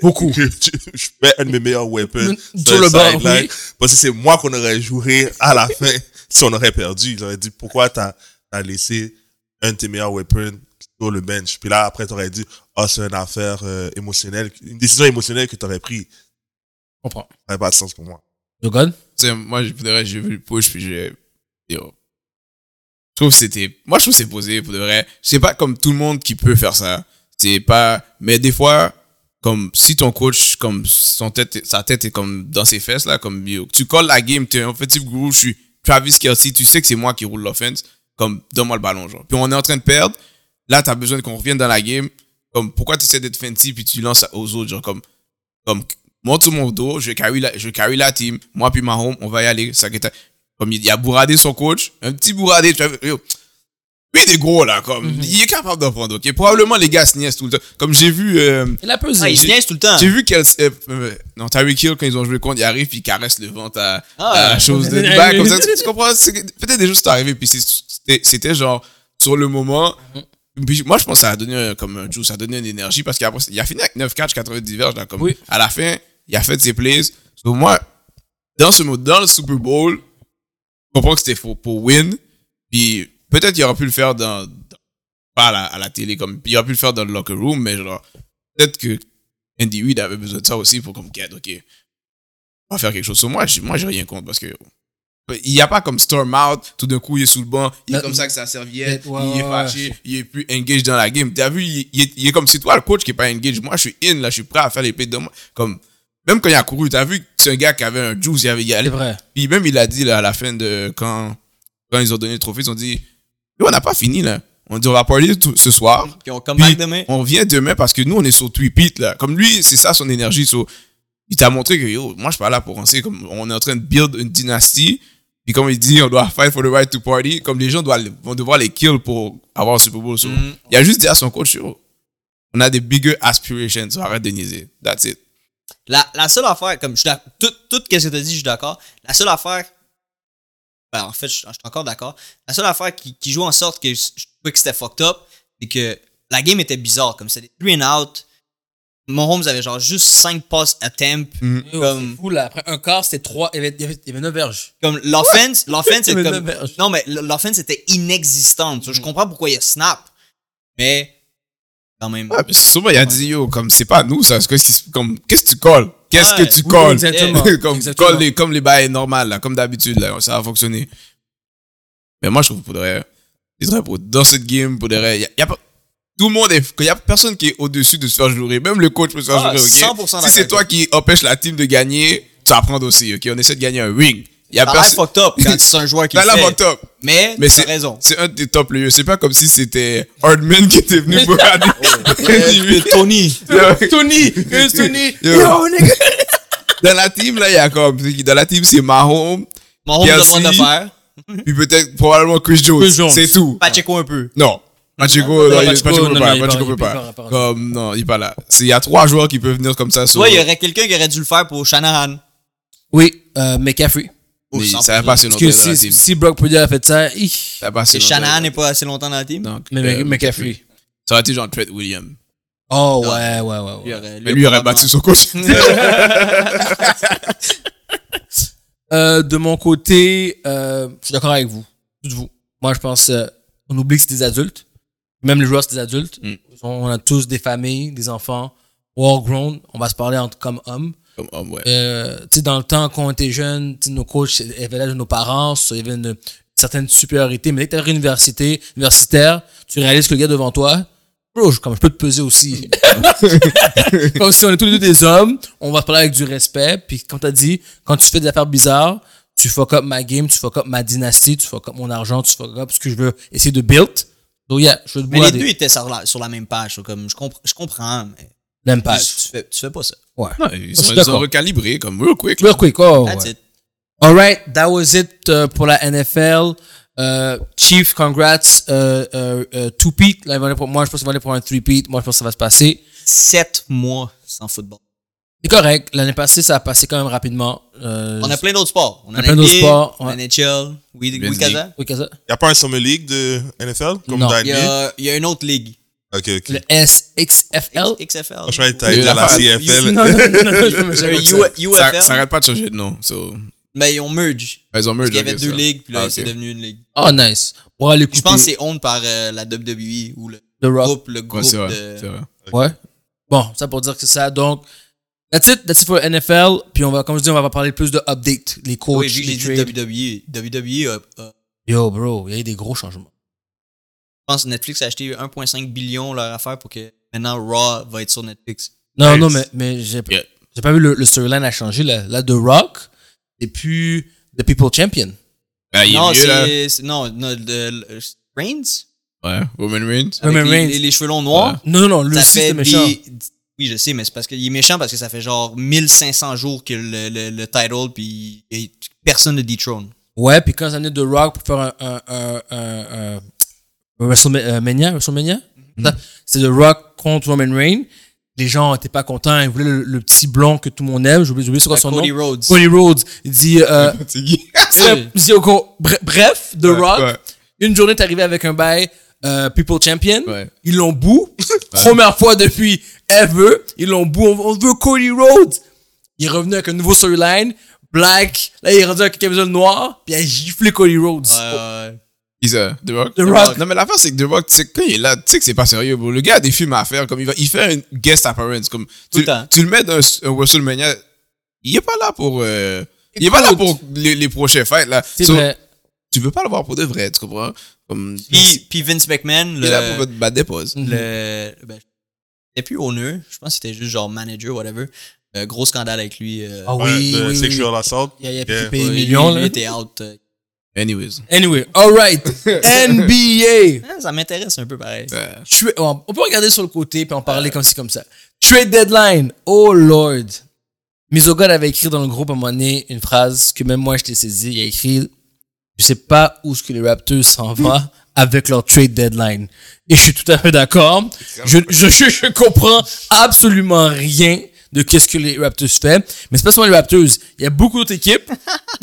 Speaker 1: Beaucoup.
Speaker 4: que tu- je fais un de mes meilleurs weapons.
Speaker 1: Sur le banc,
Speaker 4: sideline.
Speaker 1: oui.
Speaker 4: Parce que c'est moi qu'on aurait joué à la fin si on aurait perdu. Ils auraient dit pourquoi t'as as laissé un de tes meilleurs weapons sur le bench. Puis là, après, t'aurais dit Ah, c'est une affaire euh, émotionnelle, une décision émotionnelle que t'aurais pris. Ça
Speaker 1: Je comprends.
Speaker 4: n'aurait pas de sens pour moi.
Speaker 1: Dogon?
Speaker 3: Tu sais, moi, je- pour de vrai, j'ai vu le push, puis j'ai. Yo. Je trouve que c'était. Moi, je trouve que c'est posé, pour de vrai. C'est pas comme tout le monde qui peut faire ça. C'est pas. Mais des fois, comme si ton coach, comme son tête, sa tête est comme dans ses fesses, là, comme yo, tu colles la game, t'es un offensive guru, je suis Travis Kelsey, tu sais que c'est moi qui roule l'offense, comme donne-moi le ballon, genre. Puis on est en train de perdre, là, t'as besoin qu'on revienne dans la game, comme pourquoi tu essaies d'être fancy puis tu lances aux autres, genre, comme, comme, monte sur mon dos, je carry la, je carry la team, moi puis Mahomes, on va y aller, ça que t'as- Comme il y a bourradé son coach, un petit bourradé, Travis- yo. Lui, il est gros, là, comme, il est capable d'en prendre, ok? Probablement, les gars se niaisent tout le temps. Comme j'ai vu, euh,
Speaker 1: Il a pesé.
Speaker 2: Ah, ils se niaisent tout le temps.
Speaker 3: j'ai vu qu'elle. euh, euh, non, Tyreek Hill, quand ils ont joué contre, il arrive puis il caresse le ventre à,
Speaker 2: Ah.
Speaker 3: à chose de
Speaker 1: Ah,
Speaker 3: back.
Speaker 1: oui.
Speaker 3: Comme ça, tu tu comprends? C'est que Peut-être des choses sont arrivées puis c'est- c'était- c'était genre sur le moment. Puis moi, je pense que ça a donné un- comme un juice, ça a donné une énergie parce qu'après, il a fini avec 9 catch, 90 verges. là, comme
Speaker 1: Oui.
Speaker 3: À la fin, il a fait ses plays. Donc moi, dans ce mode, dans le Super Bowl, je comprends que c'était faux pour win. Puis peut-être qu'il aurait pu le faire dans, dans- pas à la, à la télé comme il aurait pu le faire dans le locker room, mais genre peut-être que Andy Reid avait besoin de ça aussi pour comme qu'elle, ok, on va faire quelque chose sur moi. J'ai- Moi, j'ai rien contre parce que il n'y a pas comme storm out, tout d'un coup il est sous le banc, il
Speaker 1: Mais-
Speaker 3: est comme ça que sa serviette,
Speaker 1: Ouais,
Speaker 3: il est
Speaker 1: ouais,
Speaker 3: fâché, il est plus engaged dans la game. T'as vu, il, il est, il est comme si toi le coach qui est pas engaged, moi je suis in là, je suis prêt à faire les plays de moi. Comme même quand il a couru, t'as vu, que c'est un gars qui avait un juice, il avait, il
Speaker 1: C'est
Speaker 3: allait-
Speaker 1: vrai.
Speaker 3: puis même, il a dit là, à la fin de quand, quand ils ont donné le trophée, ils ont dit Yo, on n'a pas fini là. On dit on va parler tout- ce soir.
Speaker 2: Puis on come
Speaker 3: Puis
Speaker 2: back demain.
Speaker 3: on vient demain parce que nous, on est sur Tweepit là. Comme lui, c'est ça son énergie. so, il t'a montré que yo, moi je suis pas là pour penser. Comme on est en train de build une dynastie. Puis comme il dit, on doit fight for the right to party. Comme les gens doivent, vont devoir les kill pour avoir le Super Bowl. So,
Speaker 2: Mhm.
Speaker 3: Il a juste dit à son coach, Yo, on a des bigger aspirations. So arrête de niaiser. That's it.
Speaker 2: La, la seule affaire, comme je suis d'ac- tout, tout ce que tu as dit, je suis d'accord. La seule affaire, ben, en fait, je, je suis encore d'accord. La seule affaire qui, qui joue en sorte que je trouvais que c'était fucked up, c'est que la game était bizarre. Comme c'était des 3 and out. Mahomes avait genre juste 5 passes attempt. Comme-
Speaker 1: Ouh là, après un quart, c'était trois. Il y avait- il y avait- il y avait 9 verges.
Speaker 2: Comme l'offense, l'offense
Speaker 1: Mais
Speaker 2: était
Speaker 1: non,
Speaker 2: comme.
Speaker 1: mais-
Speaker 2: Non, mais l- l'offense était inexistante.
Speaker 3: Mm.
Speaker 2: So, Je comprends pourquoi il y a snap. Mais quand même.
Speaker 3: Ah, mais souvent, il a dit, yo, comme c'est pas nous, ça. C'est Qu'est-ce qui- comme, qu'est-ce que tu colles? Qu'est-ce
Speaker 2: Ouais.
Speaker 3: que tu
Speaker 1: Oui,
Speaker 3: colles?
Speaker 1: exactement.
Speaker 3: comme,
Speaker 1: Exactement.
Speaker 3: colle les, comme les bails normales, là, comme d'habitude, là, ça a fonctionné. Mais moi, je trouve, pour de vrai, les vrais pour, dans cette game, pour de vrai, il y a, y a pas, tout le monde est, il y a personne qui est au-dessus de se faire jouer. Même le coach peut se faire
Speaker 2: Ah,
Speaker 3: jouer, ok?
Speaker 2: 100%
Speaker 3: Si c'est
Speaker 2: d'accord.
Speaker 3: toi qui empêche la team de gagner, tu vas prendre aussi, ok? On essaie de gagner un ring. Il y a
Speaker 2: Ça a l'air
Speaker 3: personne.
Speaker 2: fucked up quand c'est un joueur qui
Speaker 3: T'as
Speaker 2: le
Speaker 3: la
Speaker 2: fait.
Speaker 3: fucked up.
Speaker 2: Mais,
Speaker 3: Mais
Speaker 2: t'as
Speaker 3: c'est
Speaker 2: raison.
Speaker 3: C'est un des top players. C'est pas comme si c'était Hardman qui était venu pour aller.
Speaker 2: Tony.
Speaker 3: Euh,
Speaker 1: Tony! Here's Tony!
Speaker 3: Yo.
Speaker 1: Yo, nigga!
Speaker 3: Dans la team, là, il y a comme. Dans la team, c'est Mahomes,
Speaker 2: Mahomes a le droit de le
Speaker 3: Kelsey.
Speaker 2: faire.
Speaker 3: puis peut-être probablement Chris Jones.
Speaker 1: Chris Jones.
Speaker 3: C'est tout.
Speaker 2: Pacheco un peu.
Speaker 3: Non. Pacheco, non, il-
Speaker 1: Pacheco,
Speaker 3: Pacheco peut
Speaker 1: non, non,
Speaker 3: pas.
Speaker 1: il
Speaker 3: Pacheco
Speaker 1: part,
Speaker 3: peut
Speaker 1: il part,
Speaker 3: pas.
Speaker 1: il part.
Speaker 3: Comme, non, il est pas là. C'est- Il y a trois joueurs qui peuvent venir comme ça. sur-
Speaker 2: Soit il y aurait quelqu'un qui aurait dû le faire pour Shanahan.
Speaker 1: Oui, euh, McCaffrey.
Speaker 2: Oh,
Speaker 3: Mais ça va
Speaker 2: 100%.
Speaker 3: passer
Speaker 1: Parce
Speaker 3: longtemps
Speaker 1: que
Speaker 3: dans la
Speaker 1: si,
Speaker 3: team.
Speaker 1: si Brock Purdy a fait ça, ich.
Speaker 3: Ça va passer
Speaker 2: Et Shanahan
Speaker 3: longtemps.
Speaker 2: n'est pas assez longtemps dans la team.
Speaker 3: Donc,
Speaker 1: Mais
Speaker 3: euh,
Speaker 1: Mc- McCaffrey.
Speaker 3: Ça aurait été genre Trent Williams.
Speaker 1: Oh, ouais, ouais, ouais.
Speaker 2: Lui
Speaker 1: ouais.
Speaker 2: aurait,
Speaker 3: Mais lui aurait
Speaker 2: probablement-
Speaker 3: battu son coach.
Speaker 1: Euh, de mon côté, euh, je suis d'accord avec vous. Toutes vous. Moi, je pense euh, on oublie que c'est des adultes. Même les joueurs, c'est des adultes.
Speaker 3: Mm.
Speaker 1: On a tous des familles, des enfants. We're all grown. On va se parler en- comme hommes.
Speaker 3: Comme homme, ouais.
Speaker 1: Euh, tu sais, dans le temps, quand on était jeunes, tu sais, nos coachs avaient l'âge de nos parents, ça, il y avait une certaine supériorité. Mais dès que tu arrives à l'université, universitaire, tu réalises que le gars devant toi, bro, je, comme je peux te peser aussi. comme si on est tous les deux des hommes, on va te parler avec du respect. Puis, comme tu as dit, quand tu fais des affaires bizarres, tu fuck up ma game, tu fuck up ma dynastie, tu fuck up mon argent, tu fuck up ce que je veux essayer de build. Donc, yeah, je veux te
Speaker 2: Mais
Speaker 1: boire
Speaker 2: les
Speaker 1: des-
Speaker 2: deux étaient sur la, sur la même page. so, comme, je, compre- je comprends, mais tu,
Speaker 1: l'impact.
Speaker 2: fais, tu fais pas ça.
Speaker 1: Ouais.
Speaker 3: Non, ils
Speaker 1: Je suis
Speaker 3: sont, ils sont
Speaker 1: d'accord.
Speaker 3: recalibrés, comme real quick.
Speaker 1: Real quick, oh, ouais.
Speaker 2: That's it.
Speaker 1: Alright, that was it euh, pour la NFL. Euh, Chief, congrats. Euh, euh, euh, two peat. Là, ils vont aller pour- moi, je pense qu'ils vont aller pour un three peat. Moi, je pense que ça va se passer.
Speaker 2: Sept mois sans football.
Speaker 1: C'est correct. L'année passée, ça a passé quand même rapidement. Euh,
Speaker 2: On a plein d'autres sports. On a,
Speaker 1: a plein d'autres
Speaker 2: NBA,
Speaker 1: sports,
Speaker 2: On a
Speaker 1: ouais.
Speaker 2: NHL. Oui,
Speaker 3: Men's
Speaker 2: oui, Kaza.
Speaker 1: oui, qu'est-ce que ça?
Speaker 4: Y a pas un Summer League de NFL comme
Speaker 1: Non.
Speaker 4: dans la
Speaker 2: Il y,
Speaker 4: NBA?
Speaker 2: a, il y a une autre ligue.
Speaker 4: Ok, ok.
Speaker 1: Le SXFL.
Speaker 2: X- XFL.
Speaker 4: Je croyais
Speaker 3: Il
Speaker 4: que t'allais
Speaker 3: y a
Speaker 4: dire la
Speaker 3: la-
Speaker 1: Non,
Speaker 4: CFL.
Speaker 1: non, non, non, je me-
Speaker 2: Il y
Speaker 1: je
Speaker 2: a
Speaker 1: me-
Speaker 2: Euh, U-
Speaker 3: Ça
Speaker 2: UFL.
Speaker 3: ça arrête pas de changer de nom. So,
Speaker 2: mais Ben, ils ont merge.
Speaker 3: ils ont
Speaker 2: Parce
Speaker 3: merged,
Speaker 2: qu'il y avait
Speaker 3: ok,
Speaker 2: deux
Speaker 3: ça.
Speaker 2: ligues, puis là,
Speaker 3: Ah, ok.
Speaker 2: c'est devenu une ligue.
Speaker 1: Oh, nice. On va aller couper
Speaker 2: Je pense que c'est owned par euh, la WWE ou le
Speaker 1: The Rock.
Speaker 2: groupe, le
Speaker 3: Ouais,
Speaker 2: groupe
Speaker 3: c'est vrai. c'est
Speaker 2: de...
Speaker 3: vrai.
Speaker 1: Ouais. Bon, ça pour dire que c'est ça. Donc, that's it. That's it pour la NFL. Puis, on va, comme je dis, on va parler plus de updates. Les coachs,
Speaker 2: Oui, vu que
Speaker 1: les
Speaker 2: j'ai
Speaker 1: trades.
Speaker 2: dit E. WWE, WWE a- a-
Speaker 1: Yo, bro, il y a eu des gros changements.
Speaker 2: Je pense que Netflix a acheté 1,5 billion leur affaire pour que maintenant Raw va être sur Netflix.
Speaker 1: Non,
Speaker 3: Nice.
Speaker 1: non, mais, mais j'ai
Speaker 3: Yeah.
Speaker 1: j'ai pas vu le, le storyline a changé. Là, là The Rock et puis The People Champion.
Speaker 3: Ah, il
Speaker 2: non,
Speaker 3: est vieux, là.
Speaker 2: c'est. c'est- Non, non, de- le- Reigns
Speaker 3: Ouais, Roman Reigns.
Speaker 2: Avec
Speaker 1: Roman
Speaker 2: les,
Speaker 1: Reigns.
Speaker 2: les- les cheveux longs noirs.
Speaker 1: Non, non, non, le
Speaker 2: Ça
Speaker 1: six,
Speaker 2: fait
Speaker 1: c'est méchant.
Speaker 2: des. Oui, je sais, mais c'est parce qu'il est méchant parce que ça fait genre 1500 jours que le, le, le title, puis et personne ne dethrone.
Speaker 1: Ouais, puis quand ils ont amené The Rock pour faire un, un, un, un- un- un WrestleMania, WrestleMania
Speaker 2: Mm-hmm.
Speaker 1: Ça, c'est The Rock contre Roman Reigns. Les gens étaient pas contents, ils voulaient le, le petit blond que tout le monde aime. J'ai oublié, j'ai oublié c'est quoi son
Speaker 2: Bah, Cody
Speaker 1: nom.
Speaker 2: Rhodes.
Speaker 1: Cody Rhodes. Il dit, euh,
Speaker 3: C'est qui?
Speaker 1: c'est- bref, bref, The Rock,
Speaker 3: ouais.
Speaker 1: une journée, t'es arrivé avec un bail euh, People Champion.
Speaker 3: Ouais.
Speaker 1: Ils l'ont bou. Première fois depuis ever. Ils l'ont bou. On, on veut Cody Rhodes. Il est revenu avec un nouveau storyline. Black. Là, il est rendu avec un camisole noir. Puis il a giflé Cody Rhodes.
Speaker 2: Euh,
Speaker 3: Qui ça? The Rock?
Speaker 1: The Rock.
Speaker 3: Non, mais l'affaire, c'est que The Rock, tu sais, quand il est là, tu sais que c'est pas sérieux, bro. Le gars a des films à faire, comme il va, il fait une guest appearance, comme,
Speaker 2: le
Speaker 3: tu,
Speaker 2: temps.
Speaker 3: tu le mets dans un, un WrestleMania, il est pas là pour, euh, il est pas là pour les, les prochains fêtes, là.
Speaker 1: c'est
Speaker 3: So,
Speaker 1: vrai.
Speaker 3: Tu veux pas le voir pour de vrai, tu comprends? Comme,
Speaker 2: puis, puis Vince McMahon,
Speaker 3: il est là pour
Speaker 2: le.
Speaker 3: te battre des pauses.
Speaker 2: le ben, c'était plus honneur. Je pense qu'il était juste genre manager, whatever. Euh, gros scandale avec lui. euh,
Speaker 1: Ah
Speaker 4: Ouais,
Speaker 1: oui,
Speaker 4: de
Speaker 1: oui, oui.
Speaker 4: Sexual Assault.
Speaker 1: Il y a, il y a
Speaker 4: Yeah.
Speaker 1: plus payé
Speaker 2: lui-
Speaker 1: millions,
Speaker 2: lui
Speaker 1: là.
Speaker 2: était out. euh,
Speaker 3: Anyways.
Speaker 1: Anyway, alright. NBA.
Speaker 2: Ah, ça m'intéresse un peu pareil.
Speaker 3: Euh,
Speaker 1: Tra- on on peut regarder sur le côté puis en parler comme ci, comme ça. Trade deadline. Oh lord. Misogod avait écrit dans le groupe à un moment donné une phrase que même moi je t'ai saisi. Il a écrit Je sais pas où ce que les Raptors s'en vont avec leur trade deadline. Et je suis tout à fait d'accord. Je, je, je, je comprends absolument rien de qu'est-ce que les Raptors font. Mais c'est pas seulement les Raptors. Il y a beaucoup d'autres équipes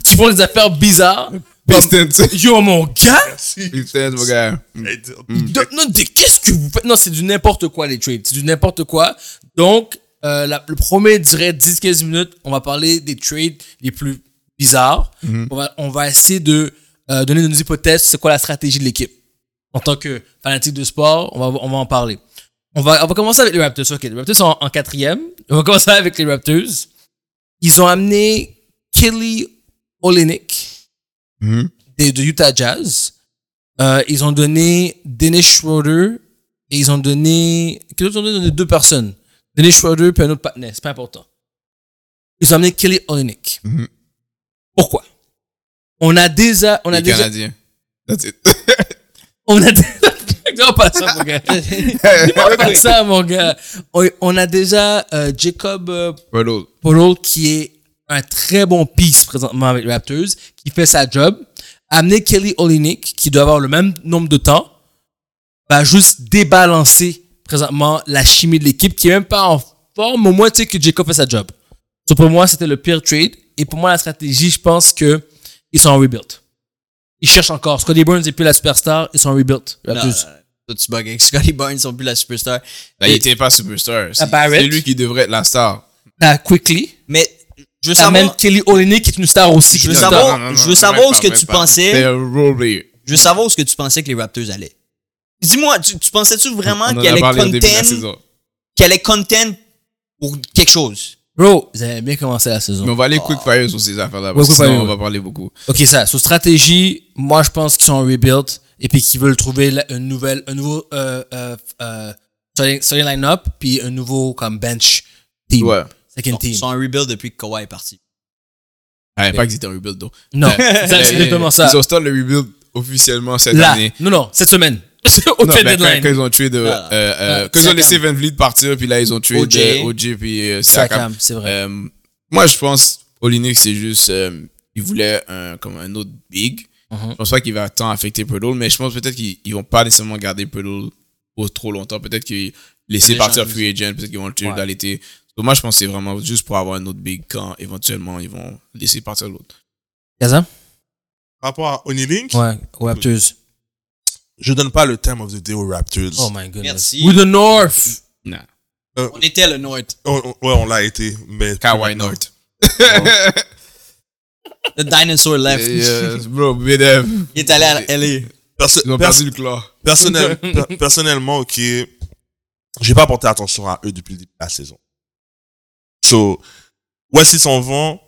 Speaker 1: qui font des affaires bizarres.
Speaker 3: Pistons.
Speaker 1: Yo, mon gars!
Speaker 3: Pistons, mon gars.
Speaker 4: Hey, dude.
Speaker 1: Donc, non, des- qu'est-ce que vous faites? Non, c'est du n'importe quoi, les trades. C'est du n'importe quoi. Donc, euh, la- le premier dirait 10-15 minutes, on va parler des trades les plus bizarres. on, va, on va essayer de euh, donner nos hypothèses sur c'est quoi la stratégie de l'équipe. En tant que fanatique de sport, on va, on va en parler. On va, on va commencer avec les Raptors. OK, les Raptors sont en, en quatrième. On va commencer avec les Raptors. Ils ont amené Kelly Olynyk
Speaker 3: Mhm.
Speaker 1: des- de Utah Jazz. Euh, ils ont donné Dennis Schroeder et ils ont donné. Qu'est-ce qu'ils ont donné? Ils ont donné Deux personnes. Dennis Schroeder puis un autre partenaire. C'est pas important. Ils ont amené Kelly Olynyk.
Speaker 3: Mhm.
Speaker 1: Pourquoi? On a déjà. On a
Speaker 3: Les
Speaker 1: déjà.
Speaker 3: Canadiens. That's it.
Speaker 1: On a déjà. Non, pas ça, mon gars. Dis-moi pas ça, mon gars. On, on a déjà euh, Jacob euh,
Speaker 3: Voilà.
Speaker 1: Polo qui est un très bon piece présentement avec les Raptors, qui fait sa job. Amener Kelly Olynyk, qui doit avoir le même nombre de temps, va juste débalancer présentement la chimie de l'équipe qui est même pas en forme au moins tu sais que Jacob fait sa job. So, pour moi, c'était le pire trade. Et pour moi, la stratégie, je pense que ils sont en rebuild. Ils cherchent encore. Scotty Burns n'est plus la superstar, ils sont en rebuild. les
Speaker 2: Non,
Speaker 1: Raptors.
Speaker 2: non, non. euh, Toi, tu bugs avec Scotty Barnes, ils sont plus la superstar.
Speaker 3: Ben, il était pas superstar. C'est
Speaker 1: Barrett.
Speaker 3: c'est lui qui devrait être la star.
Speaker 1: T'as Bah, Quickly.
Speaker 2: Mais je veux
Speaker 1: T'as même
Speaker 2: savoir,
Speaker 1: Kelly Olynyk qui est une star aussi.
Speaker 2: Je veux
Speaker 1: qui est
Speaker 2: savoir-
Speaker 1: top.
Speaker 2: D'abord, je veux
Speaker 3: même
Speaker 2: savoir
Speaker 3: pas,
Speaker 2: ce que
Speaker 3: même
Speaker 2: tu
Speaker 3: pas.
Speaker 2: pensais.
Speaker 3: C'est un role player.
Speaker 2: je veux savoir où ce que tu pensais que les Raptors allaient. Dis-moi, tu, tu pensais-tu vraiment
Speaker 3: On en
Speaker 2: qu'elle
Speaker 3: a
Speaker 2: allait
Speaker 3: parlé au début de la
Speaker 2: contend,
Speaker 3: saison.
Speaker 2: qu'elle allait contend pour quelque chose?
Speaker 1: Bro, vous avez bien commencé la saison.
Speaker 3: Mais on va
Speaker 2: Oh.
Speaker 3: aller quick fire sur ces affaires-là.
Speaker 1: Ouais,
Speaker 3: Parce que
Speaker 1: quick
Speaker 3: sinon,
Speaker 1: fire,
Speaker 3: on
Speaker 1: ouais.
Speaker 3: va parler beaucoup.
Speaker 1: Ok, ça, sur stratégie, moi je pense qu'ils sont en rebuild et puis qu'ils veulent trouver la- une nouvelle, un nouveau euh, euh, euh, starting, starting line-up puis un nouveau comme bench team.
Speaker 3: Ouais.
Speaker 1: Second
Speaker 2: Ils
Speaker 1: team.
Speaker 2: sont en rebuild depuis que Kawhi est parti.
Speaker 3: Ouais, pas qu'ils étaient en rebuild, donc.
Speaker 1: Non, c'est ça, c'est exactement ça.
Speaker 3: Ils ont start le rebuild officiellement cette
Speaker 1: Là,
Speaker 3: année.
Speaker 1: non, non, cette semaine. Au
Speaker 3: Non,
Speaker 1: trade
Speaker 3: ben, quand,
Speaker 1: deadline.
Speaker 3: quand ils ont tué de, euh,
Speaker 2: Ah.
Speaker 3: euh,
Speaker 1: Ah,
Speaker 3: quand ils ont
Speaker 1: Siakam.
Speaker 3: laissé Van Vliet partir, puis là ils ont tué
Speaker 2: OJ.
Speaker 3: de- OJ puis euh,
Speaker 1: Siakam,
Speaker 3: Siakam.
Speaker 1: c'est vrai.
Speaker 3: Euh, moi je pense au Linux c'est juste euh, il voulait un comme un autre big.
Speaker 1: Mhm.
Speaker 2: Uh-huh.
Speaker 3: Je pense pas qu'il va tant affecter Purdue, mais je pense peut-être qu'ils ils vont pas nécessairement garder Purdue pour trop longtemps. Peut-être qu'ils laisser
Speaker 2: Les
Speaker 3: partir
Speaker 2: gens-
Speaker 3: free agent, peut-être qu'ils vont le tuer
Speaker 1: Ouais.
Speaker 3: dans l'été. Donc moi je pense que c'est vraiment juste pour avoir un autre big quand éventuellement ils vont laisser partir l'autre. Euh,
Speaker 1: Gaza?
Speaker 4: Par rapport à Onilink,
Speaker 1: Ouais, aux Raptors.
Speaker 4: je donne pas le time of the day aux Raptors.
Speaker 1: Oh my goodness.
Speaker 2: Merci.
Speaker 1: With the North.
Speaker 3: Non.
Speaker 4: Euh,
Speaker 2: On était à le North.
Speaker 4: on- on- Oh, ouais, on l'a été, mais.
Speaker 3: Kawhi North.
Speaker 2: The dinosaur left.
Speaker 3: Yes, euh, bro, BDF.
Speaker 2: Il est allé à LA.
Speaker 4: Perso-
Speaker 3: Ils ont
Speaker 4: perso-
Speaker 3: perdu le clan.
Speaker 4: personnel- per- personnellement, ok, j'ai pas porté attention à eux depuis le début de la saison. So, voici son vent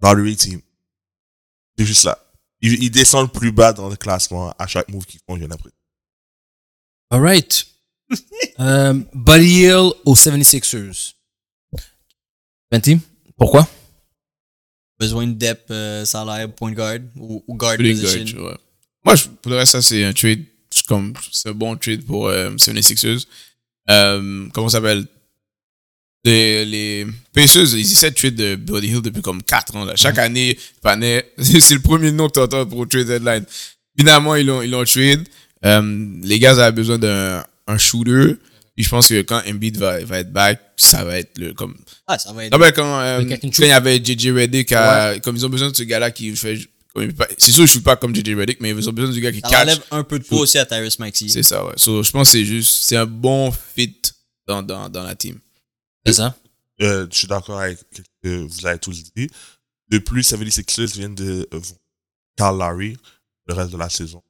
Speaker 4: dans le team. C'est juste là. Ils, ils descendent plus bas dans le classement à chaque move qu'ils font, j'ai l'impression.
Speaker 1: All right. euh, Buddy Hill aux 76ers. 20 team? Pourquoi?
Speaker 2: Besoin de depth, euh, salaire, point guard ou, ou guard
Speaker 3: Plus
Speaker 2: position.
Speaker 3: Gorge, ouais. Moi, je, pour le reste, ça, c'est un trade. c'est comme- C'est un bon trade pour euh, c'est les Sixers. Euh, comment ça s'appelle les, les Pacers, ils essaient de trade de Buddy Hill depuis comme 4 ans. Là. Chaque année, Panet, c'est le premier nom que tu entends pour trade deadline. Finalement, ils l'ont ils l'ont trade. Euh, les gars avaient besoin d'un un shooter. Puis je pense que quand Embiid va, va être back, ça va être le comme
Speaker 2: Ah, ça va être.
Speaker 3: non, mais quand, euh,
Speaker 1: Le catch and
Speaker 3: quand
Speaker 1: shoot.
Speaker 3: il y avait JJ Reddick, à- comme ils ont besoin de ce gars-là qui fait. comme il peut pas- C'est sûr, je suis pas comme JJ Reddick, mais ils ont besoin du gars qui
Speaker 2: ça
Speaker 3: catch.
Speaker 2: enlève un peu de poids aussi à Tyrese Maxey.
Speaker 3: C'est ça, ouais. So, je pense que c'est juste. C'est un bon fit dans, dans, dans la team.
Speaker 1: C'est ça.
Speaker 4: Euh, je suis d'accord avec ce que vous avez tous dit. De plus, ça veut dire que les Sixers viennent de euh, Carl Larry le reste de la saison.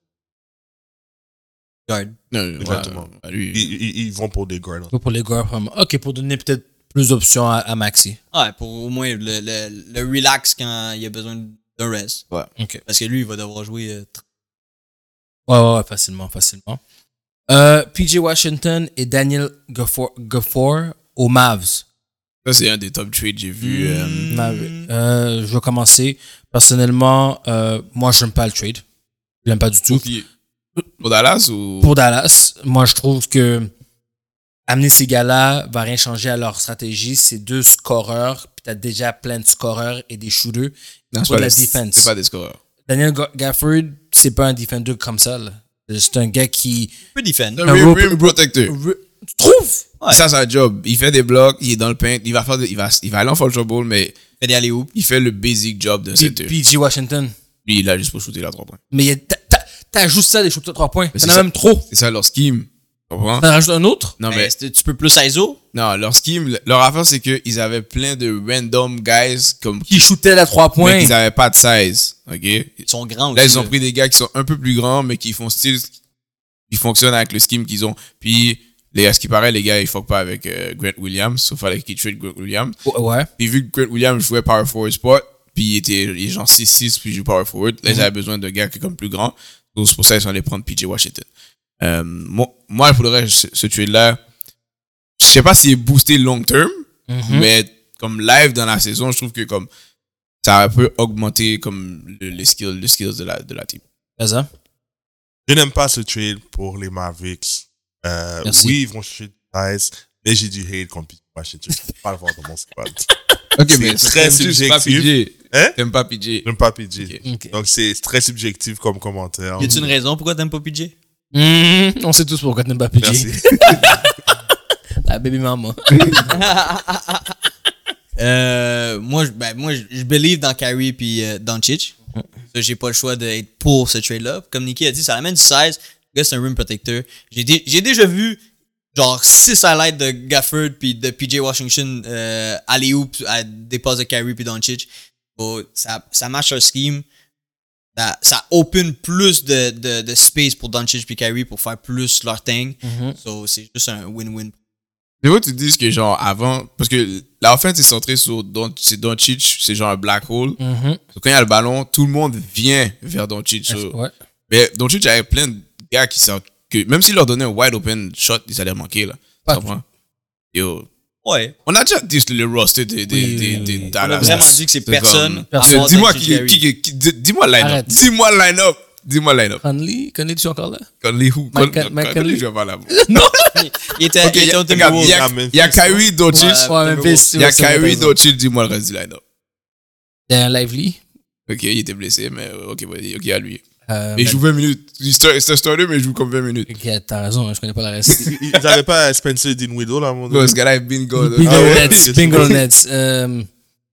Speaker 2: Guard.
Speaker 3: Non, ouais,
Speaker 4: Exactement.
Speaker 3: ouais, lui,
Speaker 4: Ils, ils- ils vont pour des guards.
Speaker 1: Pour les gars, vraiment. Ok, pour donner peut-être plus d'options à, à Maxi.
Speaker 2: Ouais, pour au moins le, le, le relax quand il a besoin d'un rest.
Speaker 1: Ok.
Speaker 2: Parce que lui, il va devoir jouer euh, tr-
Speaker 1: Ouais, ouais, ouais, facilement, facilement. Euh, PJ Washington et Daniel Gafford Gafford aux Mavs.
Speaker 3: Ça, c'est un des top trades que j'ai vu.
Speaker 1: Mm,
Speaker 3: euh,
Speaker 1: Mavs. Euh, je vais commencer. Personnellement, euh, moi, j'aime pas le trade. Je l'aime pas du tout.
Speaker 3: pour, qui- pour Dallas ou.
Speaker 1: Pour Dallas, moi, je trouve que amener ces gars-là va rien changer à leur stratégie. C'est deux scoreurs, puis t'as déjà plein de scoreurs et des shooters.
Speaker 3: Non, c'est
Speaker 1: pour
Speaker 3: pas
Speaker 1: la
Speaker 3: des-
Speaker 1: défense.
Speaker 3: C'est pas des scoreurs.
Speaker 1: Daniel Ga- Gafford, c'est pas un defender comme ça. là. C'est un gars qui.
Speaker 2: peut defend.
Speaker 1: Un
Speaker 3: rim,
Speaker 1: rope-
Speaker 3: rim protecteur.
Speaker 1: Tu trouves?
Speaker 2: Ouais.
Speaker 3: Ça, c'est un job. Il fait des blocs, il est dans le paint, il va, faire de- il va, il va aller en foul trouble, mais
Speaker 2: Fait des alley-oops.
Speaker 3: il fait le basic job d'un
Speaker 1: P-
Speaker 3: center. Lui,
Speaker 1: PG Washington.
Speaker 3: il a juste pour shooter la 3 points.
Speaker 1: Mais il y a- t'as- t'as- t'as juste ça des shooters de 3 points.
Speaker 3: c'est
Speaker 1: T'en as
Speaker 3: ça.
Speaker 1: même trop.
Speaker 3: C'est ça leur scheme. Tu comprends?
Speaker 1: T'en rajoutes un autre?
Speaker 3: Non, mais
Speaker 2: Ben, c'est- tu peux plus ISO.
Speaker 3: non, leur scheme, leur affaire, c'est qu'ils avaient plein de random guys comme
Speaker 1: Qui shootait la 3
Speaker 3: mais
Speaker 1: points.
Speaker 3: qu'ils avaient pas de size. OK?
Speaker 2: Ils sont grands
Speaker 3: Là,
Speaker 2: aussi,
Speaker 3: ils ont pris des gars qui sont un peu plus grands, mais qui font style. Ils fonctionnent avec le scheme qu'ils ont. Puis, les, à ce qui paraît, les gars, ils fuck pas avec euh, Grant Williams. Sauf fallait qu'ils trade Grant Williams.
Speaker 1: Ouais, Ouais.
Speaker 3: Puis, vu que Grant Williams jouait power forward spot, puis il était il est genre 6-6, puis il joue power forward, là, ils avaient besoin de gars qui sont comme plus grands. Donc, c'est pour ça qu'ils sont allés prendre PJ Washington. Euh, moi, moi, il faudrait ce, ce trade-là. Je sais pas s'il est boosté long term,
Speaker 1: Mhm.
Speaker 3: mais comme live dans la saison, je trouve que comme ça a peu augmenté comme le, les skills, le skills de la, de la team.
Speaker 1: C'est ça.
Speaker 4: Je n'aime pas ce trade pour les Mavericks. Euh,
Speaker 1: Merci.
Speaker 4: oui, ils vont chercher du size, mais j'ai du hate contre Pete Washington. Je ne peux pas le voir dans mon squad.
Speaker 3: Ok,
Speaker 4: mais très subjectif. Hein?
Speaker 3: T'aimes pas PJ.
Speaker 4: Je n'aime pas PJ.
Speaker 3: Ok.
Speaker 1: Ok.
Speaker 4: Donc, c'est très subjectif comme commentaire.
Speaker 2: Y a-tu une raison pourquoi t'aimes pas PJ?
Speaker 1: Mhm. On sait tous pourquoi t'aimes pas PG.
Speaker 4: Merci.
Speaker 1: La Ah, baby maman.
Speaker 2: Euh, moi, je, ben, moi, je- je believe dans Kyrie puis euh, dans Chich. J'ai pas le choix d'être pour ce trade-là. Comme Nicky a dit, ça amène du size. Le gars, c'est un rim protector. J'ai dé- j'ai déjà vu genre 6 highlights de Gafford puis de PJ Washington euh, aller où à des passes de Kyrie puis Doncic. Bon, ça, ça match leur scheme. Ça, ça open plus de, de, de space pour Doncic puis Kyrie pour faire plus leur thing.
Speaker 3: Mm-hmm.
Speaker 2: So, c'est juste un win-win.
Speaker 3: C'est vrai que tu dis que genre avant, parce que la offense est centrée sur Don- c'est Doncic, c'est genre un black hole.
Speaker 1: Mhm.
Speaker 3: Donc, quand il y a le ballon, tout le monde vient vers Doncic. So-
Speaker 1: Ouais.
Speaker 3: Mais Doncic avait plein de gars qui sortent que même s'il leur donnait un wide open shot, ils allaient manquer là.
Speaker 1: Pas
Speaker 3: Tu comprends? Yo.
Speaker 2: Ouais.
Speaker 3: On a déjà dit le roster des, des,
Speaker 1: Oui,
Speaker 3: des,
Speaker 1: oui,
Speaker 3: des
Speaker 1: oui.
Speaker 3: Dallas.
Speaker 2: On a vraiment dit que c'est
Speaker 3: comme-
Speaker 2: personne à
Speaker 3: C'est-
Speaker 2: part
Speaker 3: Dis-moi
Speaker 2: Doncic
Speaker 3: qui,
Speaker 2: Kyrie.
Speaker 3: qui, qui- qui- dis- dis-moi le line-up.
Speaker 1: Arrête.
Speaker 3: Dis-moi le line-up. Dis-moi le line-up.
Speaker 1: Conley, Conley, tu encore là?
Speaker 3: Conley who?
Speaker 1: Mike-
Speaker 3: Con-
Speaker 1: Mike
Speaker 3: Conley,
Speaker 1: Conley.
Speaker 3: je vais pas là-bas.
Speaker 1: Non!
Speaker 2: Il était,
Speaker 3: Ok,
Speaker 2: il était au
Speaker 3: y a- y
Speaker 2: Timberwolves.
Speaker 3: a-
Speaker 4: Ah, Memphis.
Speaker 3: y a Kyrie Doncic,
Speaker 2: Ouais.
Speaker 1: Ouais, Memphis.
Speaker 3: il y a
Speaker 1: ouais, c'est vrai, t'as
Speaker 3: Kyrie
Speaker 1: raison.
Speaker 3: Doncic, dis-moi le reste du line-up.
Speaker 1: Derrière Lively.
Speaker 3: Ok, il était blessé, mais euh, ok, ouais, ok à lui.
Speaker 1: Euh,
Speaker 3: Mais il joue 20 minutes. Il start- C'est un starter, mais il joue comme 20 minutes.
Speaker 1: Ok, t'as raison, hein, je connais pas la reste.
Speaker 4: Ils n'avaient pas Spencer Dinwiddie là, à un moment
Speaker 3: Non,
Speaker 4: donné.
Speaker 3: ce gars-là est bingo. là.
Speaker 1: Bingo
Speaker 4: Ah ouais?
Speaker 1: Nets, Bingo Nets. Euh,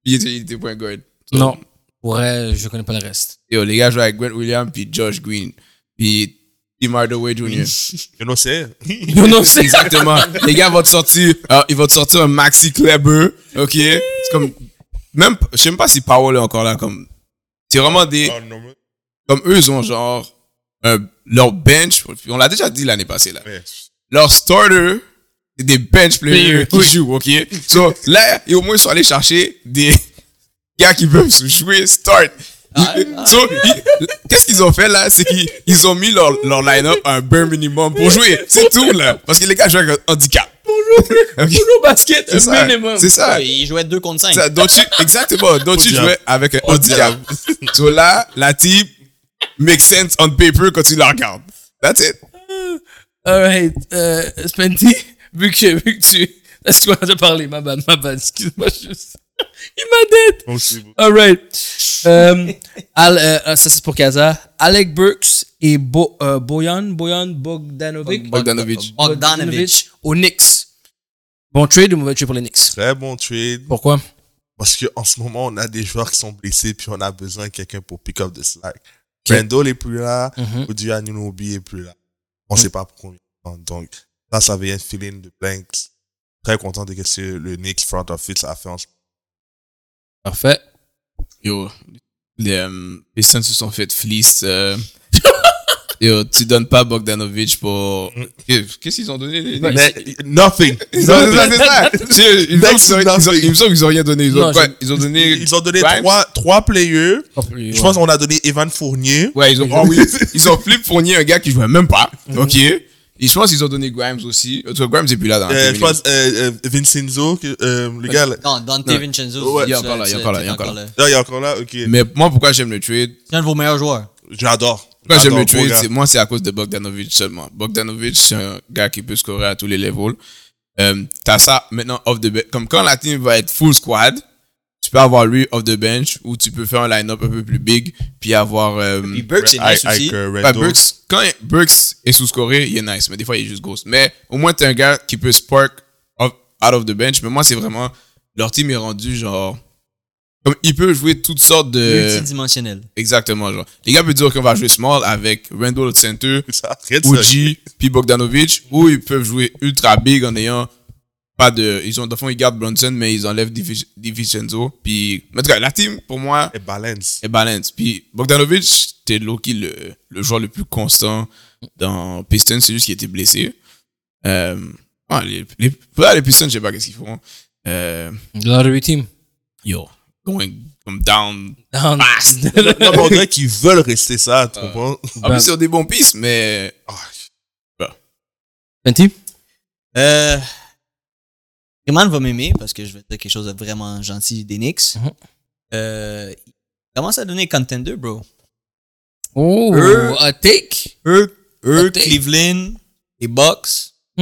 Speaker 3: Il était, il était E point guard. So,
Speaker 1: non, ouais, je connais pas le reste.
Speaker 3: Yo, les gars jouent avec Grant Williams, puis Josh Green, puis Tim Hardaway Jr.
Speaker 4: Je ne sais.
Speaker 1: Non, non, c'est
Speaker 3: Exactement. les gars vont te sortir, euh, ils vont te sortir un Maxi Kleber, ok? C'est comme, même, je sais même pas si Powell est encore là, comme, c'est vraiment des,
Speaker 4: Oh, non, mais-
Speaker 3: comme eux, ils ont genre, un- leur bench, on l'a déjà dit l'année passée, là.
Speaker 4: mais-
Speaker 3: leur starter, c'est des bench players qui jouent, ok? So, là, et au moins, ils sont allés chercher des gars qui peuvent jouer start. So, ils- qu'est-ce qu'ils ont fait là? C'est qu'ils ils ont mis leur, leur line-up à un bare minimum pour jouer. C'est tout là. Parce que les gars jouent avec un handicap. Ok?
Speaker 1: Solo basket,
Speaker 3: C'est ça. C'est ça.
Speaker 2: Il jouait 2 contre 5.
Speaker 3: Ça, donc tu, exactement, donc tu
Speaker 4: diable.
Speaker 3: jouais avec un handicap. So là, la team makes sense on paper quand tu la regardes. That's it.
Speaker 1: Alright, euh, Spenty, vu que, vu que tu. Est-ce que tu m'as déjà parlé? Ma bad, ma bad, excuse-moi, je Il m'a dead!
Speaker 4: Bon, c'est bon.
Speaker 1: Alright. Euh, Al- euh, euh, ça, c'est pour Kaza. Alec Burks et Bo, euh, Boyan, Boyan Bogdanovic.
Speaker 3: Bogdanovic.
Speaker 2: Bogdanovic.
Speaker 1: Au Knicks. Bon trade ou mauvais trade pour les Knicks?
Speaker 4: Très bon trade.
Speaker 1: Pourquoi?
Speaker 4: Parce qu'en ce moment, on a des joueurs qui sont blessés, puis on a besoin de quelqu'un pour pick up the slack.
Speaker 1: Ok.
Speaker 4: Randall est plus là,
Speaker 3: Mm.
Speaker 1: Mhm.
Speaker 4: Odi Anunobi est plus là. On
Speaker 1: Mhm.
Speaker 4: sait pas pour combien de temps. Donc, ça, ça vient un feeling de blank. Très content de ce que le Nick front office a fait en ce
Speaker 1: Parfait.
Speaker 3: Yo, les, euh, les Suns se sont fait fleece. euh. yo, tu donnes pas Bogdanovic pour. Qu'est-ce qu'ils ont donné les
Speaker 4: moment.
Speaker 3: Knicks?
Speaker 4: Mm. Mais, nothing.
Speaker 3: C'est ça, c'est ça. Ils- ils- ils-
Speaker 4: Next
Speaker 3: ils ont- ils ont-
Speaker 4: nothing.
Speaker 3: Il me semble qu'ils ont rien donné. Ils ont,
Speaker 1: Non,
Speaker 3: quoi?
Speaker 1: je-
Speaker 3: Ils ont donné.
Speaker 4: Ils ont donné
Speaker 3: Grimes?
Speaker 4: trois, trois players. Je pense
Speaker 1: Ouais.
Speaker 4: qu'on a donné Evan Fournier.
Speaker 3: Ouais, ils ont. oh oui, ils ont flip fourni un gars qui jouait même pas. Ok. Et je pense qu'ils ont donné Grimes aussi. En tout cas, Grimes est plus là dans la
Speaker 4: Euh,
Speaker 3: team.
Speaker 4: je pense euh, euh, Vincenzo, que, euh, le gars. là.
Speaker 2: Non, Dante Vincenzo.
Speaker 4: Ouais,
Speaker 2: tu-
Speaker 3: il est encore là,
Speaker 2: tu-
Speaker 3: il est encore là,
Speaker 2: tu-
Speaker 3: il est encore là.
Speaker 4: Là, il est encore là. Ok.
Speaker 3: Mais moi, pourquoi j'aime le trade
Speaker 2: C'est un de vos meilleurs joueurs.
Speaker 4: Mm. J'adore.
Speaker 3: Pourquoi j'aime
Speaker 4: J'adore,
Speaker 3: le
Speaker 4: gros
Speaker 3: trade
Speaker 4: gars.
Speaker 3: c'est- Moi, c'est à cause de Bogdanovic seulement. Bogdanovic, c'est un gars qui peut scorer à tous les levels. Euh, T'as ça maintenant off the bench. Comme quand la team va être full squad, tu peux avoir lui off the bench ou tu peux faire un line-up un peu plus big puis avoir. euh,
Speaker 2: Puis Burks, c'est nice
Speaker 4: avec
Speaker 2: aussi.
Speaker 4: euh, Red
Speaker 3: bah,
Speaker 4: Dog.
Speaker 3: Burks, quand il- Burks est sous-scoré, il est nice, mais des fois il est juste ghost. Mais au moins, t'es un gars qui peut spark off- out of the bench. Mais moi, c'est vraiment. Leur team est rendu genre. Comme il peut jouer toutes sortes de.
Speaker 2: Multidimensionnel.
Speaker 3: Exactement, genre. Les gars peuvent dire qu'on va jouer small avec Randall au center,
Speaker 4: Ça arrête ça.
Speaker 3: Uji, puis Bogdanovic, ou ils peuvent jouer ultra big en ayant pas de. Ils ont, de fond, ils gardent Brunson, mais ils enlèvent Divi- DiVincenzo. Puis, en tout cas, la team, pour moi,
Speaker 4: Et balance.
Speaker 3: est balance. Puis, Bogdanovic, t'es Loki, le, le joueur le plus constant dans Pistons, c'est juste qu'il était blessé. Euh, ah, les, les, là, les Pistons, je sais pas qu'est-ce qu'ils font. Euh,
Speaker 1: Lottery team.
Speaker 3: yo, going comme down.
Speaker 1: Down.
Speaker 4: Non, mais on dirait qu'ils veulent rester ça,
Speaker 3: Ah.
Speaker 4: tu comprends?
Speaker 3: En plus, ils ont des bons pistes, mais. oh,
Speaker 4: Ah,
Speaker 1: Fenty?
Speaker 2: Euh, Freeman va m'aimer parce que je vais dire quelque chose de vraiment gentil des Knicks.
Speaker 1: Mhm.
Speaker 2: Euh, il commence à donner contender, bro.
Speaker 1: Oh,
Speaker 2: Eux.
Speaker 1: a take.
Speaker 2: Eux, eux
Speaker 1: Noté.
Speaker 2: Cleveland, les Bucks.
Speaker 1: Hmm.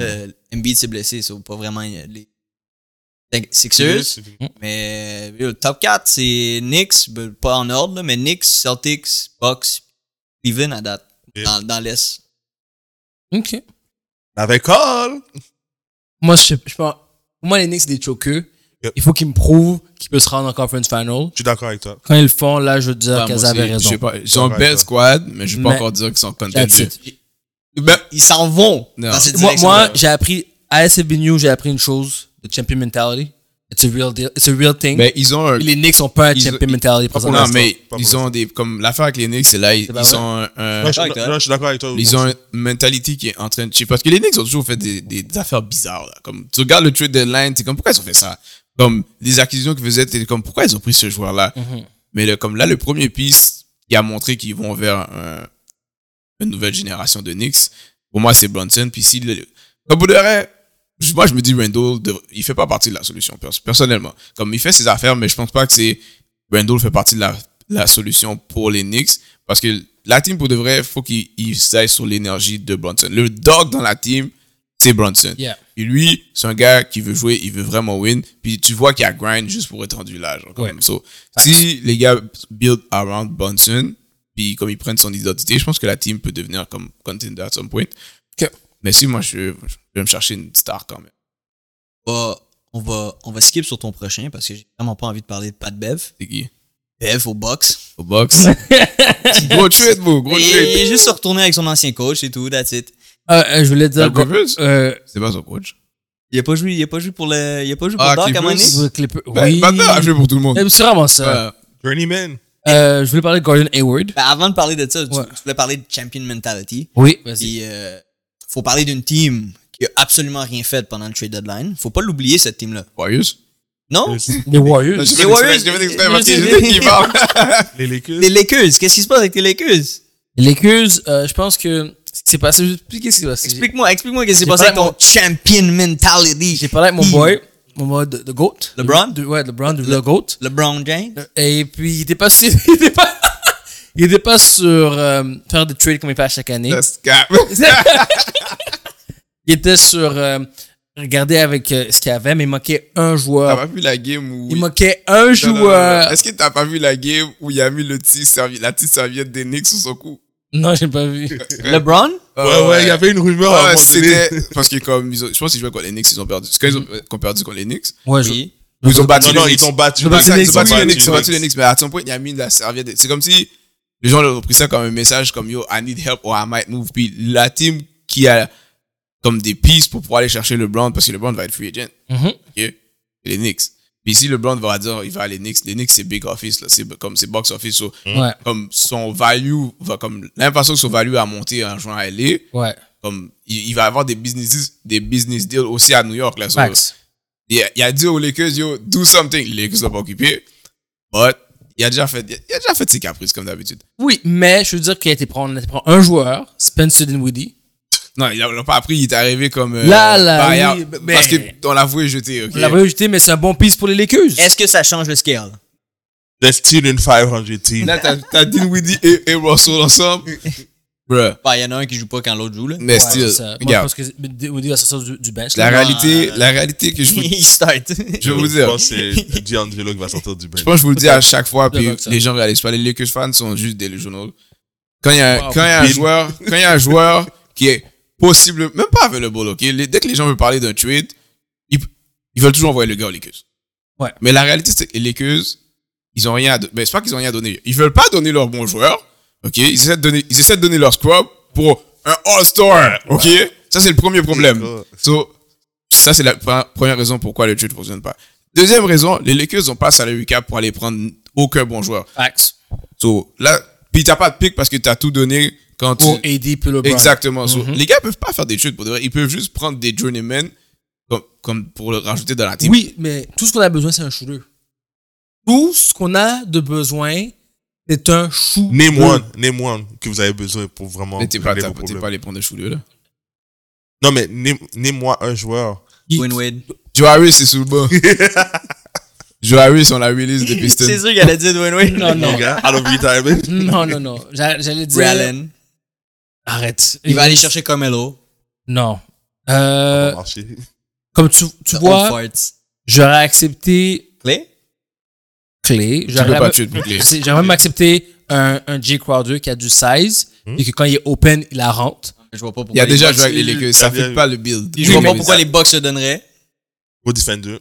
Speaker 2: Euh, Embiid s'est blessé, c'est pas vraiment euh, les Cinq-
Speaker 4: Sérieux?
Speaker 2: Sixers. Mais euh, le top 4, c'est Knicks, ben, pas en ordre, là, mais Knicks, Celtics, Bucks, Cleveland à date,
Speaker 4: Ok.
Speaker 2: dans, dans l'Est.
Speaker 1: Ok.
Speaker 4: Avec Carl!
Speaker 1: Moi, je, sais- je pense. Pour moi, les Knicks, c'est des chokeux.
Speaker 4: Yep.
Speaker 1: Il faut qu'ils me prouvent qu'ils peuvent se rendre en conference final.
Speaker 4: Je suis d'accord avec toi.
Speaker 1: Quand ils le font, là, je veux dire
Speaker 3: Ouais,
Speaker 1: qu'elles
Speaker 3: moi aussi,
Speaker 1: avaient
Speaker 3: je sais
Speaker 1: raison.
Speaker 3: pas, Ils ont un
Speaker 4: Ouais,
Speaker 3: bel
Speaker 4: ouais.
Speaker 3: squad, mais je peux pas
Speaker 1: Mais-
Speaker 3: encore dire qu'ils sont
Speaker 1: That's
Speaker 3: contenders.
Speaker 1: it.
Speaker 3: Ben,
Speaker 2: Ils s'en vont
Speaker 3: Non.
Speaker 2: dans cette
Speaker 1: Moi,
Speaker 2: direction.
Speaker 1: moi j'ai appris à SFB News, j'ai appris une chose the champion mentality. It's a real deal. It's a real thing.
Speaker 3: ben, ils ont un-
Speaker 1: Puis les Knicks ont pas un
Speaker 3: Ils-
Speaker 1: champion
Speaker 3: ils-
Speaker 1: mentality
Speaker 3: Pas pour
Speaker 1: présentement.
Speaker 3: l'instant, mais
Speaker 4: pas pour
Speaker 3: ils ont des. Comme l'affaire avec les Knicks, c'est là, ils,
Speaker 1: pas
Speaker 3: ils sont un- un- hein.
Speaker 4: Non, je
Speaker 2: avec toi.
Speaker 4: non, je suis d'accord avec toi.
Speaker 3: Euh, ils ont une mentalité qui est en train de. chier. Parce que les Knicks ont toujours fait des, des affaires bizarres. là. Comme, tu regardes le trade deadline, t'es comme, pourquoi ils ont fait ça Comme, les acquisitions qu'ils faisaient, t'es comme, pourquoi ils ont pris ce joueur-là
Speaker 1: Mm-hmm.
Speaker 3: Mais le- comme là, le premier piece qui a montré qu'ils vont vers un- une nouvelle génération de Knicks, pour moi, c'est Brunson. Puis si le- comme pour de vrai, je- moi, je me dis, Randall, dev- il fait pas partie de la solution, pers- personnellement. Comme il fait ses affaires, mais je pense pas que c'est. Randall fait partie de la, la solution pour les Knicks. Parce que la team, pour de vrai, faut qu'il il s'aille sur l'énergie de Brunson. Le dog dans la team, c'est Brunson.
Speaker 1: Yeah.
Speaker 3: Et lui, c'est un gars qui veut jouer, il veut vraiment win. Puis tu vois qu'il a grind juste pour être rendu là. Genre, quand
Speaker 1: Ouais.
Speaker 3: même. So, si les gars build around Brunson, puis comme ils prennent son identité, je pense que la team peut devenir comme contender at some point.
Speaker 1: Ok.
Speaker 3: Mais si moi, je, je vais me chercher une star quand même.
Speaker 2: on, va, on, va, on va skip sur ton prochain parce que j'ai vraiment pas envie de parler de Pat Bev.
Speaker 3: C'est qui
Speaker 2: Bev au box.
Speaker 3: Au box. gros trade, bro. Gros
Speaker 2: Et
Speaker 3: trade.
Speaker 2: il est juste retourné avec son ancien coach et tout, that's it.
Speaker 1: Euh, euh, je voulais dire.
Speaker 3: Doc Rivers?
Speaker 1: euh,
Speaker 3: C'est pas son coach.
Speaker 2: Il a pas joué, il a pas joué pour le. Il a pas joué pour
Speaker 3: Ah,
Speaker 2: Doc à un moment donné.
Speaker 3: Clippers.
Speaker 1: les Clippers-
Speaker 3: Ben,
Speaker 1: Oui.
Speaker 3: Maintenant, a joué pour tout le monde.
Speaker 1: Eh, C'est vraiment ça.
Speaker 3: Euh,
Speaker 4: Journeyman.
Speaker 1: Euh, je voulais parler de Gordon Hayward.
Speaker 2: Ben, avant de parler de ça, tu-
Speaker 1: Ouais.
Speaker 2: tu, voulais parler de champion mentality.
Speaker 1: Oui. Vas-y.
Speaker 2: Puis euh, faut parler d'une team qui a absolument rien fait pendant le trade deadline. Faut pas l'oublier cette team là.
Speaker 3: Warriors.
Speaker 2: Non?
Speaker 1: Les Warriors.
Speaker 3: Je
Speaker 2: Les
Speaker 3: fais
Speaker 2: Warriors,
Speaker 3: exprès, je fais exprès
Speaker 2: je
Speaker 3: parce que
Speaker 2: sais.
Speaker 3: je sais qu'il parle.
Speaker 4: Les Lakers.
Speaker 2: Les Lakers, qu'est-ce qui se passe avec les Lakers?
Speaker 1: Les Lakers, euh, je pense que ce qui s'est passé, je vais expliquer ce qui s'est passé.
Speaker 2: Explique-moi, explique-moi qu'est-ce qui s'est
Speaker 1: J'ai
Speaker 2: passé avec
Speaker 1: parlé
Speaker 2: ton champion mentality.
Speaker 1: J'ai parlé avec mon
Speaker 2: Il-
Speaker 1: boy, mon boy, de, de GOAT.
Speaker 2: LeBron?
Speaker 1: De- ouais, LeBron, de le GOAT.
Speaker 2: LeBron James.
Speaker 1: Et puis, il était pas sur, il était pas, il était pas sur euh, faire des trades comme il fait à chaque année.
Speaker 3: That's cap.
Speaker 1: il était sur euh, regarder avec euh, ce qu'il y avait, mais il manquait un
Speaker 3: T'as
Speaker 1: joueur.
Speaker 3: pas vu la game où.
Speaker 1: Il manquait un
Speaker 3: Ah bah, Non, non, non, non,
Speaker 1: joueur.
Speaker 3: non. Est-ce que t'as pas vu la game où il a mis le petit servi- la petite serviette d'Enix sous son cou?
Speaker 1: Non, j'ai pas vu.
Speaker 2: Euh, LeBron?
Speaker 4: Ouais, ouais, il y avait une rumeur à
Speaker 3: Ah Ouais, Ah,
Speaker 4: un moment donné.
Speaker 3: c'était parce que comme ils ont- je pense qu'ils jouaient contre les Knicks, ils ont perdu. C'est quand ils ont,
Speaker 1: Mm-hmm.
Speaker 3: qu'on a perdu contre les Knicks.
Speaker 1: Ouais, je-
Speaker 2: Oui.
Speaker 3: Ou ils ont battu
Speaker 4: Non,
Speaker 3: les
Speaker 4: non,
Speaker 3: Knicks.
Speaker 4: ils ont battu.
Speaker 1: Ils ont battu
Speaker 3: Ils ont
Speaker 1: les
Speaker 3: battu
Speaker 1: Knicks,
Speaker 3: les Knicks, ils ont battu les Knicks, mais à son point, il a mis la serviette. C'est comme si les gens l'ont pris ça comme un message comme yo, I need help or I might move. Puis la team qui a comme des pistes pour pouvoir aller chercher LeBron parce que LeBron va être free agent.
Speaker 1: Mhm.
Speaker 3: OK? Et les Knicks. Puis si LeBron va dire, il va aller Knicks, les Knicks c'est big office, là. c'est comme c'est box office. so
Speaker 1: Ouais,
Speaker 3: comme son value va comme l'impression que son value a monté en jouant à LA,
Speaker 1: ouais.
Speaker 3: comme il, il va avoir des business des business deals aussi à New York là. so-
Speaker 1: Facts.
Speaker 3: il, a, il a dit aux Lakers yo do something, les Lakers sont pas occupés, but il a déjà fait il a, il a déjà fait ses caprices comme d'habitude.
Speaker 1: Oui, mais je veux dire qu'il a été prendre, on a été prendre un joueur, Spencer Dinwiddie.
Speaker 3: Non, il l'a pas appris, il est arrivé comme euh,
Speaker 1: Là, là,
Speaker 3: buyout,
Speaker 1: oui, mais-
Speaker 3: parce que on l'a voué jeter. ok
Speaker 1: On l'a pas ajouté, mais c'est un bon piece pour les Lakers.
Speaker 2: Est-ce que ça change le scale?
Speaker 4: Let's steal une 500 team.
Speaker 3: Là, t'as, t'as Dinwiddie et, et Russell ensemble. Bruh.
Speaker 2: Bah, il y en a un qui joue pas quand l'autre joue, là.
Speaker 3: Mais
Speaker 1: Ouais,
Speaker 3: still,
Speaker 1: c'est ça. Moi, je Ah, pense
Speaker 3: regarde.
Speaker 1: que Moody va sortir du, du bench.
Speaker 3: La
Speaker 1: là.
Speaker 3: réalité, la réalité que je vous,
Speaker 2: il start.
Speaker 3: je vais vous
Speaker 4: Je
Speaker 3: dire,
Speaker 4: pense que c'est D'Angelo qui va sortir du
Speaker 3: je
Speaker 4: bench.
Speaker 3: pense que je vous le dis à chaque fois, puis
Speaker 1: D'accord, ça.
Speaker 3: les gens réalisent pas. Les Lakers fans sont juste delusional. Quand il y a,
Speaker 1: Wow.
Speaker 3: quand il y a un
Speaker 4: Bill.
Speaker 3: joueur, quand il y a un joueur qui est possible, même pas available, ok? Les- Dès que les gens veulent parler d'un trade, ils, ils veulent toujours envoyer le gars aux Lakers.
Speaker 1: Ouais.
Speaker 3: Mais la réalité, c'est que les Lakers, ils ont rien à, don- ben, c'est pas qu'ils ont rien à donner. Ils veulent pas donner leur bon joueur, ok? Ils essaient de donner, ils essaient de donner leur squad pour un All-Star, ok? Ça, c'est le premier problème.
Speaker 4: God.
Speaker 3: So, ça, c'est la pre- première raison pourquoi le trade ne fonctionne pas. Deuxième raison, les Lakers n'ont pas salary cap pour aller prendre aucun bon joueur.
Speaker 1: Facts.
Speaker 3: So, là, puis t'as pas de pick parce que t'as tout donné quand tu...
Speaker 1: Pour Mhm. AD puis LeBron.
Speaker 3: Exactement. So, Les gars peuvent pas faire des trades pour de vrai. Ils peuvent juste prendre des journeymen comme, comme pour le rajouter dans la team.
Speaker 1: Oui, mais tout ce qu'on a besoin, c'est un shooter. Tout ce qu'on a de besoin, c'est un shooter.
Speaker 4: Name one, name one que vous avez besoin pour vraiment.
Speaker 3: Mais t'es pas,
Speaker 4: régler
Speaker 3: t'as-
Speaker 4: vos
Speaker 3: t'es
Speaker 4: problèmes.
Speaker 3: pas allé prendre de shooters, là.
Speaker 4: Non, mais name- name-moi un joueur.
Speaker 2: Win-win.
Speaker 3: Joe Harris, c'est sous le banc. Joe Harris, on l'a release des Pistons.
Speaker 2: C'est sûr qu'elle a dit win-win.
Speaker 1: Non, non.
Speaker 4: Mon gars, out of retirement.
Speaker 1: Non, non, non. J'a- J'allais dire.
Speaker 2: Rallen.
Speaker 1: Arrête.
Speaker 2: Il va aller chercher Carmelo.
Speaker 1: Non. Euh,
Speaker 4: Marché.
Speaker 1: comme tu, tu vois, j'aurais accepté
Speaker 2: Clé?
Speaker 1: Clay.
Speaker 3: Tu peux
Speaker 1: J'aurais
Speaker 3: pas
Speaker 1: même-
Speaker 3: trade pour Clay.
Speaker 1: c'est- j'aurais même accepté un, un Jay Crowder qui a du size
Speaker 3: Hmm.
Speaker 1: et que quand il est open, il la rentre.
Speaker 2: Je vois pas pourquoi.
Speaker 3: Il y a
Speaker 2: les
Speaker 3: déjà
Speaker 2: Bucks-
Speaker 3: joué avec les Lakers. Ça fait pas le build.
Speaker 2: Je vois
Speaker 3: Oui,
Speaker 2: pas
Speaker 3: mais-
Speaker 2: pourquoi les Bucks se donneraient.
Speaker 4: Go defender.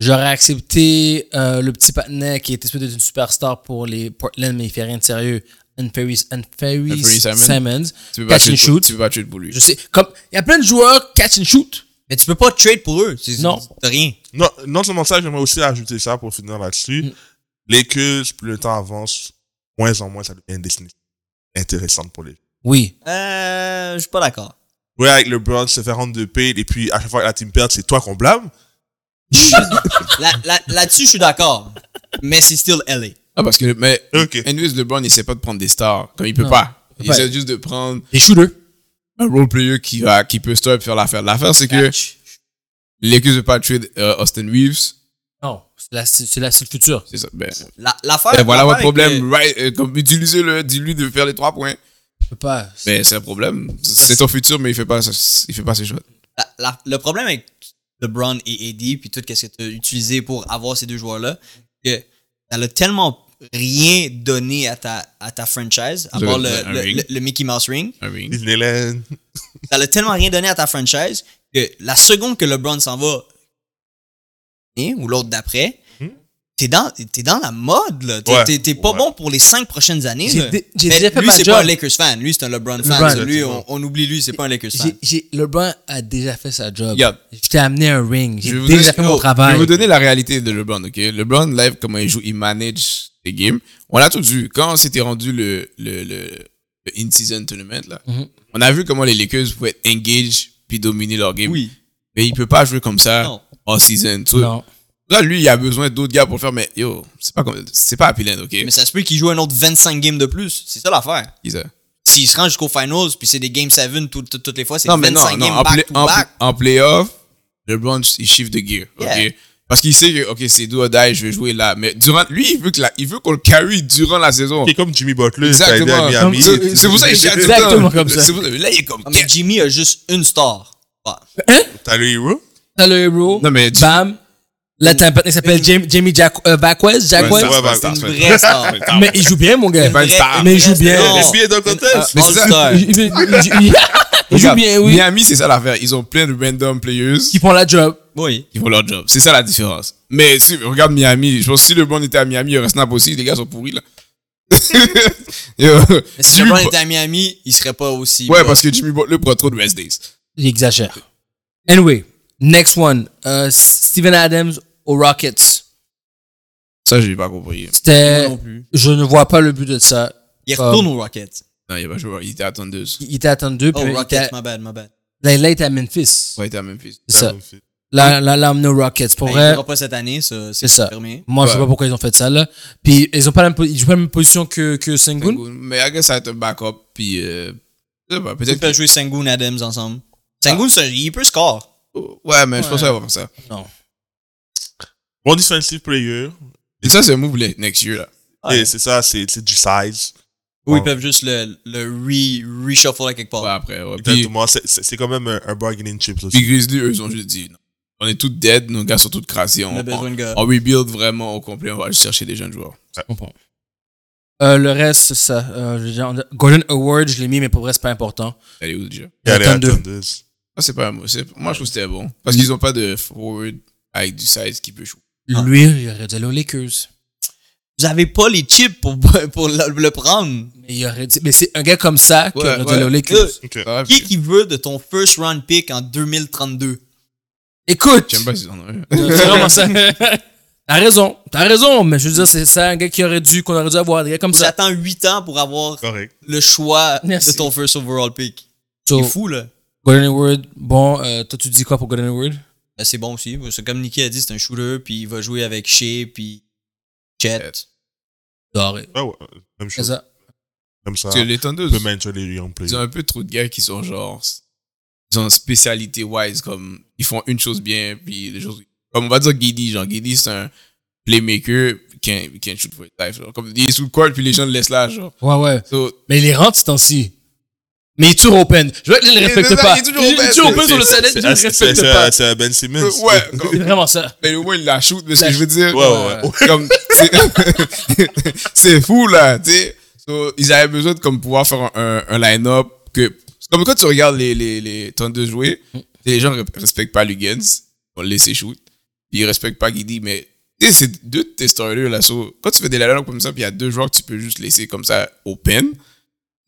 Speaker 1: J'aurais accepté euh, le petit patinet qui était supposé être une superstar pour les Portland, mais il fait rien de sérieux. And Ferris, and Ferris
Speaker 3: Anfernee
Speaker 1: Simmons.
Speaker 3: Simons. Tu peux pas
Speaker 1: catch
Speaker 3: trade
Speaker 1: and
Speaker 3: pour-
Speaker 1: shoot.
Speaker 3: tu peux pas trade pour lui.
Speaker 1: Je sais, comme, il y a plein de joueurs catch and shoot.
Speaker 2: Mais tu peux pas trade pour eux. C'est-
Speaker 1: Non.
Speaker 2: T'as rien.
Speaker 4: Non, non seulement ça, j'aimerais aussi ajouter ça pour finir là-dessus.
Speaker 1: Mm.
Speaker 4: Les queues, plus le temps avance, moins en moins ça devient une destination intéressante pour les gens.
Speaker 1: Oui.
Speaker 2: Euh, je suis pas d'accord.
Speaker 4: Ouais, avec LeBron, se faire rendre de paix, et puis à chaque fois que la team perd, c'est toi qu'on blâme.
Speaker 2: Là- là- Là-dessus, je suis d'accord. Mais c'est still LA.
Speaker 3: Ah, parce que, mais,
Speaker 4: Ok.
Speaker 3: Anyways, LeBron n'essaie pas de prendre des stars. Comme il peut
Speaker 1: Non.
Speaker 3: pas. Il
Speaker 1: Ouais.
Speaker 3: essaie juste de prendre
Speaker 1: Des shooters.
Speaker 3: un role player qui, va, qui peut stop faire l'affaire. L'affaire, c'est que
Speaker 2: Catch.
Speaker 3: les Lakers ne veulent pas trade euh, Austin Reeves.
Speaker 1: Non. C'est la- C'est la- c'est le futur.
Speaker 3: C'est ça. Ben,
Speaker 2: La- L'affaire.
Speaker 3: ben, voilà
Speaker 2: l'affaire
Speaker 3: votre
Speaker 2: Ah, avec le-
Speaker 3: problème. Right, euh, comme utilisez-le, dis-lui de faire les trois points.
Speaker 1: Je peux pas.
Speaker 3: Ben, c'est un problème. C'est ton futur, mais il fait pas, ça- il fait pas ses choix.
Speaker 2: la- la- le problème avec LeBron et AD, puis tout ce que tu as utilisé pour avoir ces deux joueurs-là, que ça l'a tellement rien donné à ta, à ta franchise, à
Speaker 3: Ça
Speaker 2: part
Speaker 3: veut
Speaker 2: le,
Speaker 3: dire un
Speaker 2: le-
Speaker 3: ring.
Speaker 2: le- le Mickey Mouse Ring.
Speaker 3: I mean,
Speaker 4: Disneyland.
Speaker 2: Ça l'a tellement rien donné à ta franchise que la seconde que LeBron s'en va, hein, ou l'autre d'après,
Speaker 1: Hmm?
Speaker 2: t'es dans, t'es dans la mode, là. T'es,
Speaker 4: Ouais.
Speaker 2: t'es- t'es pas
Speaker 4: Ouais.
Speaker 2: bon pour les cinq prochaines années,
Speaker 1: J'ai
Speaker 2: là.
Speaker 1: dé- j'ai
Speaker 2: Mais
Speaker 1: déjà fait
Speaker 2: lui,
Speaker 1: ma
Speaker 2: c'est
Speaker 1: job.
Speaker 2: pas un Lakers fan. Lui, c'est un LeBron fan.
Speaker 1: LeBron.
Speaker 2: Ça, Lui, on,
Speaker 4: Exactement.
Speaker 2: on oublie lui, c'est pas un Lakers fan.
Speaker 1: J'ai- j'ai- LeBron a déjà fait sa job.
Speaker 3: Yep.
Speaker 1: Je t'ai amené un ring.
Speaker 3: Je
Speaker 1: J'ai
Speaker 3: vais vous
Speaker 1: déjà
Speaker 3: donner-
Speaker 1: fait mon
Speaker 3: oh, Je vais
Speaker 1: travail.
Speaker 3: vous donner la réalité de LeBron, ok? LeBron, live, comment il joue, il manage les games. On l'a tout vu. Quand c'était rendu le, le, le, le in-season tournament, là,
Speaker 1: Mhm.
Speaker 3: on a vu comment les Lakers pouvaient être engaged puis dominer leur game.
Speaker 2: Oui.
Speaker 3: Mais il peut pas jouer comme ça
Speaker 2: Non.
Speaker 3: en season. So,
Speaker 1: Non.
Speaker 3: Là, lui, il a besoin d'autres gars pour le faire, mais yo, c'est pas comme, c'est pas appealant, ok?
Speaker 2: Mais ça se peut qu'il joue un autre 25 games de plus. C'est ça l'affaire.
Speaker 3: Ils, euh,
Speaker 2: S'il se rend jusqu'aux finals, puis c'est des games 7 tout- tout- toutes les fois, c'est
Speaker 3: Non, mais
Speaker 2: 25
Speaker 3: non, non,
Speaker 2: games
Speaker 3: en, play-
Speaker 2: back to
Speaker 3: en,
Speaker 2: back.
Speaker 3: en playoff, LeBron, il shift de gear, ok?
Speaker 2: Yeah.
Speaker 3: Parce qu'il sait que, ok, c'est do or die, je vais jouer là. Mais durant, lui, il veut que la- il veut qu'on le carry durant la saison.
Speaker 4: C'est comme Jimmy Butler, ça a aidé à
Speaker 3: Exactement.
Speaker 4: Miami.
Speaker 3: C'est c'est pour ça qu'il
Speaker 1: Exactement
Speaker 3: chatte tout le temps.
Speaker 1: comme ça.
Speaker 3: C'est pour Là, il est comme.
Speaker 2: Ah, mais Jimmy a juste une star. Ah.
Speaker 4: T'as le héros.
Speaker 1: Salut, bro.
Speaker 3: Non, mais-
Speaker 1: Bam. Là, t'as un patin qui s'appelle Jam- Jamie Jack, euh, Jacques.
Speaker 4: Ouais,
Speaker 3: ça,
Speaker 4: ouais,
Speaker 3: c'est
Speaker 4: ouais,
Speaker 3: un star,
Speaker 4: une
Speaker 3: ça.
Speaker 2: Une vraie star. Une
Speaker 1: Ah, Mais il joue bien, mon gars.
Speaker 3: pas
Speaker 2: vraie-
Speaker 3: une Ben, star.
Speaker 2: une
Speaker 1: Mais il joue
Speaker 2: vraie
Speaker 1: bien.
Speaker 2: star.
Speaker 1: Les
Speaker 4: pieds d'un côté.
Speaker 2: Une- un
Speaker 3: Mais c'est ça.
Speaker 2: All-star.
Speaker 1: Il- il- il- il- il- Il joue
Speaker 3: Regarde,
Speaker 1: bien, oui.
Speaker 3: Miami, c'est ça l'affaire. Ils ont plein de random players
Speaker 1: Qui font la job.
Speaker 2: Oui.
Speaker 3: qui font leur job. C'est ça la différence. Mais si, regarde Miami. Je pense que si LeBron était à Miami, il y aurait Snap aussi. Les gars sont pourris, là. Yo,
Speaker 2: Mais si
Speaker 3: Jimmy
Speaker 2: LeBron
Speaker 3: Bo-
Speaker 2: était à Miami, il serait pas aussi.
Speaker 3: Ouais, parce que Jimmy Butler prend trop de rest days.
Speaker 1: J'exagère. Anyway, next one. Euh, Steven Adams aux Rockets.
Speaker 3: Ça, j'ai pas compris.
Speaker 1: C'était.
Speaker 2: non plus.
Speaker 1: Je ne vois pas le but de ça.
Speaker 2: Il retourne aux Rockets.
Speaker 3: Non, il a pas joué. Il était à Thunders.
Speaker 1: Il était à 2
Speaker 2: Oh,
Speaker 1: puis il était
Speaker 2: Rockets,
Speaker 1: à-
Speaker 2: my bad, my bad.
Speaker 1: là, là, il était à Memphis.
Speaker 3: Ouais, il était à Memphis.
Speaker 1: C'est ça. Là, là, là, amené aux Rockets. Pour
Speaker 2: Ben, Il
Speaker 1: vrai,
Speaker 2: jouera pas cette année, ça, c'est
Speaker 1: C'est ça.
Speaker 2: confirmé.
Speaker 1: moi, je sais
Speaker 3: Ouais.
Speaker 1: pas pourquoi ils ont fait ça, là. Puis, ils ont pas la même, po- ils jouent pas la même position que, que Sengun.
Speaker 3: Mais I guess ça va être un backup. Puis, euh, je sais pas,
Speaker 2: Tu
Speaker 3: peut-être.
Speaker 2: peux jouer Sengun Adams ensemble.
Speaker 3: Ah.
Speaker 2: Sengun, c'est- il peut score.
Speaker 3: Ouais, mais je pense qu'il va faire ça.
Speaker 4: Bon defensive player.
Speaker 3: Et ça, c'est un move les- next year, là.
Speaker 2: Ouais.
Speaker 4: Et c'est ça, c'est c'est du size.
Speaker 2: Ou
Speaker 4: Ouais.
Speaker 2: ils peuvent juste le, le re, reshuffle à quelque part.
Speaker 3: Ouais, après, ouais. Puis,
Speaker 4: Exactement. C'est- C'est c'est quand même un, un bargaining chip. là.
Speaker 3: puis Grizzly, eux, ils ont juste dit, non. on est tous dead, nos gars sont tous crassés.
Speaker 2: On Ah,
Speaker 3: On,
Speaker 2: a besoin
Speaker 3: on,
Speaker 2: de gars.
Speaker 3: on rebuild vraiment au complet, on va juste chercher des jeunes joueurs.
Speaker 1: comprends. Euh, le reste, c'est ça. Euh, genre, Golden Award, je l'ai mis, mais pour vrai, c'est pas important.
Speaker 3: Allez où déjà?
Speaker 4: Il y a les
Speaker 1: Attendez.
Speaker 4: attendeuses.
Speaker 3: Ah, c'est pas moi. c'est- Moi, je trouve que c'était bon. Parce qu'ils ont pas de forward avec du size qui peut jouer.
Speaker 2: Ah.
Speaker 1: Lui, il aurait dû aller aux Lakers.
Speaker 2: Vous avez pas les chips pour, pour le, le prendre.
Speaker 1: Mais, il aurait dit- mais c'est un gars comme ça qui
Speaker 3: Ouais,
Speaker 1: aurait dû
Speaker 3: ouais.
Speaker 1: aller aux Lakers.
Speaker 4: Ok.
Speaker 3: Ah,
Speaker 2: Qui
Speaker 3: puis-
Speaker 2: qui veut de ton first round pick en 2032?
Speaker 1: Écoute!
Speaker 3: J'aime pas s'ils en ont un.
Speaker 1: Euh, C'est vraiment ça. T'as raison, t'as raison, mais je veux dire, c'est ça un gars qui aurait dû, qu'on aurait dû avoir, des gars comme ça.
Speaker 2: J'attends 8 ans pour avoir
Speaker 4: Correct.
Speaker 2: le choix
Speaker 1: Merci.
Speaker 2: de ton first overall pick.
Speaker 1: So,
Speaker 2: C'est fou, là.
Speaker 1: Golden Award, bon, euh, toi tu dis quoi pour Golden Award?
Speaker 2: Ben, c'est bon aussi. C'est comme Nicky a dit, c'est un shooter, puis il va jouer avec Shea, puis Chet.
Speaker 1: Doré.
Speaker 4: Ah ouais, même
Speaker 1: C'est
Speaker 4: chose.
Speaker 1: ça.
Speaker 4: Comme ça,
Speaker 3: Parce que
Speaker 4: on
Speaker 3: les Thunders,
Speaker 4: peut maintenir les young players.
Speaker 3: ils ont un peu trop de gars qui sont genre. Ils ont spécialité wise, comme ils font une chose bien, puis les choses. Comme on va dire Giddy, genre Giddy, c'est un playmaker qui can, can shoot for his life. Genre. Comme il est sous le court, puis les gens le laissent là. Genre.
Speaker 1: Ouais, ouais.
Speaker 3: So,
Speaker 1: Mais il est rentre ce temps-ci. Mais il est toujours open. Je vois qu'il ne le respecte
Speaker 3: c'est ça,
Speaker 1: pas.
Speaker 3: il est toujours
Speaker 1: Il
Speaker 3: open.
Speaker 1: est toujours open
Speaker 3: C'est-
Speaker 1: sur le
Speaker 4: C'est-
Speaker 1: salon,
Speaker 4: c'est-
Speaker 1: il ne le
Speaker 4: c'est- c'est-
Speaker 1: respecte
Speaker 4: c'est-
Speaker 1: pas.
Speaker 4: C'est c'est Ben Simmons.
Speaker 3: euh, ouais,
Speaker 1: C'est
Speaker 3: comme-
Speaker 1: vraiment ça.
Speaker 3: mais au moins il la shoot, mais ce que je veux dire.
Speaker 4: Ouais, ouais, ouais.
Speaker 3: Comme, c'est- c'est fou là, tu sais. So, ils avaient besoin de comme, pouvoir faire un, un, un line-up que. c'est Comme quand tu regardes les, les, les temps de jouer, les gens re- respectent pas Lugens, on le laisse jouer. Puis ils respectent pas Guidi, mais tu sais, c'est deux de tes starters là. So, quand tu fais des line-up comme ça, puis il y a deux joueurs que tu peux juste laisser comme ça open,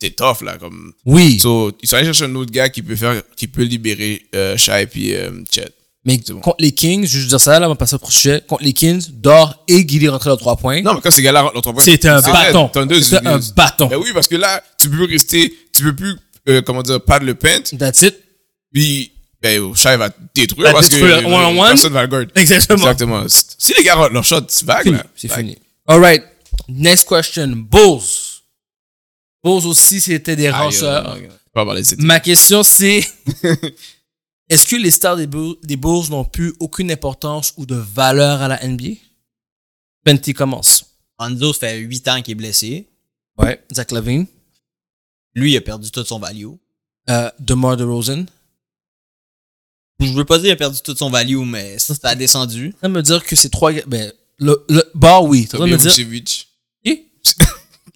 Speaker 3: c'est tough là. Comme...
Speaker 1: Oui.
Speaker 3: So, ils sont allés chercher un autre gars qui peut, faire, qui peut libérer euh, Shai puis euh, Chet.
Speaker 1: Mais
Speaker 3: bon.
Speaker 1: contre les Kings, je veux dire ça, là, on va passer au prochain sujet. Contre les Kings, Dor et Guilly rentraient dans 3 points.
Speaker 3: Non, mais quand ces gars-là rentrent dans ton point,
Speaker 1: C'était un
Speaker 3: c'est
Speaker 1: bâton.
Speaker 3: vrai, t'as deux
Speaker 1: C'était un
Speaker 3: Wiggins.
Speaker 1: bâton.
Speaker 3: Ben oui, parce que là, tu peux plus rester, tu peux plus, euh, comment dire, pas le paint,
Speaker 1: That's it.
Speaker 3: puis ben, oh, Shai va te détruire
Speaker 1: Va
Speaker 3: parce
Speaker 1: détruire
Speaker 3: que euh,
Speaker 1: one-on-one.
Speaker 3: personne va le guard.
Speaker 1: Exactement.
Speaker 3: Exactement. C- Si les gars rentrent leur shot, c'est vague,
Speaker 1: Fini.
Speaker 3: là.
Speaker 1: C'est
Speaker 3: Vague.
Speaker 1: fini. All right. Next question. Bulls. Bulls aussi, c'était des
Speaker 3: Aïe,
Speaker 1: ranceurs.
Speaker 3: euh, on va parler de cette-
Speaker 1: Ma question, c'est est-ce que les stars des Bulls, des Bulls n'ont plus aucune importance ou de valeur à la NBA Penti commence.
Speaker 2: Anzo fait 8 ans qu'il est blessé.
Speaker 1: Ouais. Zach Levine,
Speaker 2: Lui, il a perdu tout son value.
Speaker 1: euh, DeMar DeRozan.
Speaker 2: Je veux pas dire qu'il a perdu tout son value, mais ça, ça a descendu.
Speaker 1: Ça me dire que ces trois gars. Ben, le, le bar, oui. Ça
Speaker 3: Tobi
Speaker 1: me dire.
Speaker 3: Vucevic.
Speaker 1: Qui?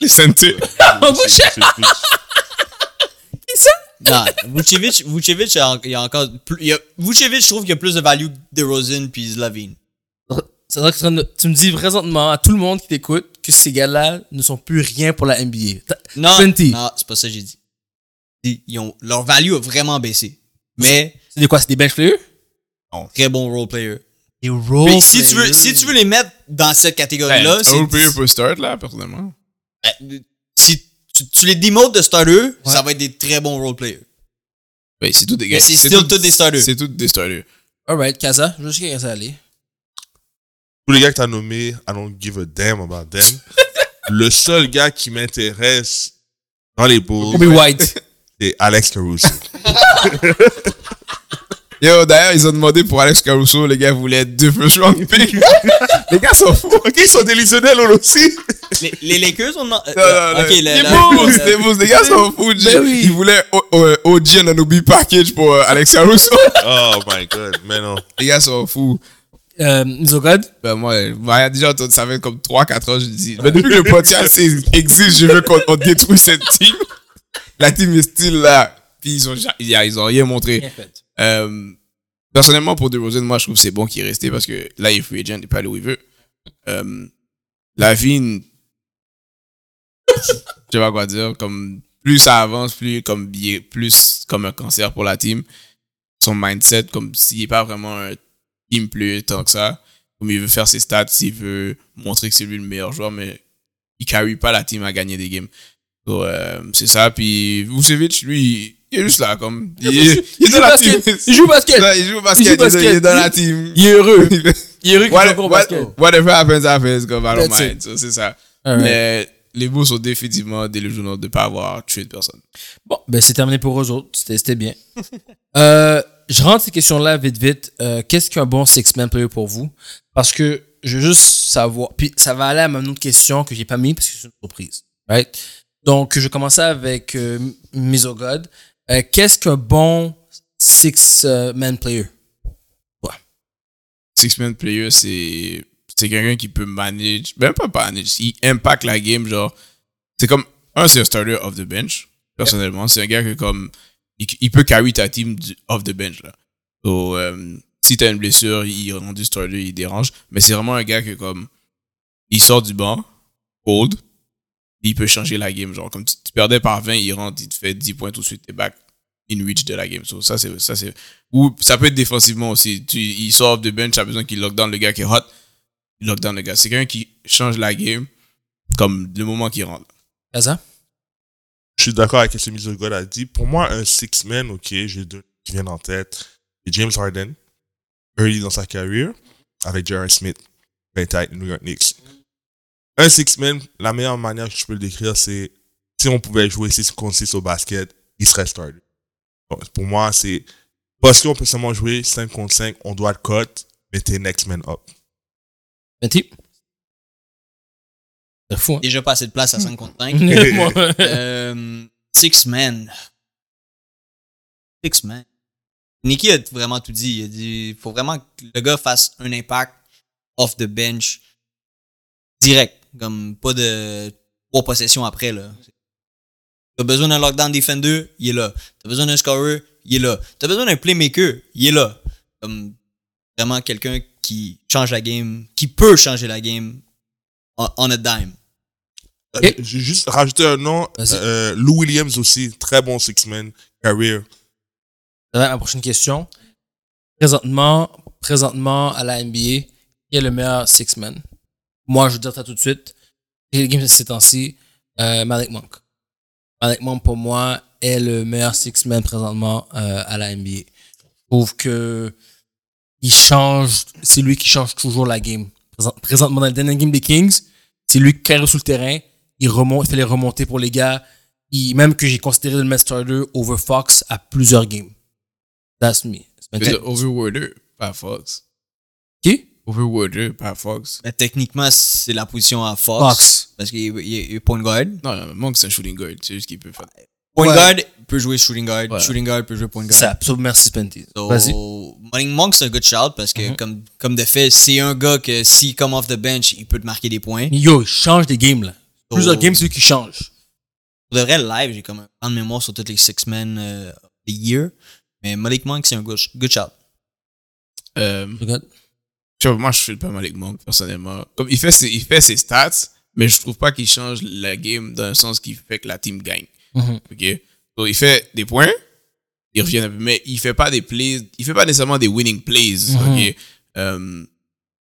Speaker 3: Les Santé.
Speaker 1: On vous cherche.
Speaker 2: Non, Vucevic, Vucevic a, en- il a encore plus, il a, Vucevic, je trouve qu'il a plus de value que DeRozan puis Zlavin.
Speaker 1: C'est vrai que tu en- tu me dis présentement à tout le monde qui t'écoute que ces gars-là ne sont plus rien pour la NBA. T'as-
Speaker 2: Non,
Speaker 1: Fenty.
Speaker 2: non, c'est pas ça que j'ai dit. Ils- ils ont- leur value a vraiment baissé. Mais,
Speaker 1: C'est des quoi C'est des bench players
Speaker 2: très bon role player.
Speaker 1: Des role
Speaker 2: Mais si tu veux,
Speaker 1: players.
Speaker 2: si tu veux les mettre dans cette catégorie-là,
Speaker 3: Ben, Un
Speaker 2: c'est-
Speaker 3: role player peut start, là, personnellement.
Speaker 2: ben, si tu, tu les demotes de starter, ça va être des très bons role players.
Speaker 3: Ben, c'est tout des
Speaker 2: Mais
Speaker 3: gars.
Speaker 2: c'est still tous des starters.
Speaker 3: C'est tout des starters.
Speaker 1: All right, Kaza, je sais qu'elle aller.
Speaker 4: Tous les gars que t'as nommés, I don't give a damn about them. Le seul gars qui m'intéresse dans les
Speaker 1: Kobe
Speaker 3: Oh,
Speaker 4: Bulls,
Speaker 1: White.
Speaker 4: c'est Alex Caruso.
Speaker 3: Yo, d'ailleurs, ils ont demandé pour Alex Caruso, les gars voulaient deux first round picks. les gars sont fous.
Speaker 4: ok, ils sont délusionnels, eux aussi.
Speaker 2: Les, les Lakers, on en, euh,
Speaker 3: Non, non, non.
Speaker 2: ok,
Speaker 3: les
Speaker 2: le- le-
Speaker 3: Bulls,
Speaker 2: le-
Speaker 3: les Bulls, les gars sont fous. Jay.
Speaker 1: Ben oui.
Speaker 3: Ils voulaient O- O- OG and Anobi package pour euh, Alex Caruso.
Speaker 4: Oh my god, mais non.
Speaker 3: les gars sont fous.
Speaker 1: euh, Misogod.
Speaker 3: Ben moi, j'avais déjà entendu ça fait comme 3-4 ans, je dis. Mais depuis que le podcast c'est- existe, je veux qu'on on détruise cette team. La team est still là. Puis ils ont, ja- ils a- ils ont rien montré. Euh, personnellement, pour DeRozan, moi, je trouve que c'est bon qu'il est resté parce que là, il est free agent, il peut aller où il veut. Euh, Lavigne, je sais pas quoi dire, comme plus ça avance, plus comme il est plus comme un cancer pour la team. Son mindset, comme s'il est pas vraiment un team player tant que ça, comme il veut faire ses stats, s'il veut montrer que c'est lui le meilleur joueur, mais il carry pas la team à gagner des games. So, euh, c'est ça, puis Vucevic, lui, il est juste là, comme, il, est- il est
Speaker 1: Il
Speaker 3: dans
Speaker 1: joue
Speaker 3: la team.
Speaker 1: basket. Il joue basket.
Speaker 3: Ouais, il joue au basket,
Speaker 1: Il joue
Speaker 3: il est dans-
Speaker 1: basket.
Speaker 3: il est dans la team.
Speaker 1: Il est heureux. Il est heureux qu'il joue
Speaker 3: What-
Speaker 1: encore au
Speaker 3: what-
Speaker 1: basket.
Speaker 3: Whatever happens, happens, comme I don't
Speaker 1: That's
Speaker 3: mind. So, c'est ça.
Speaker 1: Alright.
Speaker 3: Mais les Bulls sont définitivement délusionnels de ne pas avoir tué de personne.
Speaker 1: Bon, ben c'est terminé pour eux autres. C'était c'était bien. euh, je rentre ces questions-là vite, vite. Euh, Qu'est-ce qu'un bon six-man player pour vous? Parce que je veux juste savoir. Puis ça va aller à ma autre question que j'ai pas mis parce que c'est une surprise. Right? Donc, je vais commencer avec euh, Misogod. Euh, Qu'est-ce qu'un bon six-man player?
Speaker 3: Six-man player, c'est c'est quelqu'un qui peut manage, même pas manage, il impacte la game, genre. C'est comme, un, c'est un starter off the bench, personnellement. C'est un gars que, comme, il, il peut carry ta team du- off the bench, là. So, euh, si t'as une blessure, il est rendu starter, il dérange. Mais c'est vraiment un gars que, comme, il sort du banc, cold, il peut changer la game, genre. Comme tu, tu perdais par 20, il rentre, il te fait 10 points tout de suite, t'es back in reach de la game. So, ça, c'est, ça, c'est, ou ça peut être défensivement aussi. Tu, il sort off the bench, t'as besoin qu'il lock down le gars qui est hot lockdown, le gars. C'est quelqu'un qui change la game comme le moment qu'il rentre.
Speaker 1: Kaza?
Speaker 4: Je suis d'accord avec ce que Mr. God a dit. Pour moi, un six man, ok, j'ai deux qui viennent en tête. C'est James Harden, early dans sa carrière, avec J.R. Smith, très tight, New York Knicks. Un six man, la meilleure manière que je peux le décrire, c'est si on pouvait jouer 6 contre 6 au basket, il serait starter. Donc, pour moi, c'est parce qu'on peut seulement jouer 5 contre 5, on doit le cut, mais t'es next man up.
Speaker 1: Menti? C'est fou, hein?
Speaker 2: Déjà pas assez de place à 5 contre 5.
Speaker 1: Moi,
Speaker 2: Euh, six men. Six men. Nicky a vraiment tout dit. Il a dit faut vraiment que le gars fasse un impact off the bench direct. Comme pas de trois possessions après. là. T'as besoin d'un lockdown defender, il est là. T'as besoin d'un scorer, il est là. T'as besoin d'un playmaker, il est là. Comme vraiment quelqu'un qui change la game, qui peut changer la game on, on a dime.
Speaker 1: Ok.
Speaker 4: Euh, J'ai juste rajouté un nom,
Speaker 1: Vas-y.
Speaker 4: euh, Lou Williams aussi, très bon six man, career.
Speaker 1: Voilà, La prochaine question. Présentement, présentement à la NBA, qui est le meilleur six-man? Moi, je veux dire ça tout de suite. Et les games de ces temps-ci, euh, Malik Monk. Malik Monk, pour moi, est le meilleur six-man présentement euh, à la NBA. Je trouve que il change, c'est lui qui change toujours la game. Présent- Présentement, dans le dernier game des Kings, c'est lui qui carré sur le terrain. Il remonte, il fait les remonter pour les gars. Il- même que j'ai considéré le mettre starter over Fox à plusieurs games. That's me. C'est
Speaker 3: Je veux
Speaker 1: un
Speaker 3: dire, Overwater, pas Fox.
Speaker 1: Qui?
Speaker 3: Overwater, pas Fox.
Speaker 2: Mais techniquement, c'est la position à Fox.
Speaker 1: Fox.
Speaker 2: Parce qu'il est- il est, il est point guard.
Speaker 3: Non, non, Monk, c'est un shooting guard. C'est juste qu'il peut faire.
Speaker 2: Point
Speaker 1: Ouais.
Speaker 2: guard peut jouer shooting guard.
Speaker 3: Ouais.
Speaker 2: Shooting guard peut jouer point guard.
Speaker 1: Ça, absolument, merci, Spenty.
Speaker 2: So,
Speaker 1: Vas-y. Mm-hmm.
Speaker 2: Morning Monk, c'est un good shout parce que, comme, comme de fait, c'est un gars que s'il come off the bench, il peut te marquer des points.
Speaker 1: Mais Yo, il change des games, là. Plusieurs
Speaker 2: Oh.
Speaker 1: games, c'est lui qui change. Mm-hmm.
Speaker 2: Pour de vrai, live, j'ai comme un temps de mémoire sur toutes les six men euh, of the year. Mais Malik Monk, c'est un good, good shout.
Speaker 3: Euh,
Speaker 1: Regarde.
Speaker 3: je sais pas, moi, je suis pas mal avec Monk, personnellement. Comme il fait, ses, il fait ses stats, mais je trouve pas qu'il change la game dans le sens qui fait que la team gagne.
Speaker 1: Mhm.
Speaker 3: OK? Donc, il fait des points, il revient un peu, mais il fait pas des plays, il fait pas nécessairement des winning plays.
Speaker 1: Mhm.
Speaker 3: OK? Euh,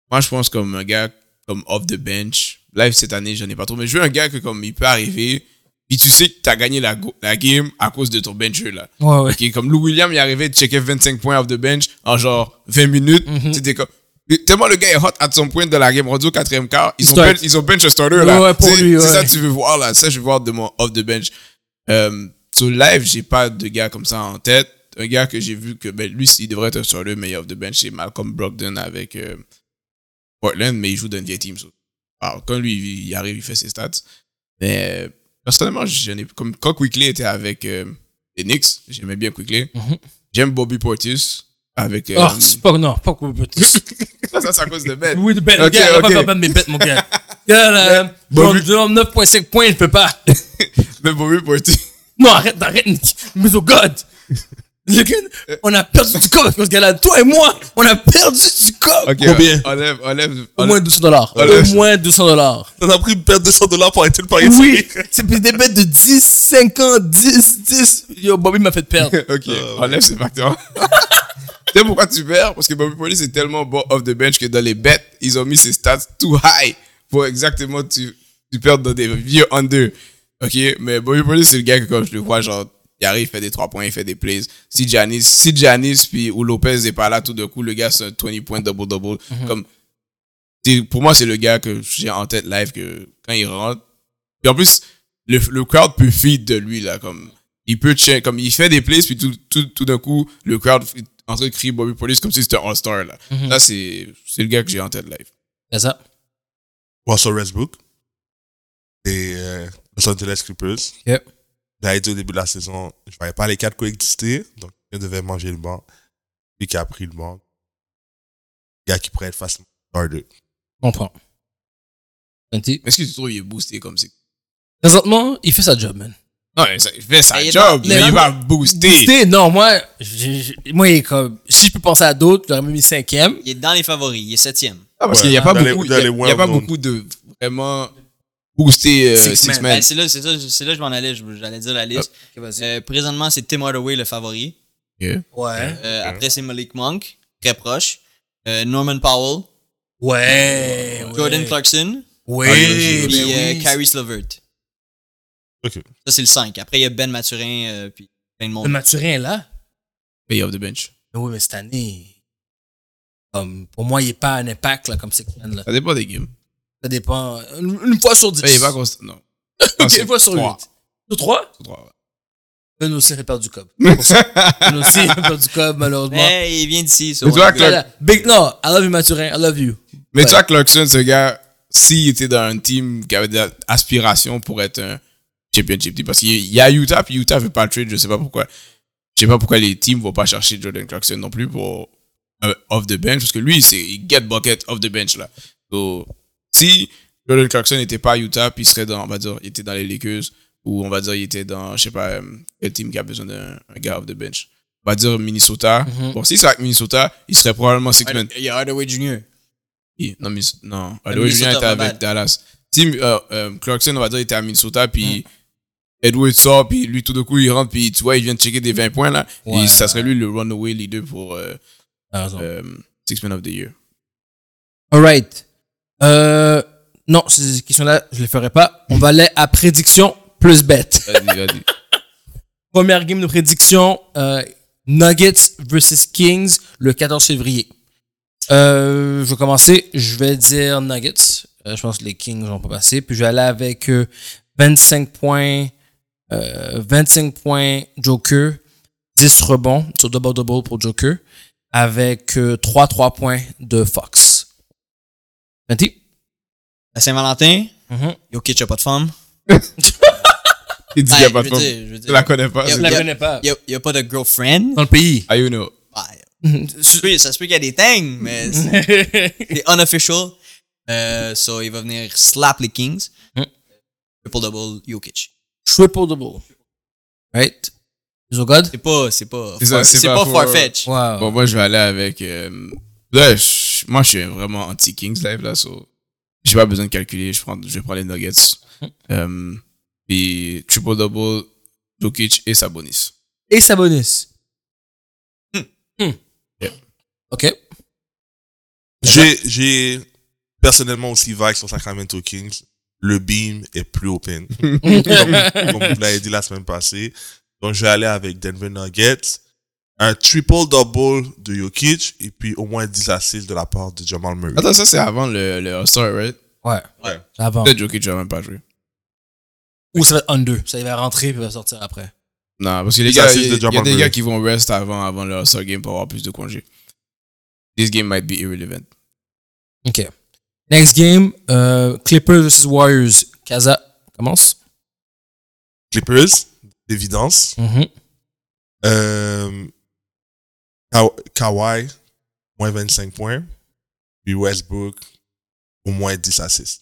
Speaker 3: moi, je pense comme un gars comme off the bench. Live cette année, j'en ai pas trop, mais je veux un gars que comme il peut arriver, puis tu sais que t'as gagné la, go- la game à cause de ton bench là.
Speaker 1: Ouais, ouais.
Speaker 3: OK? Comme Lou William, il est arrivé, il checkait 25 points off the bench en genre 20 minutes.
Speaker 1: Mhm.
Speaker 3: C'était comme. Tellement le gars est hot à son point de la game, rendu au quatrième quart, ils,
Speaker 1: Il
Speaker 3: ont,
Speaker 1: start.
Speaker 3: bench, ils ont bench un starter là.
Speaker 1: Ouais, ouais, pour
Speaker 3: C'est-
Speaker 1: lui,
Speaker 3: C'est
Speaker 1: ouais.
Speaker 3: ça que tu veux voir là. Ça, je veux voir de mon off the bench. Euh, sur live, j'ai pas de gars comme ça en tête. Un gars que j'ai vu que ben, lui, il devrait être sur le meilleur de bench, c'est Malcolm Brogdon avec euh, Portland, mais il joue dans une vieille team. so- Alors, quand lui, il- il arrive, il fait ses stats. Mais euh, personnellement, je n'ai- comme quand Quickley était avec euh, les Knicks, j'aimais bien Quickley.
Speaker 1: Mhm.
Speaker 3: J'aime Bobby Portis avec. euh,
Speaker 1: Oh, c'est pas, non, pas que
Speaker 3: ça, c'est à cause de Ben.
Speaker 1: Oui, de bête,
Speaker 3: Ok,
Speaker 1: gars,
Speaker 3: ok.
Speaker 1: pas pas- pas de mes bêtes, mon gars. Gars, là,
Speaker 3: Bon,
Speaker 1: bon,
Speaker 3: vu-
Speaker 1: 9.5 points, je peux pas.
Speaker 3: Mais Bobby Portis.
Speaker 1: Non, arrête, arrête, Nick. mais oh God. Le gars, on a perdu du corps avec ce gars-là. Toi et moi, on a perdu du corps.
Speaker 3: Ok,
Speaker 4: Combien?
Speaker 3: Enlève, enlève.
Speaker 1: Au moins 200 dollars.
Speaker 3: Voilà.
Speaker 1: Au moins 200 dollars.
Speaker 4: Ça t'a pris une perte de 100 dollars pour arrêter le pari.
Speaker 1: Oui, c'est des bêtes de 10, 50, 10, 10. Yo, Bobby m'a fait perdre.
Speaker 3: ok, enlève ces facteurs. tu sais pourquoi tu perds Parce que Bobby Portis est tellement bon off the bench que dans les bets, ils ont mis ses stats too high pour exactement tu, tu perds dans des vieux under. Ok, mais Bobby Portis, c'est le gars que comme je le vois, genre, il arrive, il fait des 3 points, il fait des plays. Si Giannis, si Giannis puis, ou Lopez est pas là, tout d'un coup, le gars, c'est un 20 points double-double. Comme, c'est- pour moi, c'est le gars que j'ai en tête live que quand il rentre. Puis en plus, le, le crowd peut feed de lui, là, comme il peut check, comme il fait des plays, puis tout, tout, tout d'un coup, le crowd est en train de crier Bobby Portis comme si c'était un All-Star. Là, là c'est, c'est le gars que j'ai en tête live.
Speaker 1: C'est ça.
Speaker 4: Russell Westbrook. Et euh, Los Angeles Clippers.
Speaker 1: Yep.
Speaker 4: J'avais dit au début de la saison, je ne voyais pas les quatre coexister, donc je devais manger le banc. Lui qui a pris le banc. Le gars qui pourrait être facilement starter.
Speaker 1: Je comprends. Santi.
Speaker 3: Est-ce que tu trouves qu'il est boosté comme c'est.
Speaker 1: Présentement, il fait sa job, man.
Speaker 3: Non, mais ça- il fait sa
Speaker 2: Mais il est
Speaker 3: job,
Speaker 1: pas-
Speaker 3: mais
Speaker 1: mais
Speaker 3: il
Speaker 1: là-
Speaker 3: va booster.
Speaker 1: Boosté, non, moi, je- je- moi, il est comme. Si je peux penser à d'autres, j'aurais même mis cinquième.
Speaker 2: Il est dans les favoris, il est septième.
Speaker 3: Ah, Parce
Speaker 4: Ouais.
Speaker 3: qu'il n'y a pas
Speaker 4: Dans les-
Speaker 3: beaucoup
Speaker 4: dans
Speaker 3: il y a-
Speaker 4: les
Speaker 3: il y a pas
Speaker 4: well-known.
Speaker 3: beaucoup de vraiment booster
Speaker 1: Euh, Six Ah.
Speaker 3: Six
Speaker 1: man.
Speaker 3: Man.
Speaker 2: Ben, c'est là, c'est ça, c'est là que je m'en allais, je- j'allais dire la liste. Euh, présentement, c'est Tim Hardaway le favori.
Speaker 1: Ouais.
Speaker 2: Euh,
Speaker 4: Ok.
Speaker 2: Après, c'est Malik Monk, très proche. Euh, Norman Powell,
Speaker 1: Ouais. Eh ouais.
Speaker 2: Jordan Clarkson,
Speaker 1: Oui,
Speaker 4: Ah,
Speaker 1: mais
Speaker 4: oui,
Speaker 2: puis euh,
Speaker 1: Eh ben oui.
Speaker 2: Kyrie Slovert.
Speaker 4: Ok.
Speaker 2: Ça, c'est le 5. Après, il y a Ben Maturin, euh, puis plein de
Speaker 1: Le
Speaker 2: monde.
Speaker 1: Maturin est là.
Speaker 3: Pay off the bench.
Speaker 1: Mais oui, mais cette année, comme, pour moi, il n'est pas un impact là, comme Six Man. Là.
Speaker 3: Ça dépend des games.
Speaker 1: Ça dépend. euh, Une, une fois sur dix.
Speaker 3: Il est pas constant. Non. Non,
Speaker 1: ok,
Speaker 3: c'est
Speaker 1: une fois sur
Speaker 3: trois.
Speaker 1: huit. Sur trois
Speaker 3: Sur trois, ouais.
Speaker 1: Ben aussi aurait perdu Cobb. Ben aussi aurait perdu Cobb,
Speaker 3: Ben
Speaker 1: malheureusement.
Speaker 2: Mais il vient d'ici. ça,
Speaker 3: Mais
Speaker 2: on
Speaker 3: toi,
Speaker 2: a-
Speaker 3: Clark-
Speaker 1: Voilà. Big, non, I love you, Maturin. I love you.
Speaker 3: Mais
Speaker 1: Ouais.
Speaker 3: tu vois, Clarkson, ce gars, s'il était dans un team qui avait des aspirations pour être un championship team, parce qu'il y a Utah, puis Utah veut pas le trade, je sais pas pourquoi. Je sais pas pourquoi les teams vont pas chercher Jordan Clarkson non plus pour euh, off the bench, parce que lui, c'est il get bucket off the bench, là. So, si Jordan Clarkson n'était pas à Utah, puis il serait dans, on va dire, il était dans les Lakers, ou on va dire, il était dans, je sais pas, euh, quel team qui a besoin d'un un gars off the bench. On va dire Minnesota.
Speaker 1: Mhm.
Speaker 3: Bon, si c'est avec Minnesota, il serait probablement six men.
Speaker 2: Il y a Hardaway Jr.
Speaker 3: Et- Non, mais, non.
Speaker 2: Ah,
Speaker 3: Hardaway Jr.
Speaker 2: Minnesota,
Speaker 3: était
Speaker 2: my
Speaker 3: avec
Speaker 2: bad.
Speaker 3: Dallas. Tim euh, euh, Clarkson, on va dire, était à Minnesota,
Speaker 2: Hmm.
Speaker 3: puis Edwards sort, puis lui, tout d'un coup, il rentre, puis tu vois, il vient de checker des 20 points, là.
Speaker 1: Ouais.
Speaker 3: Et ça serait lui le runaway leader pour euh,
Speaker 1: T'as raison.
Speaker 3: euh, Six Men of the Year.
Speaker 1: Alright. Euh, non, ces questions-là, je les ferai pas. On va aller à prédiction plus bête.
Speaker 3: Vas-y, vas-y.
Speaker 1: Première game de prédiction, euh, Nuggets versus Kings le 14 février. Euh, je vais commencer, je vais dire Nuggets. Euh, je pense que les Kings vont pas passer. Puis je vais aller avec euh, 25 points, euh, 25 points Joker, 10 rebonds sur double-double pour Joker, avec 3-3 points de Fox. Menti?
Speaker 2: À Saint-Valentin,
Speaker 1: Mhm.
Speaker 2: Jokic a pas de femme.
Speaker 3: Il dit
Speaker 2: Ah,
Speaker 3: qu'il n'y
Speaker 2: je
Speaker 3: a pas
Speaker 2: veux
Speaker 3: de problème.
Speaker 2: dire, je veux
Speaker 3: Tu la
Speaker 2: dire,
Speaker 3: connais pas.
Speaker 2: Yep.
Speaker 1: Je
Speaker 3: c'est-
Speaker 1: la
Speaker 2: y a-
Speaker 1: connais pas.
Speaker 2: Il n'y a, pas de girlfriend.
Speaker 1: Dans le pays.
Speaker 3: Ah, you know.
Speaker 2: Bah, ça se peut- ça se peut qu'il y a des things,
Speaker 3: Mm.
Speaker 2: mais c'est- c'est unofficial. Euh, so, il va venir slap les Kings.
Speaker 1: Mm.
Speaker 2: Triple-double Jokic.
Speaker 1: Triple double. Right? Zo God?
Speaker 2: C'est pas, c'est pas,
Speaker 3: C'est ça,
Speaker 2: far-
Speaker 3: c'est
Speaker 2: c'est
Speaker 3: pas
Speaker 2: pas
Speaker 3: for-
Speaker 2: far-fetched.
Speaker 1: Wow.
Speaker 3: Bon, moi, je vais aller avec. euh, là, je- moi, je suis vraiment anti-Kings live, là, so. J'ai pas besoin de calculer, je, prends, je prends les Nuggets.
Speaker 2: Hmm.
Speaker 3: Euh, puis triple-double, Jokic et Sabonis.
Speaker 1: Et Sabonis. Hmm.
Speaker 3: Yep.
Speaker 1: Ok.
Speaker 4: J'ai, j'ai personnellement aussi vague sur Sacramento Kings. Le beam est plus open. comme, comme vous l'avez dit la semaine passée. Donc, je vais aller avec Denver Nuggets. Un triple-double de Jokic et puis au moins 10 assists de la part de Jamal Murray.
Speaker 3: Attends, ça c'est avant le, le All-Star, right?
Speaker 1: Ouais.
Speaker 2: Ouais.
Speaker 1: Avant.
Speaker 3: Peut-être Jokic va même pas jouer.
Speaker 1: Ou ça va être under. Ça, il va rentrer puis il va sortir après.
Speaker 3: Non, parce que les
Speaker 4: Les
Speaker 3: gars,
Speaker 4: assists
Speaker 3: il y,
Speaker 4: de
Speaker 3: a-
Speaker 4: Jamal
Speaker 3: il y a des
Speaker 4: Murray.
Speaker 3: gars qui vont rest avant, avant le All-Star game pour avoir plus de congés. This game might be irrelevant.
Speaker 1: Ok. Next game, euh, Clippers versus Warriors. Kaza commence.
Speaker 4: Clippers, d'évidence.
Speaker 1: Mm-hmm.
Speaker 4: Euh, Ka- Kawhi, moins 25 points. Puis Westbrook, au moins 10 assists.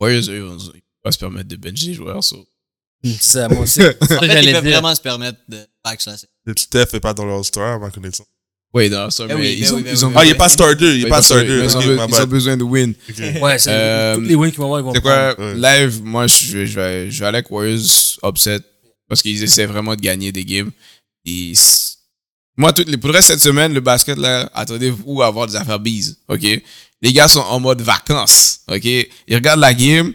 Speaker 3: Warriors, eux, ils vont ils vont pas se permettre de bencher les joueurs, so.
Speaker 1: Hmm, C'est ça, moi aussi.
Speaker 2: En fait,
Speaker 1: J'allais
Speaker 2: ils peuvent
Speaker 1: dire.
Speaker 2: vraiment se permettre de backslash.
Speaker 4: Steph n'est pas dans leur star, à ma connaissance.
Speaker 3: Ouais, dans l'All-Star,
Speaker 2: Eh
Speaker 3: mais
Speaker 2: oui,
Speaker 3: ils
Speaker 2: ben
Speaker 3: ont,
Speaker 2: oui, ben
Speaker 3: ils ont
Speaker 2: oui,
Speaker 4: Ah,
Speaker 2: ben
Speaker 4: il n'est pas starter. Il n'est pas starter.
Speaker 3: Ils ont,
Speaker 4: Excuse, my
Speaker 3: ils ont
Speaker 4: bad.
Speaker 3: besoin de win.
Speaker 4: Ok.
Speaker 1: Ouais, c'est
Speaker 3: Euh,
Speaker 1: tous les wins qu'ils vont avoir, ils vont
Speaker 3: C'est quoi,
Speaker 4: Ouais.
Speaker 3: live, moi, je, je vais, je vais aller avec Warriors upset parce qu'ils essaient vraiment de gagner des games. Et c- moi, toutes les, pour le reste cette semaine, le basket, là, attendez-vous à avoir des affaires bises, OK? Les gars sont en mode vacances, OK? Ils regardent la game,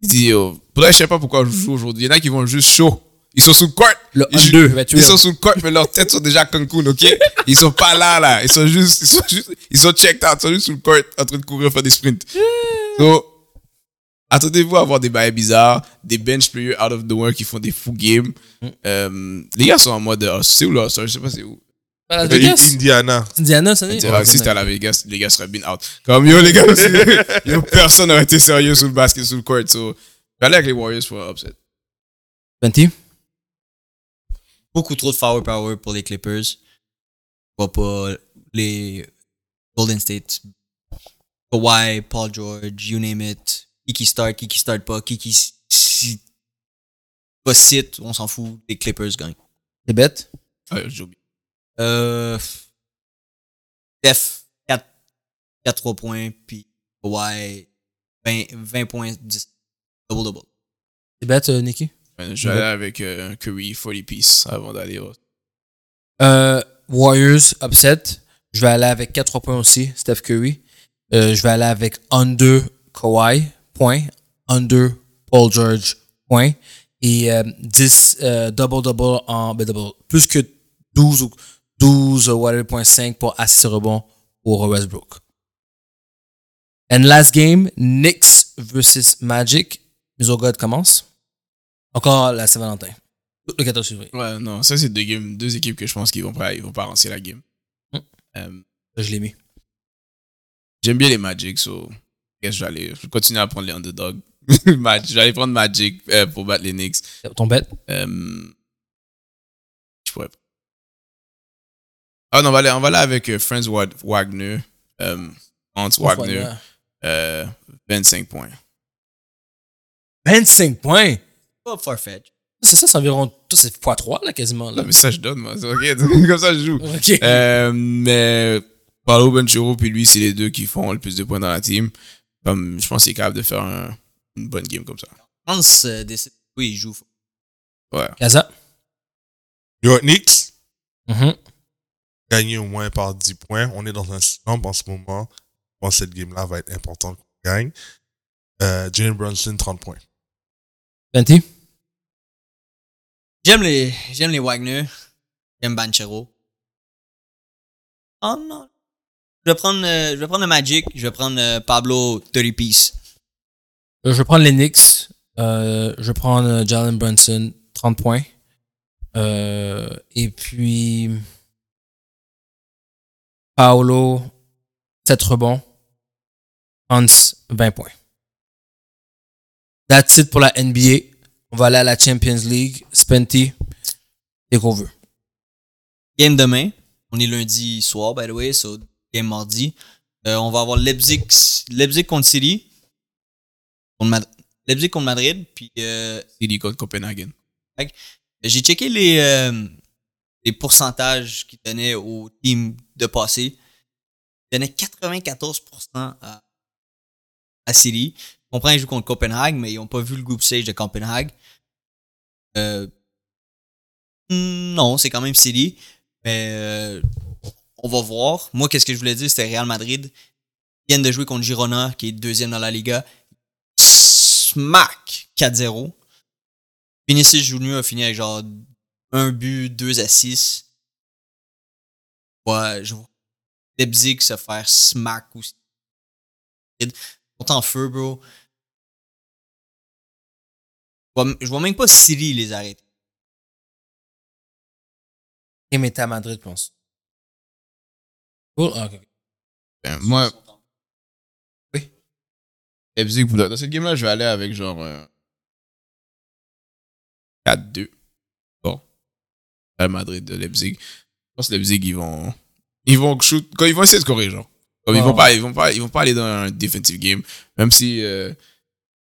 Speaker 3: ils disent, yo, pour le reste, je sais pas pourquoi je joue aujourd'hui. Il y en a qui vont juste chaud. Ils sont sous le court.
Speaker 1: Le
Speaker 3: ils, jouent-
Speaker 1: 1-2, va tuer.
Speaker 3: ils sont sous le court, mais leurs têtes sont déjà à Cancun, OK? Ils sont pas là, là. Ils sont juste, ils sont juste, ils sont checked out. Ils sont juste sous le court en train de courir, faire des sprints. So, Attendez-vous à avoir des bails bizarres, des bench players out of the world qui font des fous games. Euh, les gars sont en mode, euh, c'est où là, je sais pas c'est où.
Speaker 1: Pas Las
Speaker 4: Mais
Speaker 1: Vegas?
Speaker 4: Indiana.
Speaker 1: Indiana, ça n'est
Speaker 3: T'es raciste à la Vegas, les gars seraient bien out. Comme yo, les gars, yo, personne n'aurait été sérieux sur le basket, sur le court. So, j'allais avec les Warriors pour un upset.
Speaker 1: 20.
Speaker 2: Beaucoup trop de firepower pour les Clippers. Je vois pas les Golden State. Kawhi, Paul George, you name it. Qui qui start, qui qui start pas, qui qui s- si- pas sit, on s'en fout. Les Clippers gagnent.
Speaker 1: C'est bête.
Speaker 3: Ah, j'ai oublié.
Speaker 2: Euh, Steph, 4, 3 points, puis Kawhi, 20, 20 points, 10, double double.
Speaker 1: C'est bête, euh, Nicky.
Speaker 3: Ben, J'allais avec euh, un Curry 40 piece avant d'aller au.
Speaker 1: Euh, Warriors, upset. Je vais aller avec 4-3 points aussi, Steph Curry. Euh, je vais aller avec under Kawhi, point. Under Paul George, point. Et euh, 10 double-double en ben, double. Plus que 12 ou 12 euh, whatever, point 5 pour assist et rebond pour euh, Westbrook. And last game, Knicks versus Magic. Miso God commence. Encore la Saint-Valentin. Le 14 février.
Speaker 3: Ouais, non, ça, c'est deux, games, deux équipes que je pense qu'ils vont pas, ils vont pas avancer la game.
Speaker 1: Mm.
Speaker 3: Euh,
Speaker 1: Je l'ai mis.
Speaker 3: J'aime bien les Magic, so. I guess Je vais, aller, je vais continuer à prendre les underdogs. Mag- je vais aller prendre Magic euh, pour battre les Knicks.
Speaker 1: Ton bête.
Speaker 3: Euh, je pourrais pas. Ah non, on va aller, on va aller avec euh, Franz Wa- Wagner. Euh, Hans Wagner. Euh, 25 points.
Speaker 1: 25 points.
Speaker 2: Pas far-fetched.
Speaker 1: C'est ça, c'est environ. Toi, c'est x3 là, quasiment. Là.
Speaker 3: Non, mais ça, je donne, moi. C'est ok. Comme ça, je joue.
Speaker 1: Ok.
Speaker 3: Euh, mais Paolo Banchero puis lui, c'est les deux qui font le plus de points dans la team. Comme, je pense qu'il est capable de faire un- une bonne game comme ça.
Speaker 2: Hans euh, décide, oui, il joue.
Speaker 3: Ouais.
Speaker 1: Gaza.
Speaker 4: New York Knicks,
Speaker 1: Mhm.
Speaker 4: gagner au moins par 10 points. On est dans un slump en ce moment. Je pense que cette game-là va être importante qu'on gagne. Euh, Jalen Brunson, 30 points.
Speaker 1: 20.
Speaker 2: J'aime les, j'aime les Wagner. J'aime Banchero. Oh non. Je vais prendre, euh, je vais prendre le Magic. Je vais prendre euh, Pablo 30 piece.
Speaker 1: Euh, Je vais prendre les Knicks. Euh, je vais prendre euh, Jalen Brunson, 30 points. Euh, et puis. Paolo, 7 rebonds. Hans, 20 points. That's it pour la NBA. On va aller à la Champions League. Spenty, dès qu'on veut.
Speaker 2: Game demain. On est lundi soir, by the way, so game mardi. Euh, on va avoir Leipzig, Leipzig contre City. Contre Mad- Leipzig contre Madrid. Puis euh,
Speaker 3: C'est les contre Copenhagen.
Speaker 2: j'ai checké les, euh, les pourcentages qu'ils donnaient au team de passé. Ils donnaient 94% à, à City. Je comprends qu'ils jouent contre Copenhague, mais ils n'ont pas vu le groupe stage de Copenhague. Euh, non, c'est quand même City. Mais euh, on va voir. Moi, qu'est-ce que je voulais dire, c'était Real Madrid. Ils viennent de jouer contre Girona, qui est deuxième dans la Liga. Smack 4-0. Vinicius Junior a fini avec genre un but, deux assists. Ouais, je vois. Leipzig se faire smack aussi. Ils sont en feu, bro. Je vois- Je vois même pas City les arrêter.
Speaker 1: Game était à Madrid, je pense. Cool. Ah, ok.
Speaker 3: Ben, moi, Leipzig, pour- dans cette game-là, je vais aller avec genre euh, 4-2. Bon. Real Madrid de Leipzig. Je pense que Leipzig, ils vont. Ils vont shoot. Quand ils vont essayer de scorer, genre. Comme ils,
Speaker 1: Ouais,
Speaker 3: vont
Speaker 1: ouais.
Speaker 3: pas, ils, vont pas, ils vont pas aller dans un defensive game. Même si euh,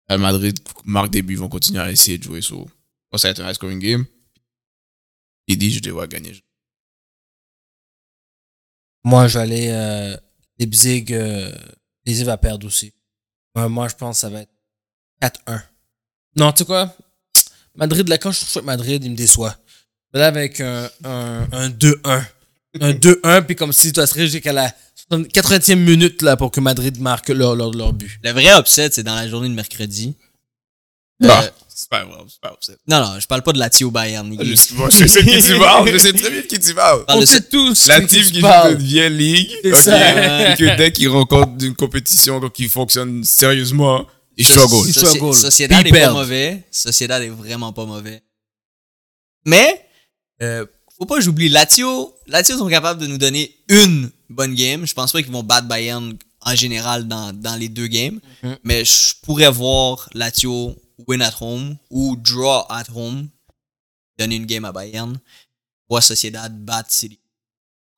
Speaker 3: Real Madrid marque des buts, ils vont continuer à essayer de jouer. So, je pense que ça va être un high scoring game. Et dit, je les vois gagner.
Speaker 1: Moi, je vais aller. Euh, Leipzig, euh, Leipzig va perdre aussi. Ouais, moi, je pense que ça va être 4-1. Non, tu sais quoi Madrid, là, quand je trouve que Madrid, il me déçoit. Je vais aller avec un, un, un 2-1. Un 2-1, puis comme si tu serais jusqu'à la 80e minute là, pour que Madrid marque leur, leur, leur but.
Speaker 2: Le vrai upset, c'est dans la journée de mercredi. Euh,
Speaker 3: Ah, c'est pas grave, c'est pas grave. c'est-
Speaker 2: non, non, je parle pas de la Tio Bayern. les gars.
Speaker 3: Ah, Je sais pas, je sais qui tu parles, je sais très bien de qui tu parles.
Speaker 2: Ah,
Speaker 1: On
Speaker 2: le
Speaker 1: sait
Speaker 2: seul-
Speaker 1: tous.
Speaker 3: La
Speaker 1: de qui
Speaker 3: team
Speaker 1: tu
Speaker 3: qui joue
Speaker 1: parles.
Speaker 3: une vieille ligue.
Speaker 1: C'est
Speaker 3: ok,
Speaker 1: ça.
Speaker 3: et que dès qu'ils rencontrent une compétition donc qui fonctionne sérieusement, ils struggle.
Speaker 1: c'est-
Speaker 2: Soci-
Speaker 1: Struggle.
Speaker 2: Sociedad
Speaker 1: Puis
Speaker 2: est
Speaker 1: ils
Speaker 2: pas
Speaker 1: perdent.
Speaker 2: mauvais. Sociedad est vraiment pas mauvais. Mais, euh, faut faut pas que j'oublie Lazio. Lazio sont capables de nous donner une bonne game. Je pense pas qu'ils vont battre Bayern en général dans, dans les deux games.
Speaker 1: Mhm.
Speaker 2: Mais je pourrais voir Lazio win at home ou draw at home. Donner une game à Bayern. Voir Sociedad battre City.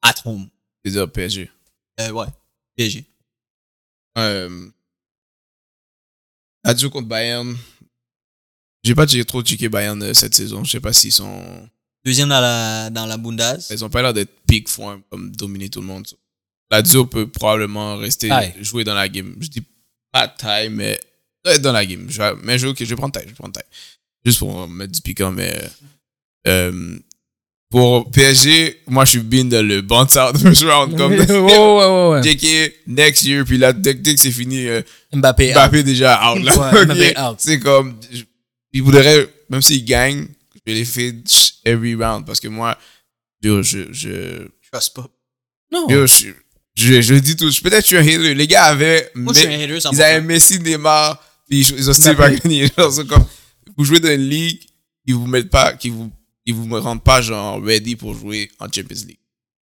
Speaker 2: At home.
Speaker 3: C'est-à-dire PSG.
Speaker 2: Euh, ouais. PSG.
Speaker 3: Euh, Lazio contre Bayern. J'ai pas checké- trop checké Bayern euh, cette saison. Je sais pas s'ils sont.
Speaker 2: Deuxième dans la, dans la Bundes.
Speaker 3: Ils ont pas l'air d'être peak form comme dominer tout le monde. Lazio peut probablement rester
Speaker 1: Aye.
Speaker 3: jouer dans la game. Je dis pas taille, mais être dans la game. Je vais- mais je, ok, je vais prendre taille. Je vais prendre taille. Juste pour euh, mettre du piquant, mais. euh, euh, pour PSG, moi je suis bien dans le bounce out first round. Comme
Speaker 1: ouais, ouais, ouais, ouais.
Speaker 3: JK, next year, puis là, dès, dès que c'est fini, euh,
Speaker 1: Mbappé.
Speaker 3: Mbappé déjà out. Là.
Speaker 1: Ouais,
Speaker 3: Ok.
Speaker 1: Mbappé out.
Speaker 3: C'est comme, je- il voudrait, même s'il gagne, je les fais every round parce que moi, yo, je, je,
Speaker 2: Je passe pas.
Speaker 1: Non.
Speaker 3: yo, je, je, je le dis tout. je- Peut-être que je suis un hater. Les gars avaient,
Speaker 2: Moi, je suis
Speaker 3: mais-
Speaker 2: un hater,
Speaker 3: ils avaient Messi, Neymar, puis ils, ils ont still pas
Speaker 1: Mbappé.
Speaker 3: gagné. Genre, c'est comme, vous jouez dans une ligue, ils vous mettent pas, qui vous, ils vous rendent pas genre ready pour jouer en Champions League.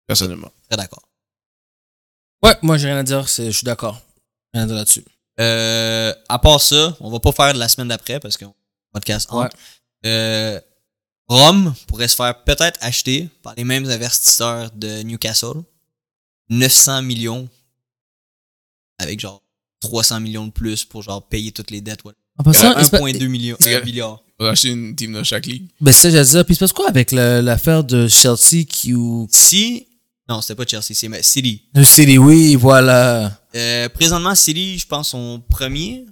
Speaker 3: Personnellement.
Speaker 2: Très d'accord.
Speaker 1: Ouais, moi, j'ai rien à dire. c'est- Je suis d'accord. Rien à dire là-dessus.
Speaker 2: Euh, à part ça, on va pas faire de la semaine d'après parce qu'on podcast
Speaker 1: Ouais.
Speaker 2: entre. Euh, Rome pourrait se faire peut-être acheter par les mêmes investisseurs de Newcastle. 900 millions avec genre 300 millions de plus pour genre payer toutes les dettes. voilà.
Speaker 1: En passant, il se pa-
Speaker 2: 1.2 millions,
Speaker 3: C'est-
Speaker 2: euh, milliard.
Speaker 3: On va acheter une team dans chaque ligue.
Speaker 1: ben, c'est ça, j'allais dire. Puis, il se passe quoi avec le- l'affaire de Chelsea qui ou.
Speaker 2: Si, non, c'était pas Chelsea, c'est mais City.
Speaker 1: Le City, oui, voilà.
Speaker 2: Euh, présentement, City, je pense, sont premiers.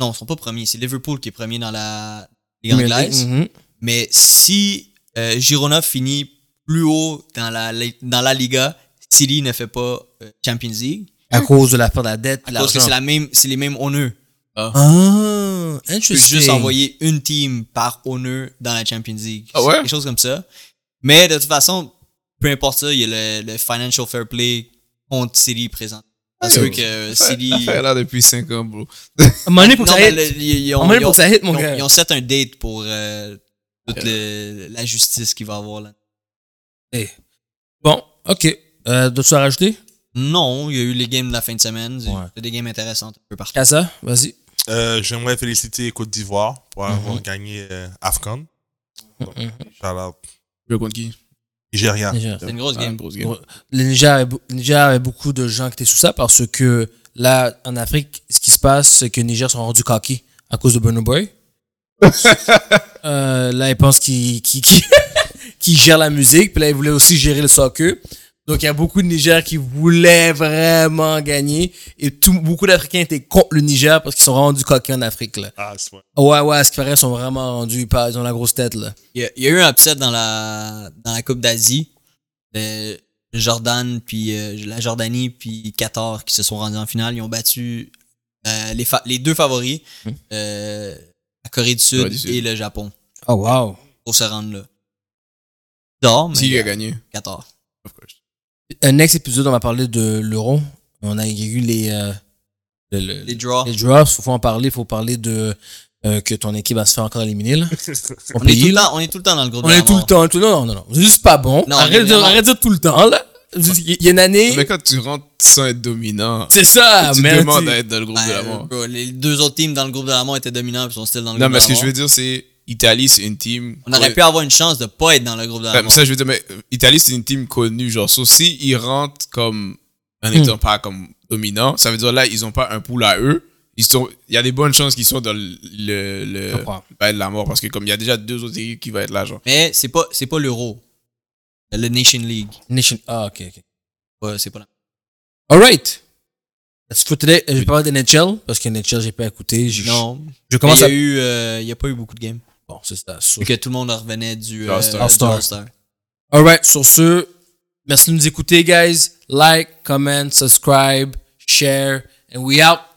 Speaker 2: Non, ils sont pas premiers. C'est Liverpool qui est premier dans la Ligue anglaise.
Speaker 1: Mhm.
Speaker 2: Mais si euh, Girona finit plus haut dans la, dans la Liga, City ne fait pas euh, Champions League.
Speaker 1: À cause de l'affaire de la dette. puis
Speaker 2: Parce que
Speaker 1: l'argent.
Speaker 2: c'est la même, c'est les mêmes honneurs.
Speaker 1: Ah,
Speaker 2: Tu
Speaker 1: interesting.
Speaker 2: peux juste envoyer une team par honneur dans la Champions League.
Speaker 3: Ah ouais?
Speaker 2: Quelque chose comme ça. Mais de toute façon, peu importe ça, il y a le, le financial fair play contre City présent. Parce
Speaker 3: Ouais.
Speaker 2: que City.
Speaker 3: L'affaire là depuis 5 ans, bro.
Speaker 1: À un moment donné, pour que
Speaker 2: Non,
Speaker 1: ça
Speaker 2: mais
Speaker 1: aille-
Speaker 2: le- ils- ils
Speaker 1: à un
Speaker 2: ont-
Speaker 1: moment donné,
Speaker 2: ils
Speaker 1: pour
Speaker 2: ont-
Speaker 1: que ça hit, mon
Speaker 2: ils ont-
Speaker 1: gars.
Speaker 2: ils ont set un date pour euh, toute le- la justice qu'il va avoir là.
Speaker 1: Bon, ok. Euh, D'autres choses à rajouter?
Speaker 2: Non, il y a eu les games de la fin de semaine.
Speaker 1: Ouais.
Speaker 2: C'est des games intéressantes un peu partout.
Speaker 1: Casa, vas-y.
Speaker 4: Euh, J'aimerais féliciter Côte d'Ivoire pour avoir gagné euh, Afghan. Donc,
Speaker 1: Mhm.
Speaker 4: shout-out.
Speaker 3: Je contre qui
Speaker 4: Nigeria.
Speaker 1: Niger.
Speaker 2: C'est une grosse
Speaker 3: Ah, une
Speaker 2: game.
Speaker 3: grosse game.
Speaker 1: Le Niger avait beau- le Niger avait beaucoup de gens qui étaient sous ça parce que là, en Afrique, ce qui se passe, c'est que les Niger sont rendus coqués à cause de Bruno Boy. Euh, là, ils pensent qu'ils qu'ils- qu'ils- qu'ils gèrent la musique, puis là, ils voulaient aussi gérer le soccer. Donc, il y a beaucoup de Niger qui voulaient vraiment gagner, et tout, beaucoup d'Africains étaient contre le Niger parce qu'ils sont rendus coqués en Afrique. Là.
Speaker 4: Ah, c'est vrai.
Speaker 1: Ouais, ouais, à ce qui paraît, ils sont vraiment rendus, par- ils ont la grosse tête. Là.
Speaker 2: Il y, a, il y a eu un upset dans la, dans la Coupe d'Asie. Le Jordan, puis euh, la Jordanie, puis Qatar qui se sont rendus en finale. Ils ont battu euh, les, fa- les deux favoris,
Speaker 1: Hmm.
Speaker 2: euh, la Corée du Sud,
Speaker 3: Corée du Sud.
Speaker 2: et le Japon,
Speaker 1: Oh, wow.
Speaker 2: pour se rendre là. Dors, mais
Speaker 3: Qui a
Speaker 2: euh,
Speaker 3: gagné
Speaker 2: Qatar.
Speaker 3: Of course.
Speaker 1: Un next épisode, on va parler de l'euro. On a eu les, euh, le- le-
Speaker 2: Les draws.
Speaker 1: les draws. Faut, faut en parler. Faut parler de euh, que ton équipe va se faire encore éliminer. Là. Ton
Speaker 2: On est, tout
Speaker 1: pays,
Speaker 2: le
Speaker 1: là.
Speaker 2: temps, on est tout le temps dans le groupe
Speaker 1: On
Speaker 2: de la
Speaker 1: est tout le
Speaker 2: mort.
Speaker 1: temps. tout- non, non, non. C'est juste pas bon.
Speaker 2: Non, on est
Speaker 1: arrête, de,
Speaker 2: vraiment-
Speaker 1: arrête de dire tout le temps. Là. Il y a une
Speaker 3: Mais
Speaker 1: année.
Speaker 3: quand tu rentres sans être dominant,
Speaker 1: C'est ça,
Speaker 3: tu
Speaker 1: merde.
Speaker 3: demandes à être dans le groupe
Speaker 2: Ouais,
Speaker 3: de la mort.
Speaker 2: bro, les deux autres teams dans le groupe de la mort étaient dominants et sont still dans le
Speaker 3: Non,
Speaker 2: groupe
Speaker 3: mais ce
Speaker 2: de
Speaker 3: que
Speaker 2: la
Speaker 3: je
Speaker 2: mort.
Speaker 3: veux dire, c'est Italie, c'est une team.
Speaker 2: On aurait pu avoir une chance de pas être dans le groupe de la
Speaker 3: Comme
Speaker 2: mort.
Speaker 3: Ben, ça, je veux dire, mais euh, Italie, c'est une team connue. Genre, so, si ils rentrent comme. En n'étant pas comme dominant, ça veut dire là, ils n'ont pas un pool à eux. Ils sont, il y a des bonnes chances qu'ils sont dans le. le,
Speaker 2: euh,
Speaker 3: le-
Speaker 1: comprends.
Speaker 3: va être la mort parce que comme il y a déjà deux autres équipes qui vont être là, genre.
Speaker 2: Mais c'est pas, c'est pas l'euro. Le Nation League.
Speaker 1: Nation. Ah, ok, ok.
Speaker 2: Ouais, c'est pas la
Speaker 1: Alright. That's for today. Euh, Je vais parler de NHL parce que NHL, j'ai pas écouté. J'ai-
Speaker 2: Non.
Speaker 1: Je
Speaker 2: Il
Speaker 1: commence
Speaker 2: y,
Speaker 1: à.
Speaker 2: a eu, euh, il y a pas eu beaucoup de games.
Speaker 1: Bon, c'est ça.
Speaker 2: Vu que tout le monde revenait du
Speaker 3: Du All-Star.
Speaker 2: euh, du
Speaker 1: All-Star.
Speaker 2: All-Star.
Speaker 1: Alright, sur ce, merci de nous écouter, guys. Like, comment, subscribe, share, and we out.